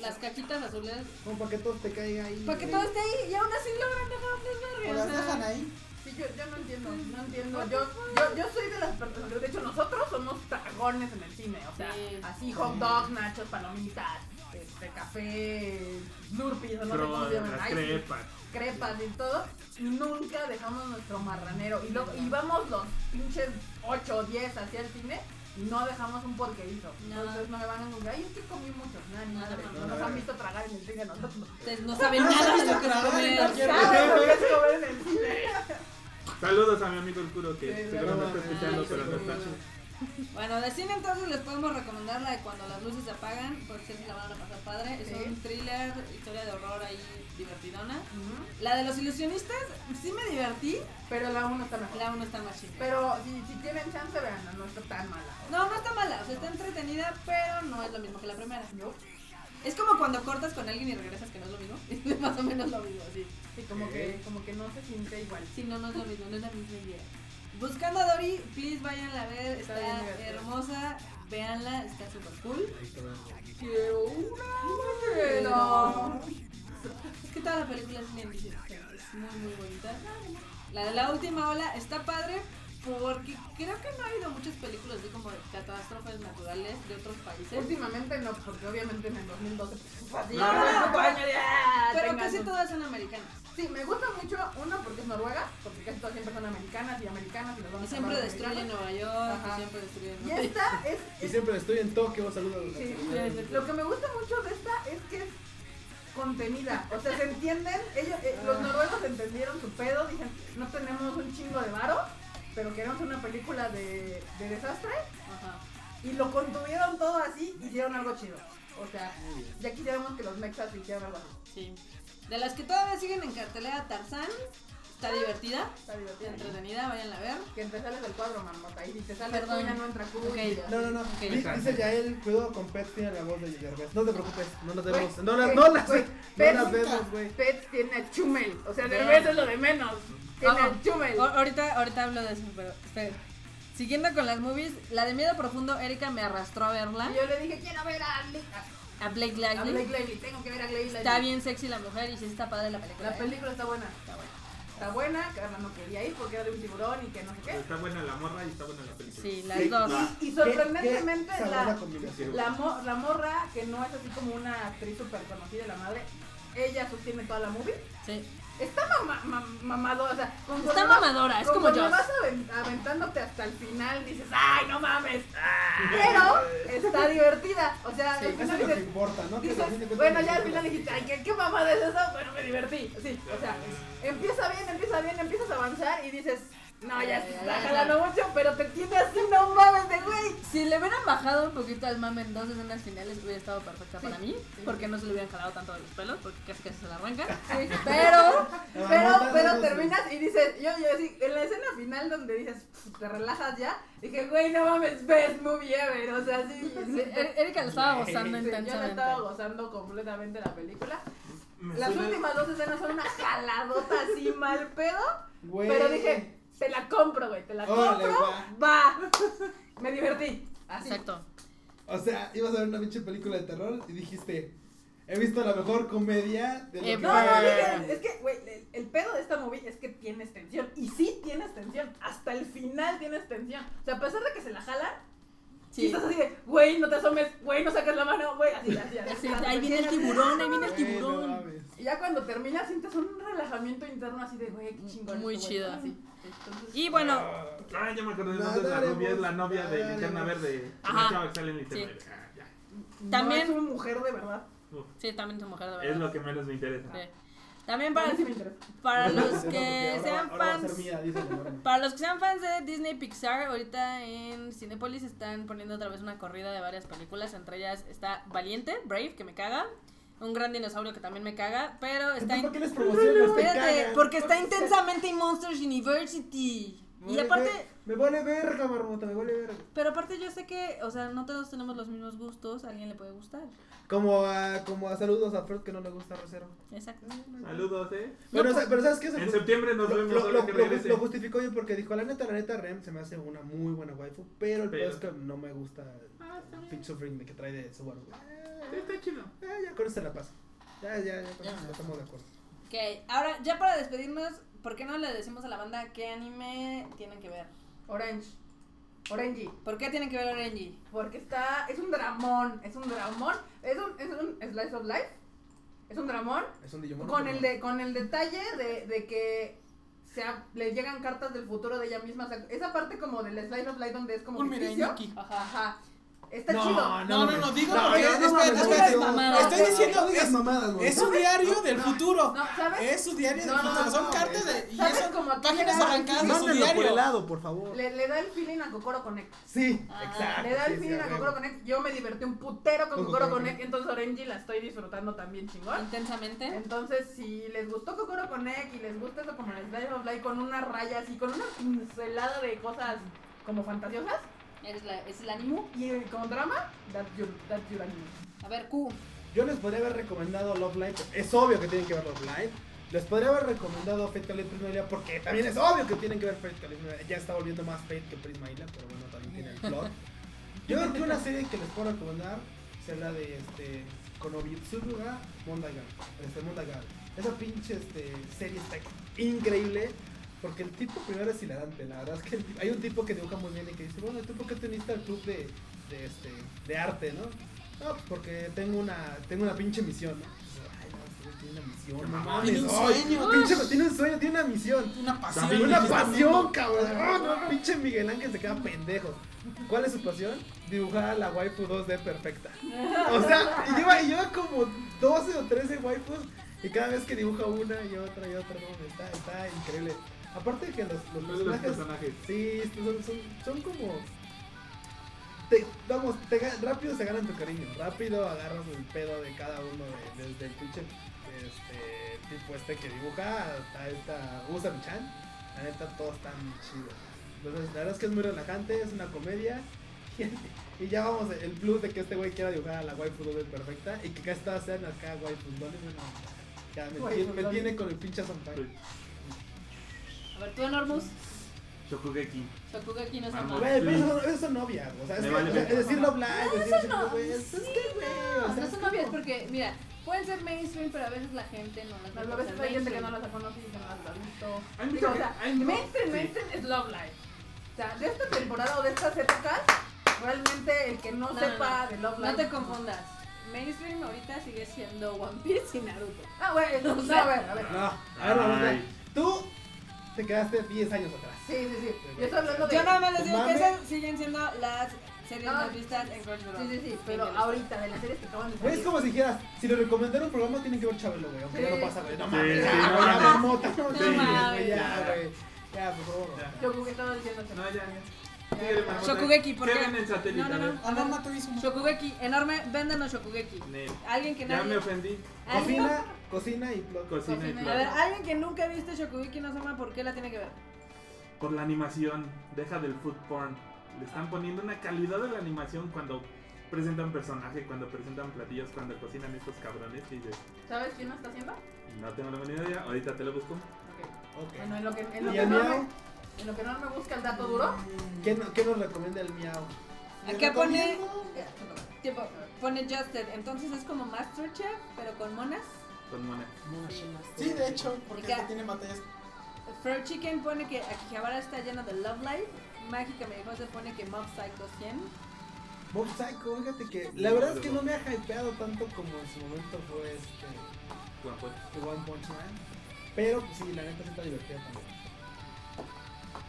las cajitas azules Como para que todo te caiga ahí. para que güey. todo esté ahí y aún así logran O dejar las un desvergue. o sea. dejan ahí. Sí, yo, yo no entiendo, no entiendo. Yo, yo, yo soy de las personas, de hecho nosotros somos dragones en el cine, o sea, Sí. así hot dogs, nachos, palomitas, este, café, slurpees, o no sé cómo se Pero llaman, las ay, sí, crepas. crepas y todo, y nunca dejamos nuestro marranero. Y, luego, y vamos los pinches 8 o 10 hacia el cine y no dejamos un porquerizo. No. Entonces no me van a juzgar, ay, es que comí mucho. No, ni No, madre, no, no, no, nos no. han visto tragar en el cine nosotros. Ustedes no saben nada de lo que grabar, es comer. No saben <laughs> lo que es comer en el cine. Saludos a mi amigo el Curo que Sí, seguramente no, está escuchando, no, pero no no, está. no. Bueno, de cine entonces les podemos recomendar la de cuando las luces se apagan, porque se la van a pasar padre. Es Sí. un thriller, historia de horror ahí divertidona. La de los ilusionistas, sí me divertí, Pero la 1 está mejor. la uno está más chida. Pero si, si tienen chance, vean, no está tan mala. No, no está mala, o sea, está entretenida, pero no es lo mismo que la primera. ¿No? Es como cuando cortas con alguien y regresas que no es lo mismo. <laughs> Es más o menos lo mismo, sí. Sí, como que, como que no se siente igual. Sí, no, no es lo mismo, no es la misma idea. Buscando a Dory, please váyanla a ver, está, Está bien divertida. hermosa, véanla, está super cool. Quiero una novela. Es que toda la película es bien difícil, es muy muy bonita. La de la última ola está padre porque creo que no ha habido muchas películas así como de catástrofes naturales de otros países. Últimamente no, porque obviamente en el 2012 pues, fue así. No, no, ¡Ah, coño, ya! Pero Tengan casi un- todas son americanas. Sí, me gusta mucho, uno porque es Noruega, porque casi todas siempre son americanas y americanas y las Y vamos a siempre hablar de destruyen americanas. Nueva York, Ajá. y siempre destruyen Y Nueva York. esta es, Y siempre estoy en Tokio, saludos. Sí, Lo que me gusta mucho de esta es que es contenida. O sea, se entienden, ellos, eh, Ah. los noruegos entendieron su pedo, dicen, no tenemos un chingo de varo, pero queremos una película de, de desastre. Ajá. Y lo contuvieron todo así, hicieron algo chido. O sea, ya quisiéramos que los mexas hicieran algo así. Sí. De las que todavía siguen en cartelera, Tarzán está divertida, Está está divertido. entretenida, váyanla a ver. Que te sales del cuadro, marmota. Y si te sales tú, Perdón. ya no entra cubo. Ok. No, no, no. Ok. Di- Dice Yael, cuidado con Pet, tiene la voz de Gervais. No te preocupes, no nos vemos. Güey, No las güey, no las- güey, no las Pet- vemos, güey. Pets tiene a Chumel. O sea, de Vean. verdad es lo de menos. Tiene Vamos. a Chumel. A- ahorita, ahorita hablo de eso, pero espera. Siguiendo con las movies, la de Miedo Profundo, Erika me arrastró a verla. Y yo le dije, quiero ver a, Gle- A Blake a Blake Lively. Lively, tengo que ver a Blake Lively. Está bien sexy la mujer y sí está padre la película. La ¿eh? película está buena. Está buena. Está buena, Carla no quería ir porque era de un tiburón y que no sé qué. Está buena la morra y está buena la película. Sí, las Sí. dos. Va. Y Qué- qué sorprendentemente sabrosa la, combinación. la, mo- la morra, que no es así como una actriz súper conocida de la madre, ella sostiene toda la movie. Sí. Está mama- mam- mamadora, o sea, conforme Está vas- mamadora, es como conforme yo. vas aven- aventándote hasta el final, dices, ¡ay, no mames! Pero está divertida, o sea, al Eso final es lo que dices, importa, ¿no? Que Dices, la gente cuenta bueno, la ya al película. final dijiste, ay, ¿qué, qué mamada es eso? Bueno, me divertí. Sí, o sea, es- empieza bien, empieza bien, empiezas a avanzar y dices, no, ya se está jalando mucho, pero te tiene así, no mames de güey. Si le hubieran bajado un poquito al mame en dos escenas finales, hubiera estado perfecta Sí. para mí. Sí. Porque no se le hubieran jalado tanto de los pelos, porque casi casi se la arranca. Pero, La pero, nota, pero no, terminas y dices, yo, yo, sí, en la escena final donde dices, "Pff, te relajas ya, dije, güey, no mames, ves movie ever, o sea, <laughs> sí. Sí, Er- Erika lo estaba Sí, gozando yo la estaba intensamente. gozando completamente la película. Me Las suena- últimas dos escenas son una jaladota así mal pedo. Güey. Pero dije, te la compro, güey, te la Órale, compro. Va. <laughs> Me divertí. Así. Exacto. O sea, ibas a ver una pinche película de terror y dijiste, he visto la mejor comedia de lo Eh, que No, va a no, haber". dije, es que, güey, el, el pedo de esta movie es que tienes tensión. Y sí tienes tensión. Hasta el final tienes tensión. O sea, a pesar de que se la jalan, y Sí. estás así de, güey, no te asomes, güey, no saques la mano, güey, así, así, Sí, así. ahí viene el tiburón, ahí viene el Güey, no tiburón. mames. Y ya cuando terminas sientes un relajamiento interno así de, güey, qué chingón. Muy estuvo esto", chido. así. Entonces, Y bueno, Ah, ya me acordé de dónde es la Nadaremos, rubia, es la novia de nadaremos. Linterna Verde. Ajá. Una chava que sale en Linterna Sí. Verde. Ah, ya. También- No es una mujer de verdad. Uf, sí, también su mujer de verdad. es lo que menos me interesa. Sí. También A para, mí sí me interesa. para No, los porque que ahora- sean ahora va a ser fans mía, dice la Norma. para los que sean fans de Disney Pixar, ahorita en Cinepolis están poniendo otra vez una corrida de varias películas, entre ellas está Valiente, Brave, que me caga, un gran dinosaurio que también me caga, pero está Entonces, in- ¿Por qué les promocionas? Te Espérate, cagan. porque está intensamente en Monsters University. Y Vale aparte, ver- Me vale verga, marmota, me vale verga. pero aparte yo sé que, o sea, no todos tenemos los mismos gustos, a alguien le puede gustar. Como a, como a saludos a Fred que no le gusta Recero. Exacto. Saludos, eh. Pero, sa- pero ¿sabes qué? Se En ju- septiembre nos lo, vemos. lo- ahora lo- que lo- regrese. lo justificó yo porque dijo, la neta, la neta, Rem se me hace una muy buena waifu, pero el Pero- pedo es que no me gusta Ah, el pinche suffering de que trae de Subaru. güey. Sí, Ah, Está chido. Ah, ya con eso se la pasa. Ya, ya, ya, con Ya. eso estamos de acuerdo. Ok, ahora ya para despedirnos, ¿por qué no le decimos a la banda qué anime tienen que ver? Orange. Orange. ¿Por qué tienen que ver Orange? Porque está. Es un dramón. Es un dramón. Es un, es un slice of life. Es un dramón. Es un Digimon. Con el, de, con el detalle de, de que se ha- le llegan cartas del futuro de ella misma. o sea, esa parte como del slice of life donde es como Un ficticio. Mirai Nikki. Ajá, ajá. Está chido. No, no, no, digo porque. no, no, espérate, no, espérate. no, no, Estoy no, diciendo. no digas es- mamadas, güey. Es su diario del futuro. No, ¿sabes? Es su diario del No, no, futuro. no, Son no, cartas de. Eh, Y ¿Sabes son cómo aquí páginas era? arrancadas de su Mándenlo por diario. helado, por favor. Le, le da el feeling a Kokoro Connect. Sí, Ah. exacto. Le da pues sí, el sí, feeling a huevo. Kokoro Connect. Yo me divertí un putero con Con Kokoro Kokoro Connect. Entonces Orenji la estoy disfrutando también chingón. Intensamente. Entonces, si les gustó Kokoro Connect y les gusta eso como el Slice of Life con una raya así, con una pincelada de cosas como fantasiosas ¿Es, la, es el ánimo. y eh, con drama, that's your, that's your anime. A ver, Q. Yo les podría haber recomendado Love Live. Es obvio que tienen que ver Love Live. Les podría haber recomendado Fate Calais Prisma Isla porque también es obvio que tienen que ver Fate Calais Prisma Isla. Ya está volviendo más Fate que Prisma Isla, pero bueno, también tiene el plot. Yo creo que una serie que les puedo recomendar será la de este, Konobitsuruga Mondagal. Este, Mondagal. Esa pinche este, serie está increíble. Porque el tipo primero es hilarante, la verdad es que <laughs> el tipo- hay un tipo que dibuja muy bien y que dice, bueno, ¿tú por qué te uniste al club de, de, este, de arte, no? No, pues porque tengo una, tengo una pinche misión, ¿no? Ay, no, sí, tiene una misión, no mames, Tiene un ay, sueño. pinche- tiene un sueño, tiene una misión. Una pasión. También Una en este pasión, mundo. cabrón. Ah, no, pinche Miguel Ángel se queda pendejo. ¿Cuál es su pasión? Dibujar a la waifu 2D perfecta. O sea, y lleva, y lleva como 12 o 13 waifus y cada vez que dibuja una y otra y otra, no, está, está increíble. Aparte de que los, los Los los personajes personajes. Sí, estos son, son, son como. Te, vamos, te ga- rápido se ganan tu cariño. Rápido agarras el pedo de cada uno, de- desde el pinche este, tipo este que dibuja hasta esta Usam Chan. La neta, todos están chidos. Entonces, la verdad es que es muy relajante, es una comedia. <laughs> Y, ya vamos, el plus de que este güey quiera dibujar a la waifu 2 perfecta y que acá está haciendo acá waifu 2 bueno, ya me, Waifu tiene- me dones. tiene con el pinche Sampai. A ver, tú, Enormous. Shokugeki. Shokugeki no es Vamos. amor. Güey, pero eso, eso es novia, o sea, es, Me que- vale o sea, verga. es decir, love live, es decir, no, güey, es, es que, güey, o No, sea, no son novias porque, mira, pueden ser mainstream, pero a veces la gente no las A por veces ser hay gente que no mainstream. las ha conocido y que no las ha visto. Hay mucha Digo, o gente- sea, hay- no, mainstream, sí. mainstream es Love Live. O sea, de esta temporada o de estas épocas, realmente el que no, No, no, sepa no. de Love Live. No te confundas. Mainstream ahorita sigue siendo One Piece y Naruto. Ah, güey, no, a ver, a ver. No, Ah, a ver, vamos, Ay. tú te quedaste 10 años atrás. Sí, sí, sí. Yo estoy hablando de. Yo nada más les Tu digo que mame. esas siguen siendo las series Ah, más vistas en Crunchyroll. Sí, sí, sí, pero Sí, ahorita de las series que acaban de Güey, es salir. como si dijeras, si le recomendaron un programa, tienen que ver Chabelo, güey, aunque ya no Sí. pasa, güey, no Sí, mames, sí, ya, no güey, ya, mames. marmota, no No chingues, mames. güey, ya, güey, ya, por favor. Ya. Yo creo que estaba diciendo que no. No, ya, ya. Síguele, mamota. Shokugeki, ¿por qué? ven en satélite? No, no, A ver. no. Ah, no, mato mismo. Shokugeki, enorme, véndanos Shokugeki. Nel. Alguien que Ya me nadie... ofendí. alguien- Cocina, cocina y plot. Cocina y Cocina. A ver, flor. alguien que nunca ha visto Shokugeki no sama, ¿por qué la tiene que ver? Por la animación, deja del food porn. Le están poniendo una calidad de la animación cuando presentan personaje, cuando presentan platillos, cuando cocinan estos cabrones. Y dices, ¿Sabes quién lo está haciendo? no tengo la menor idea, ahorita te lo busco. Ok. Ok. Bueno, en lo que, en lo Y que a no Miau, me, en lo que no me busca el dato duro. ¿qué, no- qué nos recomienda el Miau? ¿Les Acá pone- recomiendo? Tipo, pone Justed, entonces es como Masterchef, pero con monas. Con Mona. Sí, de hecho, porque Oiga. este tiene batallas. Fair Chicken pone que Akihabara está lleno de Love Life. Mágica Mariposa pone que Mob Psycho 100. Mob Psycho, fíjate que la verdad es que no me ha hypeado tanto como en su momento fue este Juan Juan. The One Punch Man. Pero pues, sí, la neta sí está divertida también.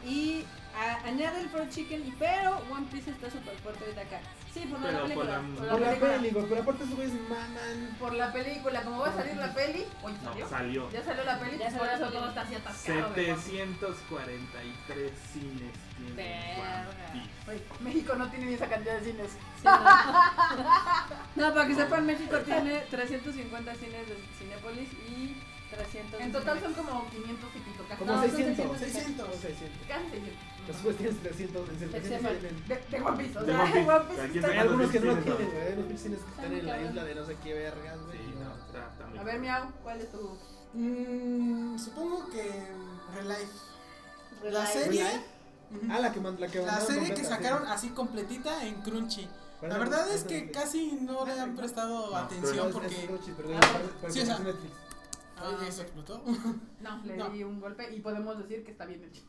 Y a- añade el Fair Chicken, y- pero One Piece está súper fuerte ahorita acá. Sí, por la Pero película. por la- por la Por la película. peli, güey, pero aparte esos güeyes maman. Por la película, como va a salir la peli. Oye, No, ¿salió? salió. Ya salió la peli, Ya por salió eso la todo peli. está así atascado. de guapo. 743 cines tiene One Verga. Piece. Oye, México no tiene ni esa cantidad de cines. Sí, <laughs> no. No, para que sepan, México tiene 350 cines de Cinépolis y 300. En total son como 500 y pico, casi. Como No, son 600. 600. Como 600. Casi 600. Después tienes 300. En 700 Excepto- tienen- De, de One Piece, o De sea, One Piece. One Piece Aquí está- Hay está. algunos que no lo Los tienen, cines, güey. Hay unos cines que están en la cabrón. isla de no sé qué vergas, güey. Sí, no, está, está muy A ver, cabrón. Miau, ¿cuál es tu...? Mm, supongo que mm, Relife. La Relife. serie. Relife. Ujú. Ah, la que man- la que La mandaron serie que completa, sacaron sí. así completita en Crunchy. La Parece- verdad es parece que Netflix. casi no le han prestado No, No, atención Ah, es- es porque. Crunchy, perdón, Ah, parece- parece sí, o sea- Netflix. Ah, se explotó. <laughs> No, le No. di un golpe y podemos decir que está bien hecho.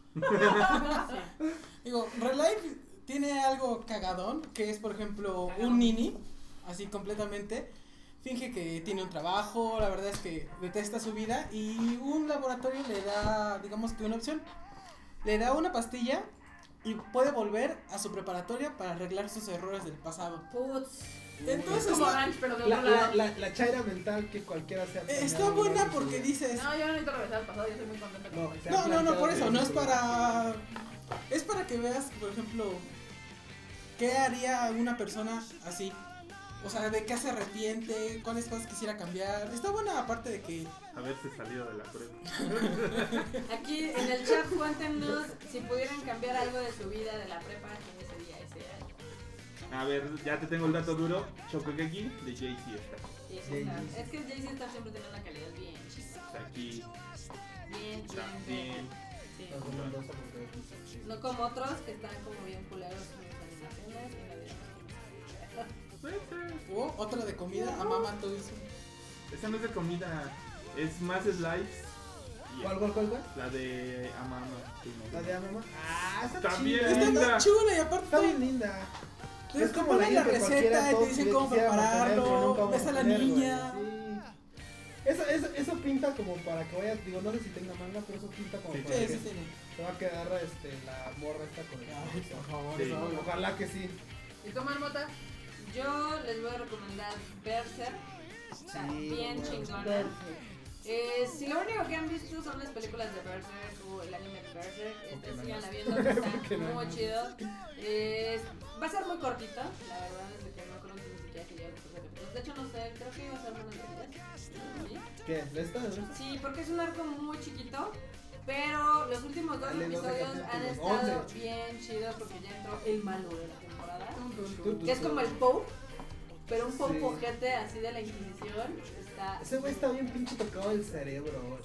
Digo, Relife tiene algo cagadón, que es por ejemplo un nini, así completamente. Finge que tiene un trabajo, la verdad es que detesta su vida y un laboratorio le da, digamos que una opción. Le da una pastilla y puede volver a su preparatoria para arreglar sus errores del pasado. Putz. Entonces Es como está, Orange, pero de La, otro la, lado. la, la chaira mental que cualquiera sea. eh, está buena porque dices, No, Ah, yo no necesito regresar al pasado, yo estoy muy contenta con No, que sea No, no, no, por planteado eso, no es desde- para... Es para que veas, por ejemplo, qué haría una persona así. O sea, de qué se arrepiente, cuáles cosas quisiera cambiar. Está buena aparte de que... A ver si salido de la prueba. Aquí en el chat cuéntenos si pudieran cambiar algo de su vida de la prepa en ese día, ese año. A ver, ya te tengo el dato duro. Chokugeki de Jay-Z está. Y eso está. Es que Jay-Z está siempre teniendo la calidad bien chida. Está aquí, Bien, está bien, bien. bien. Sí. No, no, no, porque- No como otros que están como bien culeros con las animaciones y la vida. Oh, otra de comida, amama todo eso. Esa no es de comida, es más slice. y ¿Cuál, cuál, cuál, cuál? La de Amano. sí, no. La de Amama. Ah, está También. chida. Está Linda. bien chula y aparte... Está bien linda. te ponen la niña que receta cualquiera y te todos dicen le cómo quisiéramos tener, pero nunca prepararlo, vamos ves a la tener, güey. niña. Sí. Eso, eso, eso pinta como para que vayas, digo, no sé si tenga manga, pero eso pinta como Sí. para Sí, que sí, tiene. te va a quedar este, la morra esta con el Ay, por favor, Sí. no. Ojalá que sí. ¿Y tú, Marmota? Yo les voy a recomendar Berserk. Está bien chingona. Eh, si lo único que han visto son las películas de Berserk o el anime de Berserk, este sigan <laughs> viendo que está muy chido. Eh, va a ser muy cortito, la verdad es de que no creo que ni siquiera que llegue a los 12 capítulos. De hecho, no sé, creo que iba a ser menos de 10. ¿sí? ¿Qué? ¿Esta? ¿No? Sí, porque es un arco muy chiquito. Pero los últimos dos Dale, doce episodios han capítulos, estado once. bien chidos porque ya entró el malo de la temporada. Tú, tú, Que es tú. como el Pope, pero un Pope Sí. ojete así de la Inquisición. Está. Ese güey está bien pinche tocado el cerebro, güey.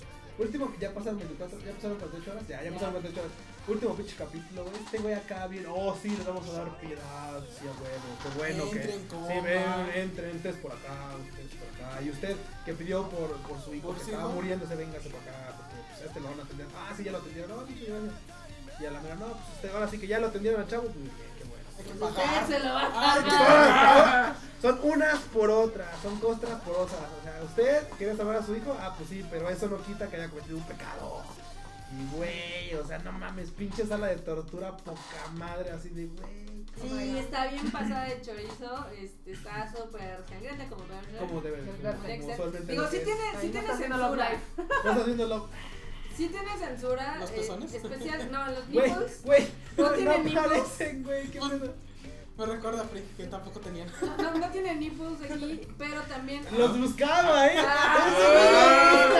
Último que ya pasaron 24, ya pasaron 48 horas, ya, ya pasaron 48 horas. Último pinche capítulo, güey. Este güey acá bien, oh sí, les vamos a dar piedad, sí, a huevo, qué bueno que. Entren, coman. Sí, ven, entren, ustedes por acá, ustedes por acá. Y usted que pidió por, por su hijo Por que su estaba hijo. muriéndose, véngase por acá, porque pues, a este lo van a atender. Ah, sí, ya lo atendieron, no, pinche gracias. Y a la mera, no, pues usted, ahora sí que ya lo atendieron al chavo, pues bien, Ah, qué bueno. Hay que Ustedes pagar. se lo van a Ay, pagar. Son unas por otras, son costras por otras. O sea, usted quiere salvar a su hijo, ah, pues sí, pero eso no quita que haya cometido un pecado. Y güey, o sea, no mames, pinche sala de tortura poca madre, así de güey. Sí, está bien pasada de chorizo. Este, está súper sangrienta como Berserk. Como debe Como como Berserk. usualmente Digo, lo sí es. tiene, sí Ahí no tiene está haciendo love censura. live. No <laughs> estás viéndolo. Sí tiene censura. ¿Los eh, pezones? especial, no, <laughs> los Güey, nipples. güey. ¿No tiene nipples? parecen, güey, qué pedo. Me recuerda a Free, que tampoco tenían. No, no, no tiene nipples aquí, pero también. Los buscaba, eh. Ah, Ese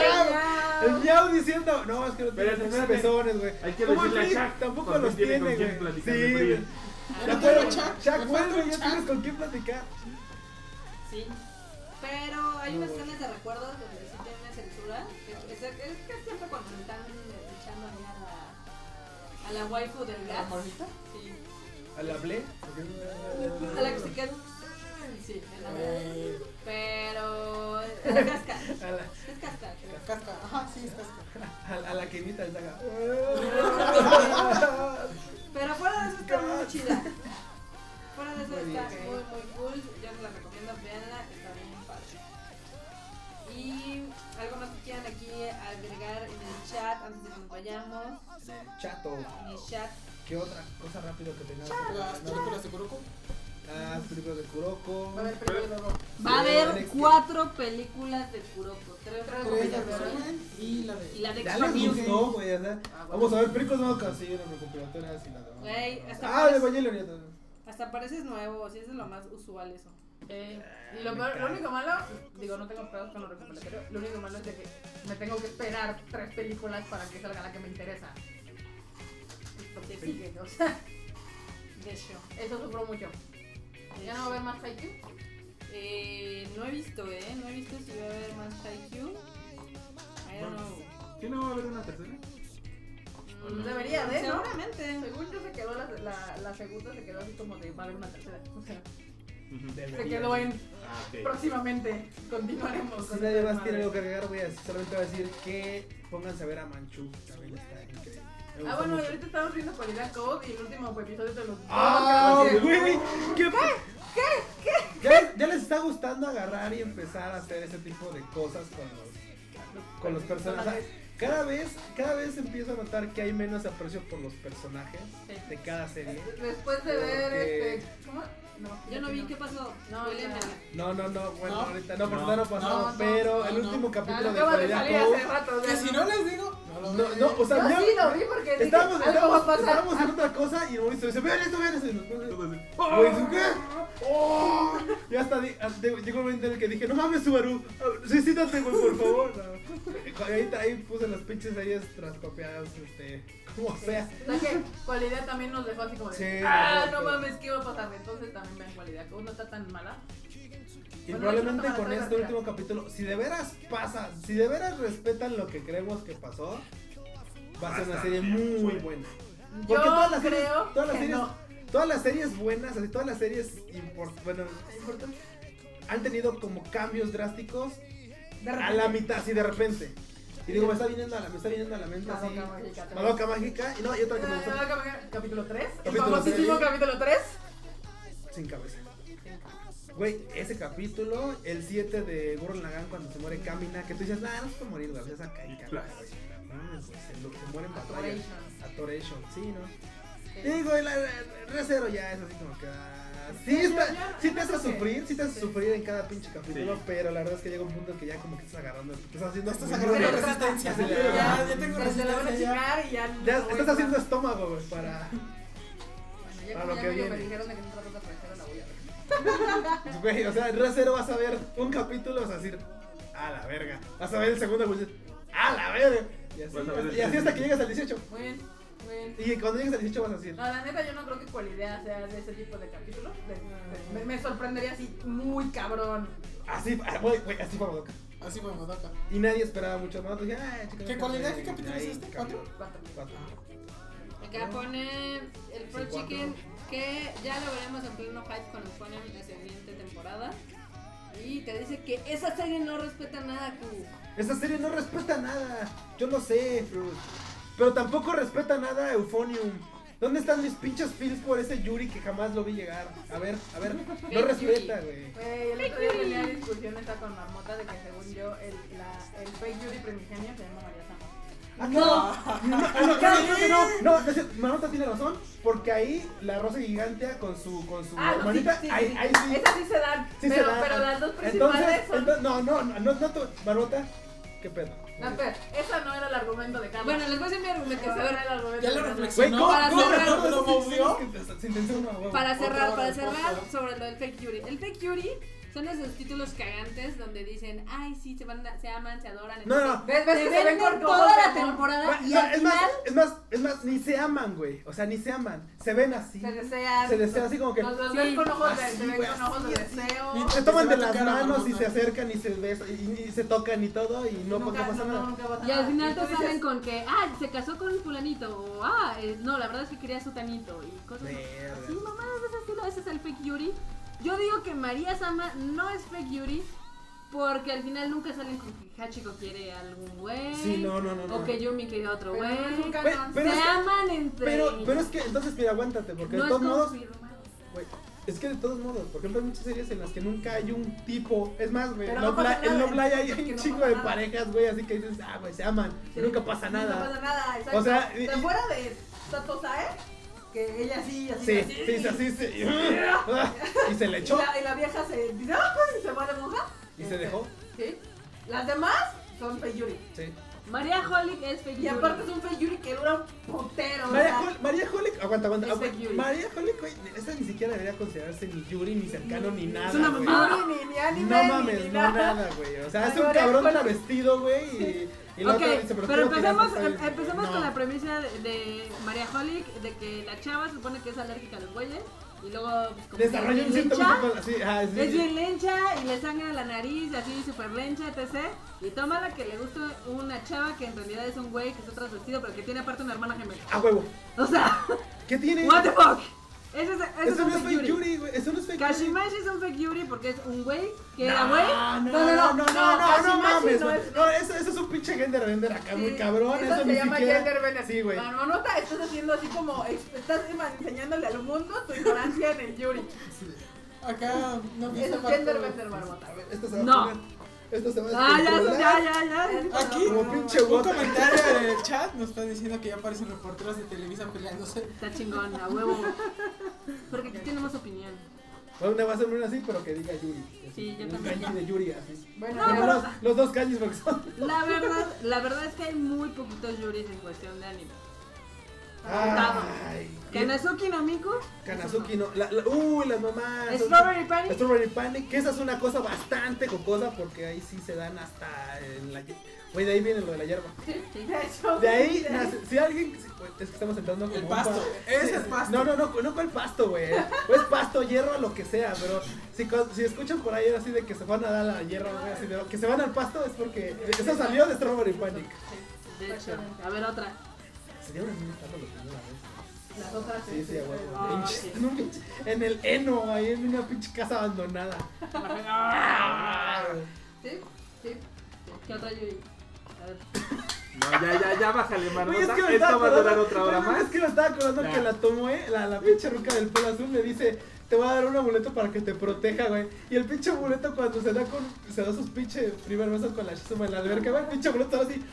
güey, güey, El wow. miau diciendo, no, es que no tiene Espérate, los espérate. pezones, güey. Hay que ¿Cómo el decirle a Free? Shaq, Tampoco porque los tiene con tiene, quién güey. platicar de Sí, Free. güey. Ya Ah, Me puedo, falta Chuck, Chuck, me falta vuelve, ya Chuck. tienes con quién platicar. Sí. Pero hay No, unas güey. escenas de recuerdos donde sí tiene censura. Es, es- es que es siempre cuando le están echando ahí a la, a la waifu del gas. Sí. ¿Al hablé? A la que se queda. Sí, en la verdad. Eh, Pero. Es casca. A la, Es casca. creo. Casca, ajá, sí, es casca. a, a la que imita el saga. Pero fuera de eso está muy chida. Fuera de eso Muy bien. está muy, muy cool. Yo se la recomiendo, veanla, está bien padre. Y algo más que quieran aquí agregar en el chat antes de que nos vayamos. Chato. En el chat. ¿Qué otra cosa rápido que tengas? Las películas de Kuroko. Ah, Las películas de Kuroko. A ver, primero de nuevo. Va a haber Alex, ¿qué? cuatro películas de Kuroko. Tres Tres de recomendaciones. resumen y la Y de. la de Ya les Expandido. gustó, güey. o sea, Ah, bueno. Vamos a ver películas nuevas que sí, eran recopilatorias y la demás. Güey, hasta Ah, de parece- Evangelion. ya también. Hasta pareces nuevo, si es de lo más usual eso. Eh, y lo, peor- lo único malo, digo, no tengo pedos con lo recopilatorio, lo único malo es de que me tengo que esperar tres películas para que salga la que me interesa. Entonces, sí, o sea, De hecho. eso sufro mucho. ¿Ya no va a haber más Haikyuu? Eh, no he visto, ¿eh? No he visto si va a haber más Haikyuu. I don't know. ¿Qué no va a haber una tercera? Mm, Debería de, ¿no? Seguramente. Según yo se quedó la, la, la segunda, se quedó así como de va a haber una tercera. O sea, se Debería. quedó en Ah, ok. próximamente continuaremos. Si con nadie esta más tiene madre. algo que agregar, voy a solamente voy a decir que pónganse a ver a Manchu. También está increíble. Me Ah, gustó bueno, y mucho. ahorita estamos viendo Cualidad Code y el último episodio de los. ¡Ah, que va a ser- güey! ¿Qué? ¿Qué? ¿Qué? Ya, ya les está gustando agarrar y empezar a hacer ese tipo de cosas con los, con los personajes. Cada vez, cada vez empiezo a notar que hay menos aprecio por los personajes Sí. de cada serie. Después de ver Porque- Ah, este. ¿Cómo? No, Yo no fíjate, vi qué pasó. No, Spoiléenme. ya. No, no, no, bueno, No. ahorita no, No. porque no, lo pasamos, No, no, pero no, el no. último capítulo de Acabo Ah, de Florida salir Cove- hace rato. o sea, Que si no les digo, no lo No, vean. no, o sea, Yo ya- sí lo vi porque dije, Estábamos, algo va a estábamos, pasar. estábamos en otra cosa y el Mauricio dice, vean esto, vean esto. Y nosotros, Todo así. güey, ¿sí ¿qué? ¡Oh! Yo hasta di- hasta llegó un momento en el que dije, no mames, Subaru, suicídate, güey, por favor. No. Ahí, ahí puse las pinches series trastopeadas, este, como sea. La que cualidad también nos dejó así como de, Sí, ah, exacto. no mames, ¿qué iba a pasar? Entonces también vean cualidad, que no está tan mala. Y Bueno, probablemente ahorita con me la este traigo, último capítulo, si de veras pasa, si de veras respetan lo que creemos que pasó, va a ser una Bastante serie muy buena. Porque Yo todas las series- creo todas las que series- no. Todas las series buenas, así, todas las series import- bueno, importantes, han tenido como cambios drásticos a la mitad, así de repente. Y digo, me está viniendo a la, me está viniendo a la mente así. Madoka Mágica tres. Madoka Mágica. Y no, y otra que me Eh, gustó, Madoka Mágica, Capítulo 3, el Capítulo famosísimo tres. capítulo 3. Sin cabeza. Güey, ese capítulo, el 7 de Gurren Lagann cuando se muere Kamina, que tú dices, nah, no se puede morir, güey, ya saca ahí, Kamina, güey. No, güey, se, lo- se muere en batalla. Atoration, sí, ¿no? Digo, el, recero ya es así como que... ah, Sí, Ya, está- ya, ya, sí te hace no sé. sufrir, sí te hace sufrir en cada pinche capítulo, Sí. pero la verdad es que llega un punto en que ya como que estás agarrando, estás haciendo... Estás Pero agarrando trata- resistencia. Sí, Ya, ya. ya tengo Se la van a resistencia. ya. chingar y ya no Ya voy estás a- haciendo estómago, güey, para... Bueno, <laughs> ya para como lo ya que medio viene. me dijeron de que no tratas de aparecer, la voy a ver. Güey, o sea, en Recero vas a ver un capítulo, vas a decir, a la verga. Vas a ver el segundo, güey, dices, a la verga. Y así, Vas a ver el y así hasta que siguiente. llegas al 18. Muy bien, muy bien. Y cuando llegues al 18 vas a decir, No, la neta yo no creo que cualidad sea de ese tipo de capítulos. De- Me, me sorprendería así muy cabrón. así, ah, güey, güey, así fue Madoka. Así fue Madoka. Y nadie esperaba mucho más. Dije, ay, chica, ¿Qué no, cualidad? güey, ¿Qué capítulo es ahí este? cambió. Cuatro. Cuatro. Acá pone el Pro Sí, cuatro. Chicken que ya lo veremos en pleno hype cuando ponen la siguiente temporada. Y te dice que esa serie no respeta nada, Q. Esta serie no respeta nada. Yo no sé, Fruit. Pero tampoco respeta nada Euphonium. ¿Dónde están mis pinches feels por ese Yuri que jamás lo vi llegar? A ver, a ver. No Yuri. respeta, güey. Güey, el otro día tenía discusión esta con Marmota de que según yo el, la, el fake Yuri primigenio se llama María Sama. Ah, No, no, no, claro, creo que no. No, es decir, Marmota tiene razón, porque ahí la rosa gigante con su, con su Ah, no, sí, hermanita, sí, ahí, sí. ahí sí. Esas sí se dan. sí se pero, dan. pero las dos principales Entonces, son... entonces- no, no, no, no, no, tú- Marmota, qué pedo. No, espera, esa no era el argumento de Carlos. Bueno, les voy a decir mi argumento. ese A no ver, era el argumento Ya lo de Carlos. Güey, reflexionó. ¿cómo? para ¿Cómo cerrar, recuerdo lo esas movió? escenas que te- Sin tensión, no, huevo. Para Otra cerrar, hora para de cerrar podcast. sobre lo del fake Yuri. El fake Yuri son esos títulos cagantes donde dicen, ay, sí, se, van a- se aman, se adoran. No, entonces, no. ¿Ves? ¿Ves? Te que se ven venden con toda la temporada. temporada Va, y no, al es más, final es más, es más, ni se aman, güey. O sea, ni se aman. Se ven así. Se desean. Se desean así como que. Los, los Sí, ven con ojos de, así, se ven güey, con ojos de deseo. Ni- Se toman Se va de a las tocar la manos y Marmota. se acercan y se besan y, y se tocan y todo y no nunca, nunca pasa no, nada. nunca pasa Y al nada. final tú te dices, salen con que, ah, se casó con fulanito, o ah, eh, no, la verdad es que quería su tanito, y cosas así. Verga. Sí, mamá, es ese estilo, ese es el fake Yuri. Yo digo que María Sama no es fake Yuri, porque al final nunca salen con que Hachiko quiere a algún güey, Sí, no, no, no. no. o que Yumi quiere a otro Pero güey. es un Se canon. Pero- pero es que- aman entre Pero, ellos. pero es que entonces, mira, aguántate, porque no de es todos modos, confirmado. güey, es que de todos modos, por ejemplo, hay muchas series en las que nunca hay un tipo, es más, güey, Pero en no Love pasa Li- en nada, Love Live hay es que un no chingo pasa de nada. parejas, güey, así que dices, ah, güey, se aman, y nunca pasa No nada. pasa nada, exacto. O sea, y- ¿Te acuerdas de Sato Sae? Que ella sí, así, Sí, así. sí, sí, sí, sí. <laughs> Y se le Y echó, la, y la vieja se dice, ah, pues, y se va de monja. y se dejó, Sí. Las demás son Feyuri. sí. María Holic es fake Y Yuri. aparte es un Feyuri que dura un putero. María, o sea, Hol- María Holic, aguanta, aguanta. Es aguanta. de Yuri. María Holic, güey, esa ni siquiera debería considerarse ni Yuri, ni cercano, ni nada. una güey. mamada. Ni, ni, ni anime, No ni- mames, ni no nada, güey. O sea, es un María cabrón Holic. travestido, güey. Y, y la Ok, otra dice, pero, quiero empecemos, tirar em- papel". empecemos No. con la premisa de, de María Holic, de que la chava se supone que es alérgica a los bueyes, y luego pues, como que Desarrolla es un bien síntoma. lencha, con la- Sí, ah, sí. es bien lencha y le sangra la nariz, y así súper lencha, etc. Y toma la que le gusta una chava que en realidad es un güey que está transvestido, pero que tiene aparte una hermana gemela. A Ah, huevo. O sea, ¿Qué tiene? what the fuck. Ese es, ese Eso no es fake Yuri. Yuri, güey. Eso no es fake Yuri. Kashimashi es un fake Yuri porque es un güey que era No, güey. Ah, No, no, no, no, no, no Kashimashi mames. no No, es- no, eso, eso es un pinche gender bender acá, muy Sí, cabrón. Eso, Eso se ni llama siquiera. gender bender. Sí, güey. Marmonota, estás haciendo así como. ex- Estás enseñándole al mundo tu ignorancia en el Yuri. Acá no Es viste un gender bender, Marmota. Esto se va a No. poner- Esto se va a Ah, ya, descontrolar. ya, ya, ya. Aquí, Como pinche un guata. comentario en el chat nos está diciendo que ya aparecen reporteros de Televisa peleándose. Está chingón, a huevo. Porque aquí tenemos opinión. Bueno, una va a ser una así, pero que diga Yuri. Sí, yo Un también, kanji ya. de Yuri, así. Bueno, No, ya. pero- los, los dos calles porque son. La verdad, la verdad es que hay muy poquitos yuris en cuestión de anime. Ay, Kanazuki no Miku. Kanazuki no. La, la- uy, las Ah, mamás. son- Strawberry Panic. Strawberry Panic, que esa es una cosa bastante jocosa porque ahí sí se dan hasta en la Oye, de ahí viene lo de la hierba. De hecho, De ahí nace- si alguien si- güey, es que estamos entrando como El un pasto. pa- Ese sí, es pasto. No, no, no, no con el pasto, güey. O es pasto, hierba, lo que sea, pero si, co- si escuchan por ahí así de que se van a dar a la hierba, güey, así de que se van al pasto es porque eso salió de Strawberry Panic. De hecho, a ver <laughs> otra. Sería una mini estatua la primera ¿eh? vez. las otras Sí, sí, a huevo. Ah, Pinches- sí. <laughs> en un pinche- En el Eno, ahí en una pinche casa abandonada. Ah, ¿Sí? ¿Sí? ¿Qué otra yuri? A ver. No, ya, ya, ya, bájale, Güey, Marmota. me Esto estaba va a durar acordando- otra hora no, no, más. Es que me estaba acordando Ya. que la tomó, eh, la, la pinche ruca del pelo azul le dice, te voy a dar un amuleto para que te proteja, güey. Y el pinche amuleto cuando se da con, se da sus pinche primer besos con la Shizuma en la alberca, güey, el pinche <laughs> amuleto así.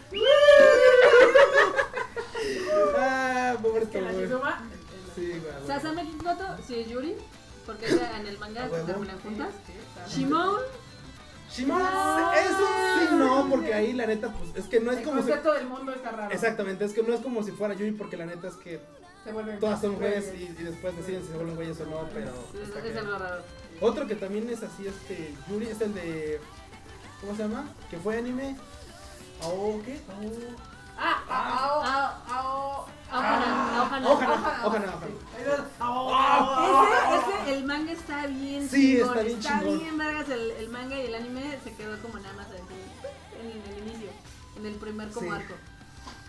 ah, pobre Que tomó. la Sí, güey. Shizuma. a huevo. Sasame Kikoto, sí es yuri. Porque ella en el manga A huevo. terminan juntas. Ah, Sí, está bien. Shimon, Shimon, Ah, eso sí no, porque ahí la neta, pues, es que no es El como si... concepto del mundo está raro. Exactamente, es que no es como si fuera Yuri porque la neta es que Se vuelven todas son güeyes y, y después deciden si se vuelven güeyes o no, pero... es, está es cabrón. algo raro. Otro que también es así, este, Yuri, es el de. ¿Cómo se llama? Que fue anime. ¿Ao qué? Ao. Ah, ah, ah, Ah, Ohana, Ohana. Ojana, ojana, ojana. Ese, ese, el manga está bien Sí, chingón. está bien chingón. vergas el, el manga y el anime se quedó como nada más así, en, el- en el inicio, en el primer como Sí. arco.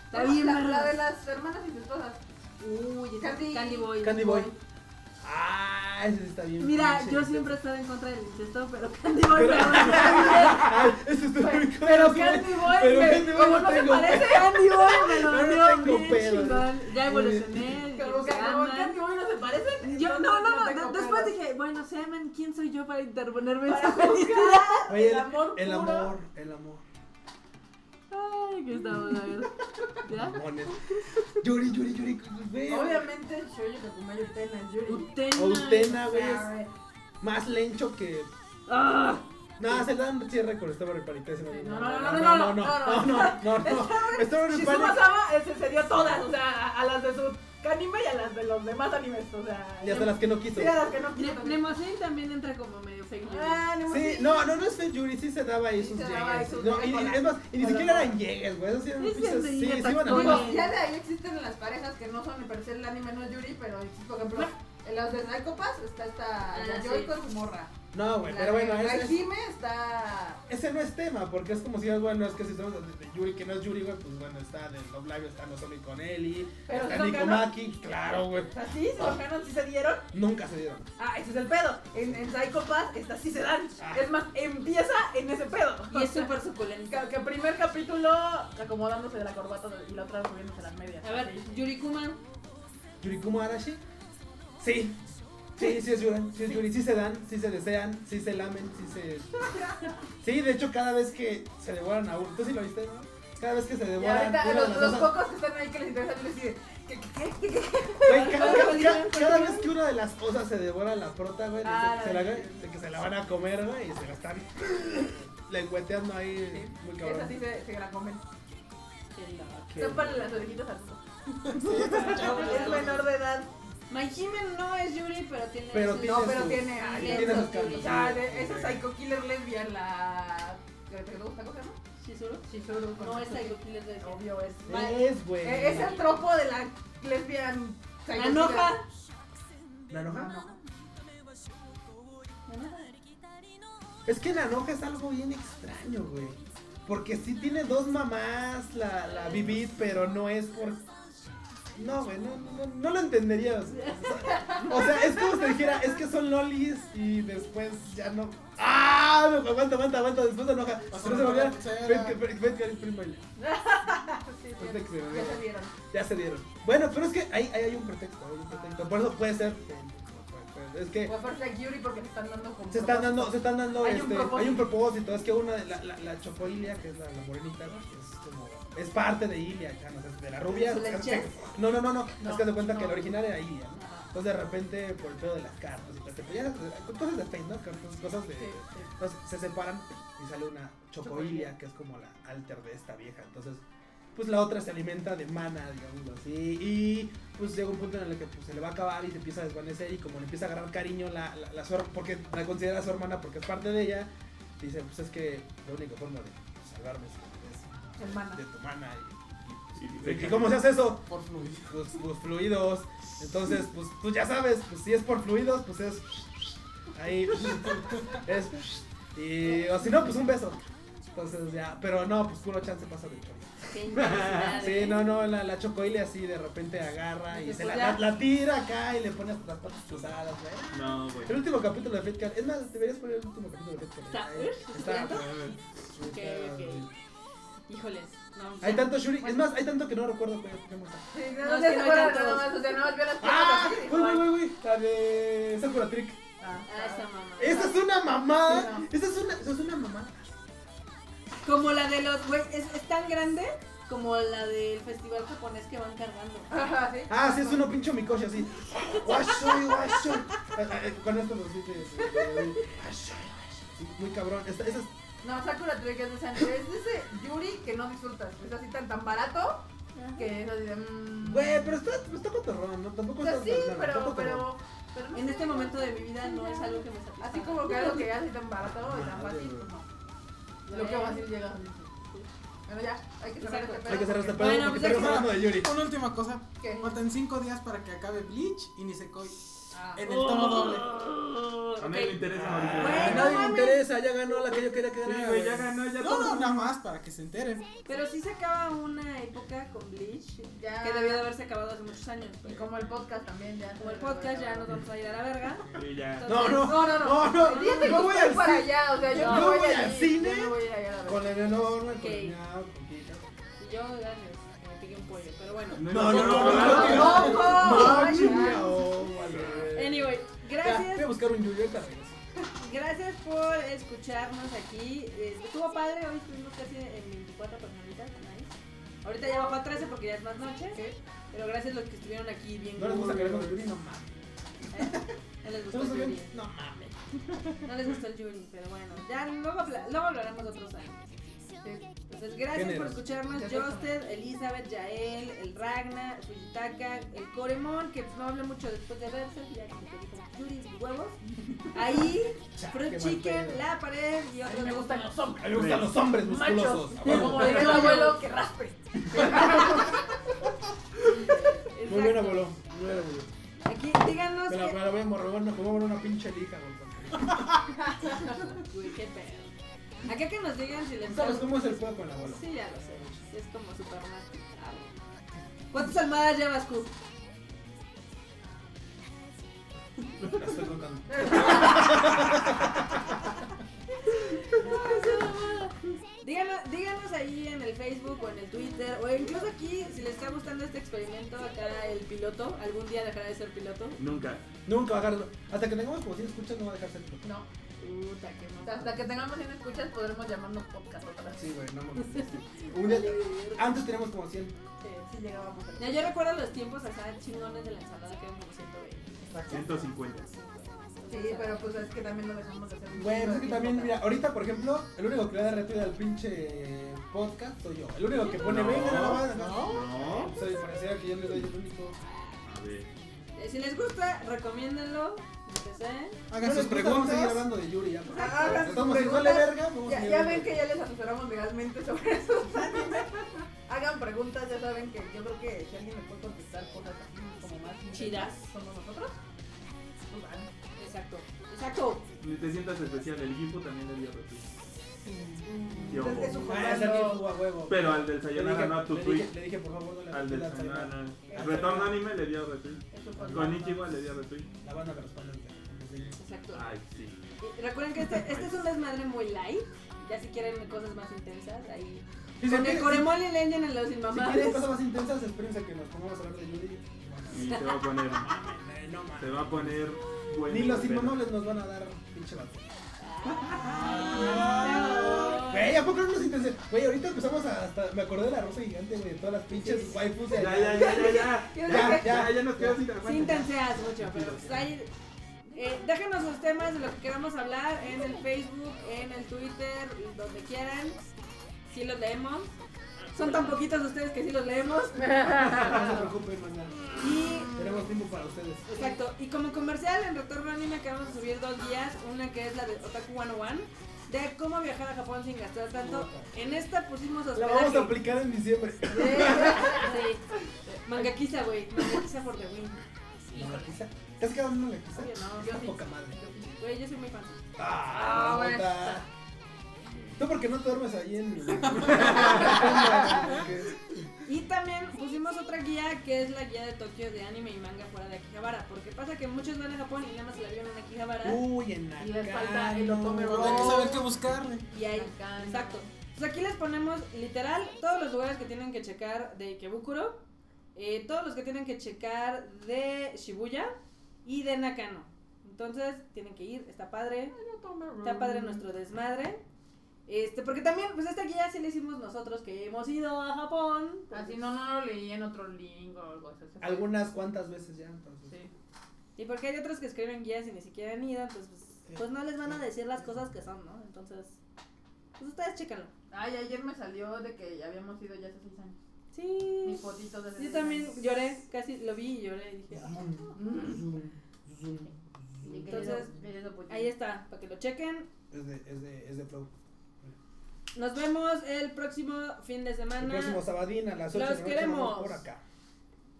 Está bien la, la vergas. de las hermanas incestuosas. Uy, ese Candy- Candy Boy. Candy Boy. Ah, ese está bien. Mira, pinche. yo siempre he estado en contra del incesto, pero Candy Boy me Ay, Ah, ese está muy cool, Pero güey. Candy Boy, Pero me- Candy Boy como no no se tengo parece, <laughs> Candy Boy me lo Yo no dio tengo bien pedo. ¿eh? chingón. Ya evolucioné. Como que se como aman. Candy Boy no se parecen. Yo, no, no, no, tengo de- después pedos. dije, bueno, se aman, ¿quién soy yo para interponerme en Para esa juzgar. felicidad? Oye, El amor El puro. amor, el amor. <laughs> Ay, que estamos, a ver. ¿Ya? Mamones. Yuri, Yuri, Yuri. güey. Obviamente, Shoyo Kakumayo Utena es Yuri. Utena. Outena, güey, es Sabe. más lencho que. Ah, No, se le dan cierre con Strawberry Panic. ese No, no, no, no, no, no, no, no, no. Strawberry Panic. Shizuma Sama eh, se, se dio todas, o sea, a, a las de su anime y a las de los demás animes, o sea. Y hasta las que no quiso. Sí, a las que no quiso Ne- también. Nemosen también entra como medio fake news. Ah, Nemo Sí, no, no, no es fake Yuri, sí se daba ahí Sí sus se daba ahí llegues. sus No, llegues y, con y- la- es más, y ni con la siquiera morra. eran llegues, güey. Esos sí eran Sí, pinches- sí, sí, sí iban a tacón. Digo, Oye. ya de ahí existen las parejas que no son, me parece el anime no es Yuri, pero existe, por ejemplo, en las de Psychopass está esta Ah, Yayoi sí. con su morra. No, güey, La pero bueno, de ese, es- Hajime está... ese no es tema, porque es como si, ah, bueno, es que si estamos de, de Yuri, que no es Yuri, güey, pues bueno, está del Love Live, está Nozomi con Eli, Pero está si son Nikomaki, claro, güey. O sea, sí, si los ganan, sí se dieron. Nunca se dieron. Ah, ese es el pedo. En, en Psycho Pass, estas sí se dan. Ah. Es más, empieza en ese pedo. Y es súper suculento. Que, que primer capítulo acomodándose de la corbata y la otra subiéndose las medias. A ver, Yurikuma. ¿Yurikuma Arashi? Sí. Sí, sí es Yuri, sí es Yuri, sí se dan, sí se desean, sí se lamen, sí <laughs> se... Sí, de hecho, cada vez que se devoran a uno, tú sí lo viste, ¿no? Cada vez que se Y devoran una ahorita los, de las los dos- pocos que están ahí que les interesa les dicen, ¿qué, qué, qué, qué, qué? Güey, ca- ca- ca- cada vez que una de las cosas se devora a la prota, güey, Ah, se, se la, la- de que se la van a comer, güey, y se la están lengüeteando ahí muy Esa sí cabrón. se, se la comen. Que- Tópale las orejitas al puto. Es My menor de edad. Hime no es Yuri, pero tiene. Pero sus- tiene No, pero sus- tiene. Ah, ay, ya tiene eso, sus cambios, ya, sí. de- Esa psycho killer lesbian, la. ¿Te te gusta cómo se llama? ¿Shizuru? Shizuru. No es Psycho Killer de Obvio es. Es, güey. Eh, Es el tropo de la lesbian. psycho killer. Anoha. ¿La enoja? Anoha. Es que la enoja es algo bien extraño, güey. Porque sí tiene dos mamás, la, la Vivid, pero no es por... No, güey, no, no, no lo entendería. O sea, o sea, es como si te dijera, es que son lolis y después ya no... ¡Ah! Aguanta, aguanta, aguanta, después se enoja. O sea, Pero se no, volvía- o sea, Ven, era- que- ven, ven, que el primo ya. Sí, Ahorita que se me Ya vea. se vieron. Ya se dieron. Bueno, pero es que ahí, ahí hay un pretexto, hay un pretexto. Por eso puede ser. que- puede- puede- es que Fue First Like Yuri porque se están dando como. se están dando, se están dando, Hay un este, propósito. hay un propósito, es que una, de la, la, la chocoilia, que es la, la morenita, ¿no? es como, es parte de Ilia, ya, no, es de la rubia, Es la <laughs> es que- chef. no, no, no, no, es No, que de cuenta que no. la original era Ilia, ¿no? Ajá. Entonces de repente, por el pedo de las cartas y todo ese pedo, ya, pues, cosas de Face, ¿no? Cartas- Cosas de, Sí, sí. entonces pues, se separan y sale una chocoilia, que es como la alter de esta vieja. Entonces, pues la otra se alimenta de mana, digamos así. Y pues llega un punto en el que pues, se le va a acabar y se empieza a desvanecer. Y como le empieza a agarrar cariño la, la, la su her- porque la considera su hermana porque es parte de ella, dice: Pues es que la única forma de salvarme es Hermana. de tu mana. Y, pues, y- Y- y- ¿y ¿Cómo se hace eso? Por fluir. Pues, pues, fluidos. Entonces, pues tú ya sabes, pues si es por fluidos, pues es. Ahí. Es. Y. O si no, pues un beso. Entonces ya. Pero no, pues puro chance pasa de chorizo. Qué intensidad, Sí, ¿eh? no, no, la, la chocoile así de repente agarra y Dices, se la, pues, la, la tira acá y le pone hasta las patas cruzadas, güey. No, güey. El último capítulo de Fitcar. Es más, deberías poner el último capítulo de Está- Fitcar. ¿Está- está- ok. Híjoles, no. Pues, Hay tanto Shuri. Es más, hay tanto que no recuerdo que está. Sí, No, no, es se que no hay acuerdan tantos. nada más, o sea, nada más vio las ¡Ah! piernas así, Güey, güey, igual. güey, güey. La de Sakura Trick. Ah, Ah, esa mamá. Esa es una Sí, mamá. no. Esa es una, esa es una mamá. Como la de los, güey, es, es tan grande como la del festival japonés que van cargando. Ajá, sí. <laughs> Ah, sí, es uno pincho micoche así. Washoy, washoy. Eh, eh, Con esto los dices. Muy cabrón. Esta- esa es- No, Sakura Trick es de sangre. Es de ese Yuri que no disfrutas. Es así tan, tan barato que es así de. mm. Güey, pero está, pues, está cotorrón, ¿no? O Tampoco sea, está Pues sí, tan- está pero. cotorrón. pero, pero no En sé, este momento de mi vida no es algo que me satisfaga. Así como que algo que ya así tan barato y tan Madre, fácil. güey. no. Lo que fácil llega. así. Bueno, ya, hay que cerrar este pedo. Hay que cerrar este Bueno, porque- pedo porque pues hay estamos hablando de Yuri. Una última cosa. ¿Qué? Faltan 5 días para que acabe Bleach y Nisekoi Ah. en el tomo doble. A nadie le Ah, interesa ahorita. A nadie le interesa, ya ganó la que yo quería que Sí, ganara. güey, ya ganó, ya No, todo. no, nada más para que se enteren. Pero sí se acaba una época con Bleach Ya. que debió de haberse acabado hace muchos años. Y como el podcast también, ya. Como el podcast ya nos vamos a ir a la verga. Sí, ya. No, no, No, no, no. no, no. Ya te No voy gustó al para cine. allá, o sea, yo No no, voy, voy a al ir, cine. Yo no voy a ir allá a la verga. Con el enorme, con el Ok. ñao, con Kika. Y yo, gracias, que me pique un pollo, pero bueno. No, no, no, no, no, no, no, no, no, chinga, no. oh, vale. Anyway, Ya, Voy a Gracias, buscar un Yuri, ahorita regreso. gracias por escucharnos aquí. Eh, Estuvo padre, hoy estuvimos casi en 24 personitas, nice. Ahorita ya bajó a 13 porque ya es más noche. Pero gracias a los que estuvieron aquí bien. No les gusta cool. ¿Eh? que hablemos de Yuri, no mames. No les gustó ¿Estamos el Yuri. bien? No mames. No les gustó el Yuri, pero bueno. Ya luego, habla- luego hablaremos otros años. Entonces, gracias por Géneros. escucharnos, Josted, Elizabeth, Yael, el Ragna, Fujitaka, el Coremón, que pues, no hablé mucho después de Berserk, ya como que dijo Yuri y huevos. <laughs> Ahí, Cha, qué Fruit mal Chicken, pedo. La Pared y otros. me gustan los hombres. A mí me gustan los hombres Machos. musculosos. A huevo. Como diría el abuelo, que raspe. Muy Exacto. buena, boludo. Muy buena, boludo. Aquí, díganos. Me la, qué- me la voy a morregar, no, como una pinche lija, boludo. Uy, qué pedo. Acá que nos digan si les ¿Sabes cómo es el fuego con la bola? Sí, ya lo sé. Es como super nasty. Ah, bueno. ¿Cuántas almadas llevas, Cook? <laughs> La estoy contando. Díganos, díganos ahí en el Facebook o en el Twitter o incluso aquí si les está gustando este experimento acá el piloto, algún día dejará de ser piloto. Nunca. Nunca va a dejar. Hasta que tengamos como 100 escuchas, no va a dejar ser piloto. No, Puta, qué hasta que tengamos 100 escuchas podremos llamarnos podcast otra vez. Sí, güey, no mames. Un día. Antes teníamos como 100. Sí, llegábamos. Ya yo recuerdo los tiempos acá chingones de la ensalada que eran como 120. 150. Sí, pero pues es que también lo dejamos de hacer. Güey, pues es que también, mira, ahorita, por ejemplo, el único que le da retweet al pinche podcast soy yo. El único que pone, No. venga, la banda. No. No. Soy pareciera que yo le doy el único. A ver. Eh, Si les gusta, recomiéndenlo. empecé. Hagan sus Vamos a seguir preguntas. hablando de Yuri ya. porque Ah, hagan sus Estamos en preguntas. vale verga. vamos a Ya, seguir ya ven hablando. que ya les asesoramos legalmente sobre <laughs> esos animes. Hagan preguntas, ya saben que yo creo que si alguien me puede contestar cosas así como más Chidas. somos nosotros. Pues van. Exacto. Exacto. Ni te sientas especial. El Gifu también le dio retweet. Qué ojo. Es que su Ah, es el jugando- Gifu, a huevo. Pero al del Le Sayonara dije, no a tu le tweet. dije- le dije, por favor, no le Al del la- Sayonara. no. Al retorno anime le dio retweet. es su Con jugando. Ichigo le dio retweet. La banda me responde. ahorita. Exacto. Ay, sí. Y recuerden que este, este es un desmadre muy light. Ya si quieren cosas más intensas, ahí. Y si Con el quieren- coremol y el engine en los Si quieren inmamables. cosas más intensas, espérense que nos pongamos a hablar de Yuri. Y se va a poner. Se va a poner Bueno, Ni los pero- inmamables nos van a dar pinche <laughs> vato. Ah. Güey, ¿a poco no nos intenté? Güey, ahorita empezamos a hasta. Me acordé de la rosa gigante, güey, de todas las pinches waifus de Ya, allá. ya, ya, ya, ya. Ya, Ya, ya, ya, ya nos quedamos sin Sí, aguante. intenseas mucho, pero pues ahí. eh, déjenos los temas de lo que queramos hablar en el Facebook, en el Twitter, donde quieran. Sí los leemos. Son tan poquitos ustedes que sí los leemos. No se preocupen, mañana. Y Tenemos tiempo para ustedes. Exacto, y como comercial en Retorno Anime acabamos de subir dos guías, una que es la de Otaku 101, de cómo viajar a Japón sin gastar tanto. En esta pusimos La vamos a hospedaje. aplicar en diciembre. Sí, sí. Mangakisa, güey, mangakisa por the win. ¿La quizá? ¿Te has quedado en una quizá? Oye, no, Está yo sí. poca madre. Güey, yo soy muy fan. Ah, bueno. puta. Tú porque no te duermes ahí en en la- porque- Y también pusimos otra guía que es la guía de Tokio de anime y manga fuera de Akihabara, porque pasa que muchos van a Japón y nada más se la vieron en Akihabara. Uy, en Y les acá, falta el no. otome Pero hay que saber qué buscarle. Y ahí, Acá, exacto. Pues aquí les ponemos literal todos los lugares que tienen que checar de Ikebukuro, eh, todos los que tienen que checar de Shibuya y de Nakano. Entonces tienen que ir, está padre, está padre Mm. nuestro desmadre. Este, porque también, pues esta guía sí la hicimos nosotros que hemos ido a Japón. Así Ah, no, no lo leí en otro link o algo así. Algunas cuantas veces ya, entonces. Sí. Y porque hay otros que escriben guías y ni siquiera han ido, entonces pues, pues no les van a decir las cosas que son, ¿no? Entonces, pues ustedes chécanlo. Ay, ayer me salió de que ya habíamos ido ya hace seis años. Mi Sí. fotito de Yo también lloré, casi lo vi y lloré y dije, "Ah". Entonces, Entonces, Ahí está, para que lo chequen. Es de, es de, es de Flow. Nos vemos el próximo fin de El semana. próximo sabadín a las 8 Los queremos. por acá.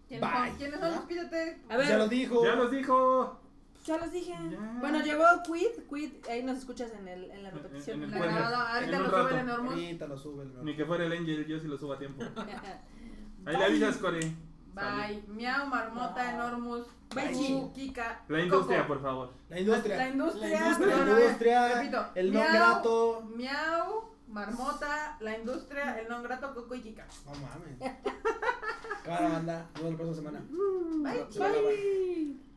¿Quiénes Bye. son? ¿Quiénes son? Despídete. A Ya lo ver, dijo. Ya los dijo. ya los dije. Ya. Bueno, llegó Quid, Quid, ahí nos escuchas en, el, en la En- en- repetición. en el La grabada, ahorita En un lo sube el rato. enorme. Ahorita lo sube el Ni que fuera el Angel, yo sí lo subo a tiempo. Ahí Bye. le avisas, Core. Bye. Miau, marmota, enormus. Bye, Cu, chi. Kika. La industria, Coco. por favor. La industria. La industria. La industria. no, La no, no, industria, repito, el no miau, grato. Miau, marmota, la industria, el no grato, coco y kika. No mames. Cara, banda. Nos vemos la próxima semana. Bye. Bye. Bye.